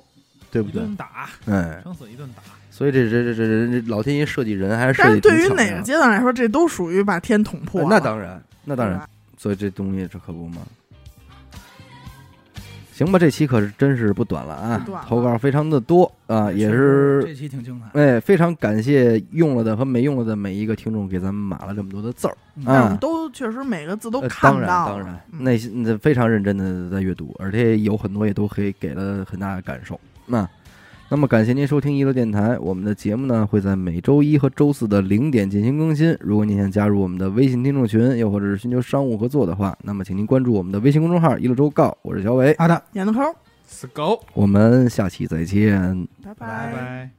对不
一
对？
顿打，
嗯，
撑死一顿打。
所以这这这这这老天爷设计人还是设
但
计
是对于
挺巧
哪
妙
个
的
阶段来说，这都属于把天捅破
呃
了。
那当然，那当
对
然
吧，，
所以这东西这可不嘛。行吧，这期可是真是不短了啊
不短，了
投稿非常的多啊、也
是
是
这期挺精彩。
哎，非常感谢用了的和没用了的每一个听众给咱们码了这么多的字儿
嗯
但我们
啊。
都确实每个字都
呃
看
当
到
然，
了，
当然，
嗯
内心呃非常认真的在阅读，而且有很多也都可以给了很大的感受。那、那么感谢您收听一乐电台，我们的节目呢会在每周一和周四的零点进行更新。如果您想加入我们的微信听众群，又或者是寻求商务合作的话，那么请您关注我们的微信公众号“一乐周告”，我是小伟，
好的，
演的抠，
死狗，
我们下期再见。
拜
拜拜。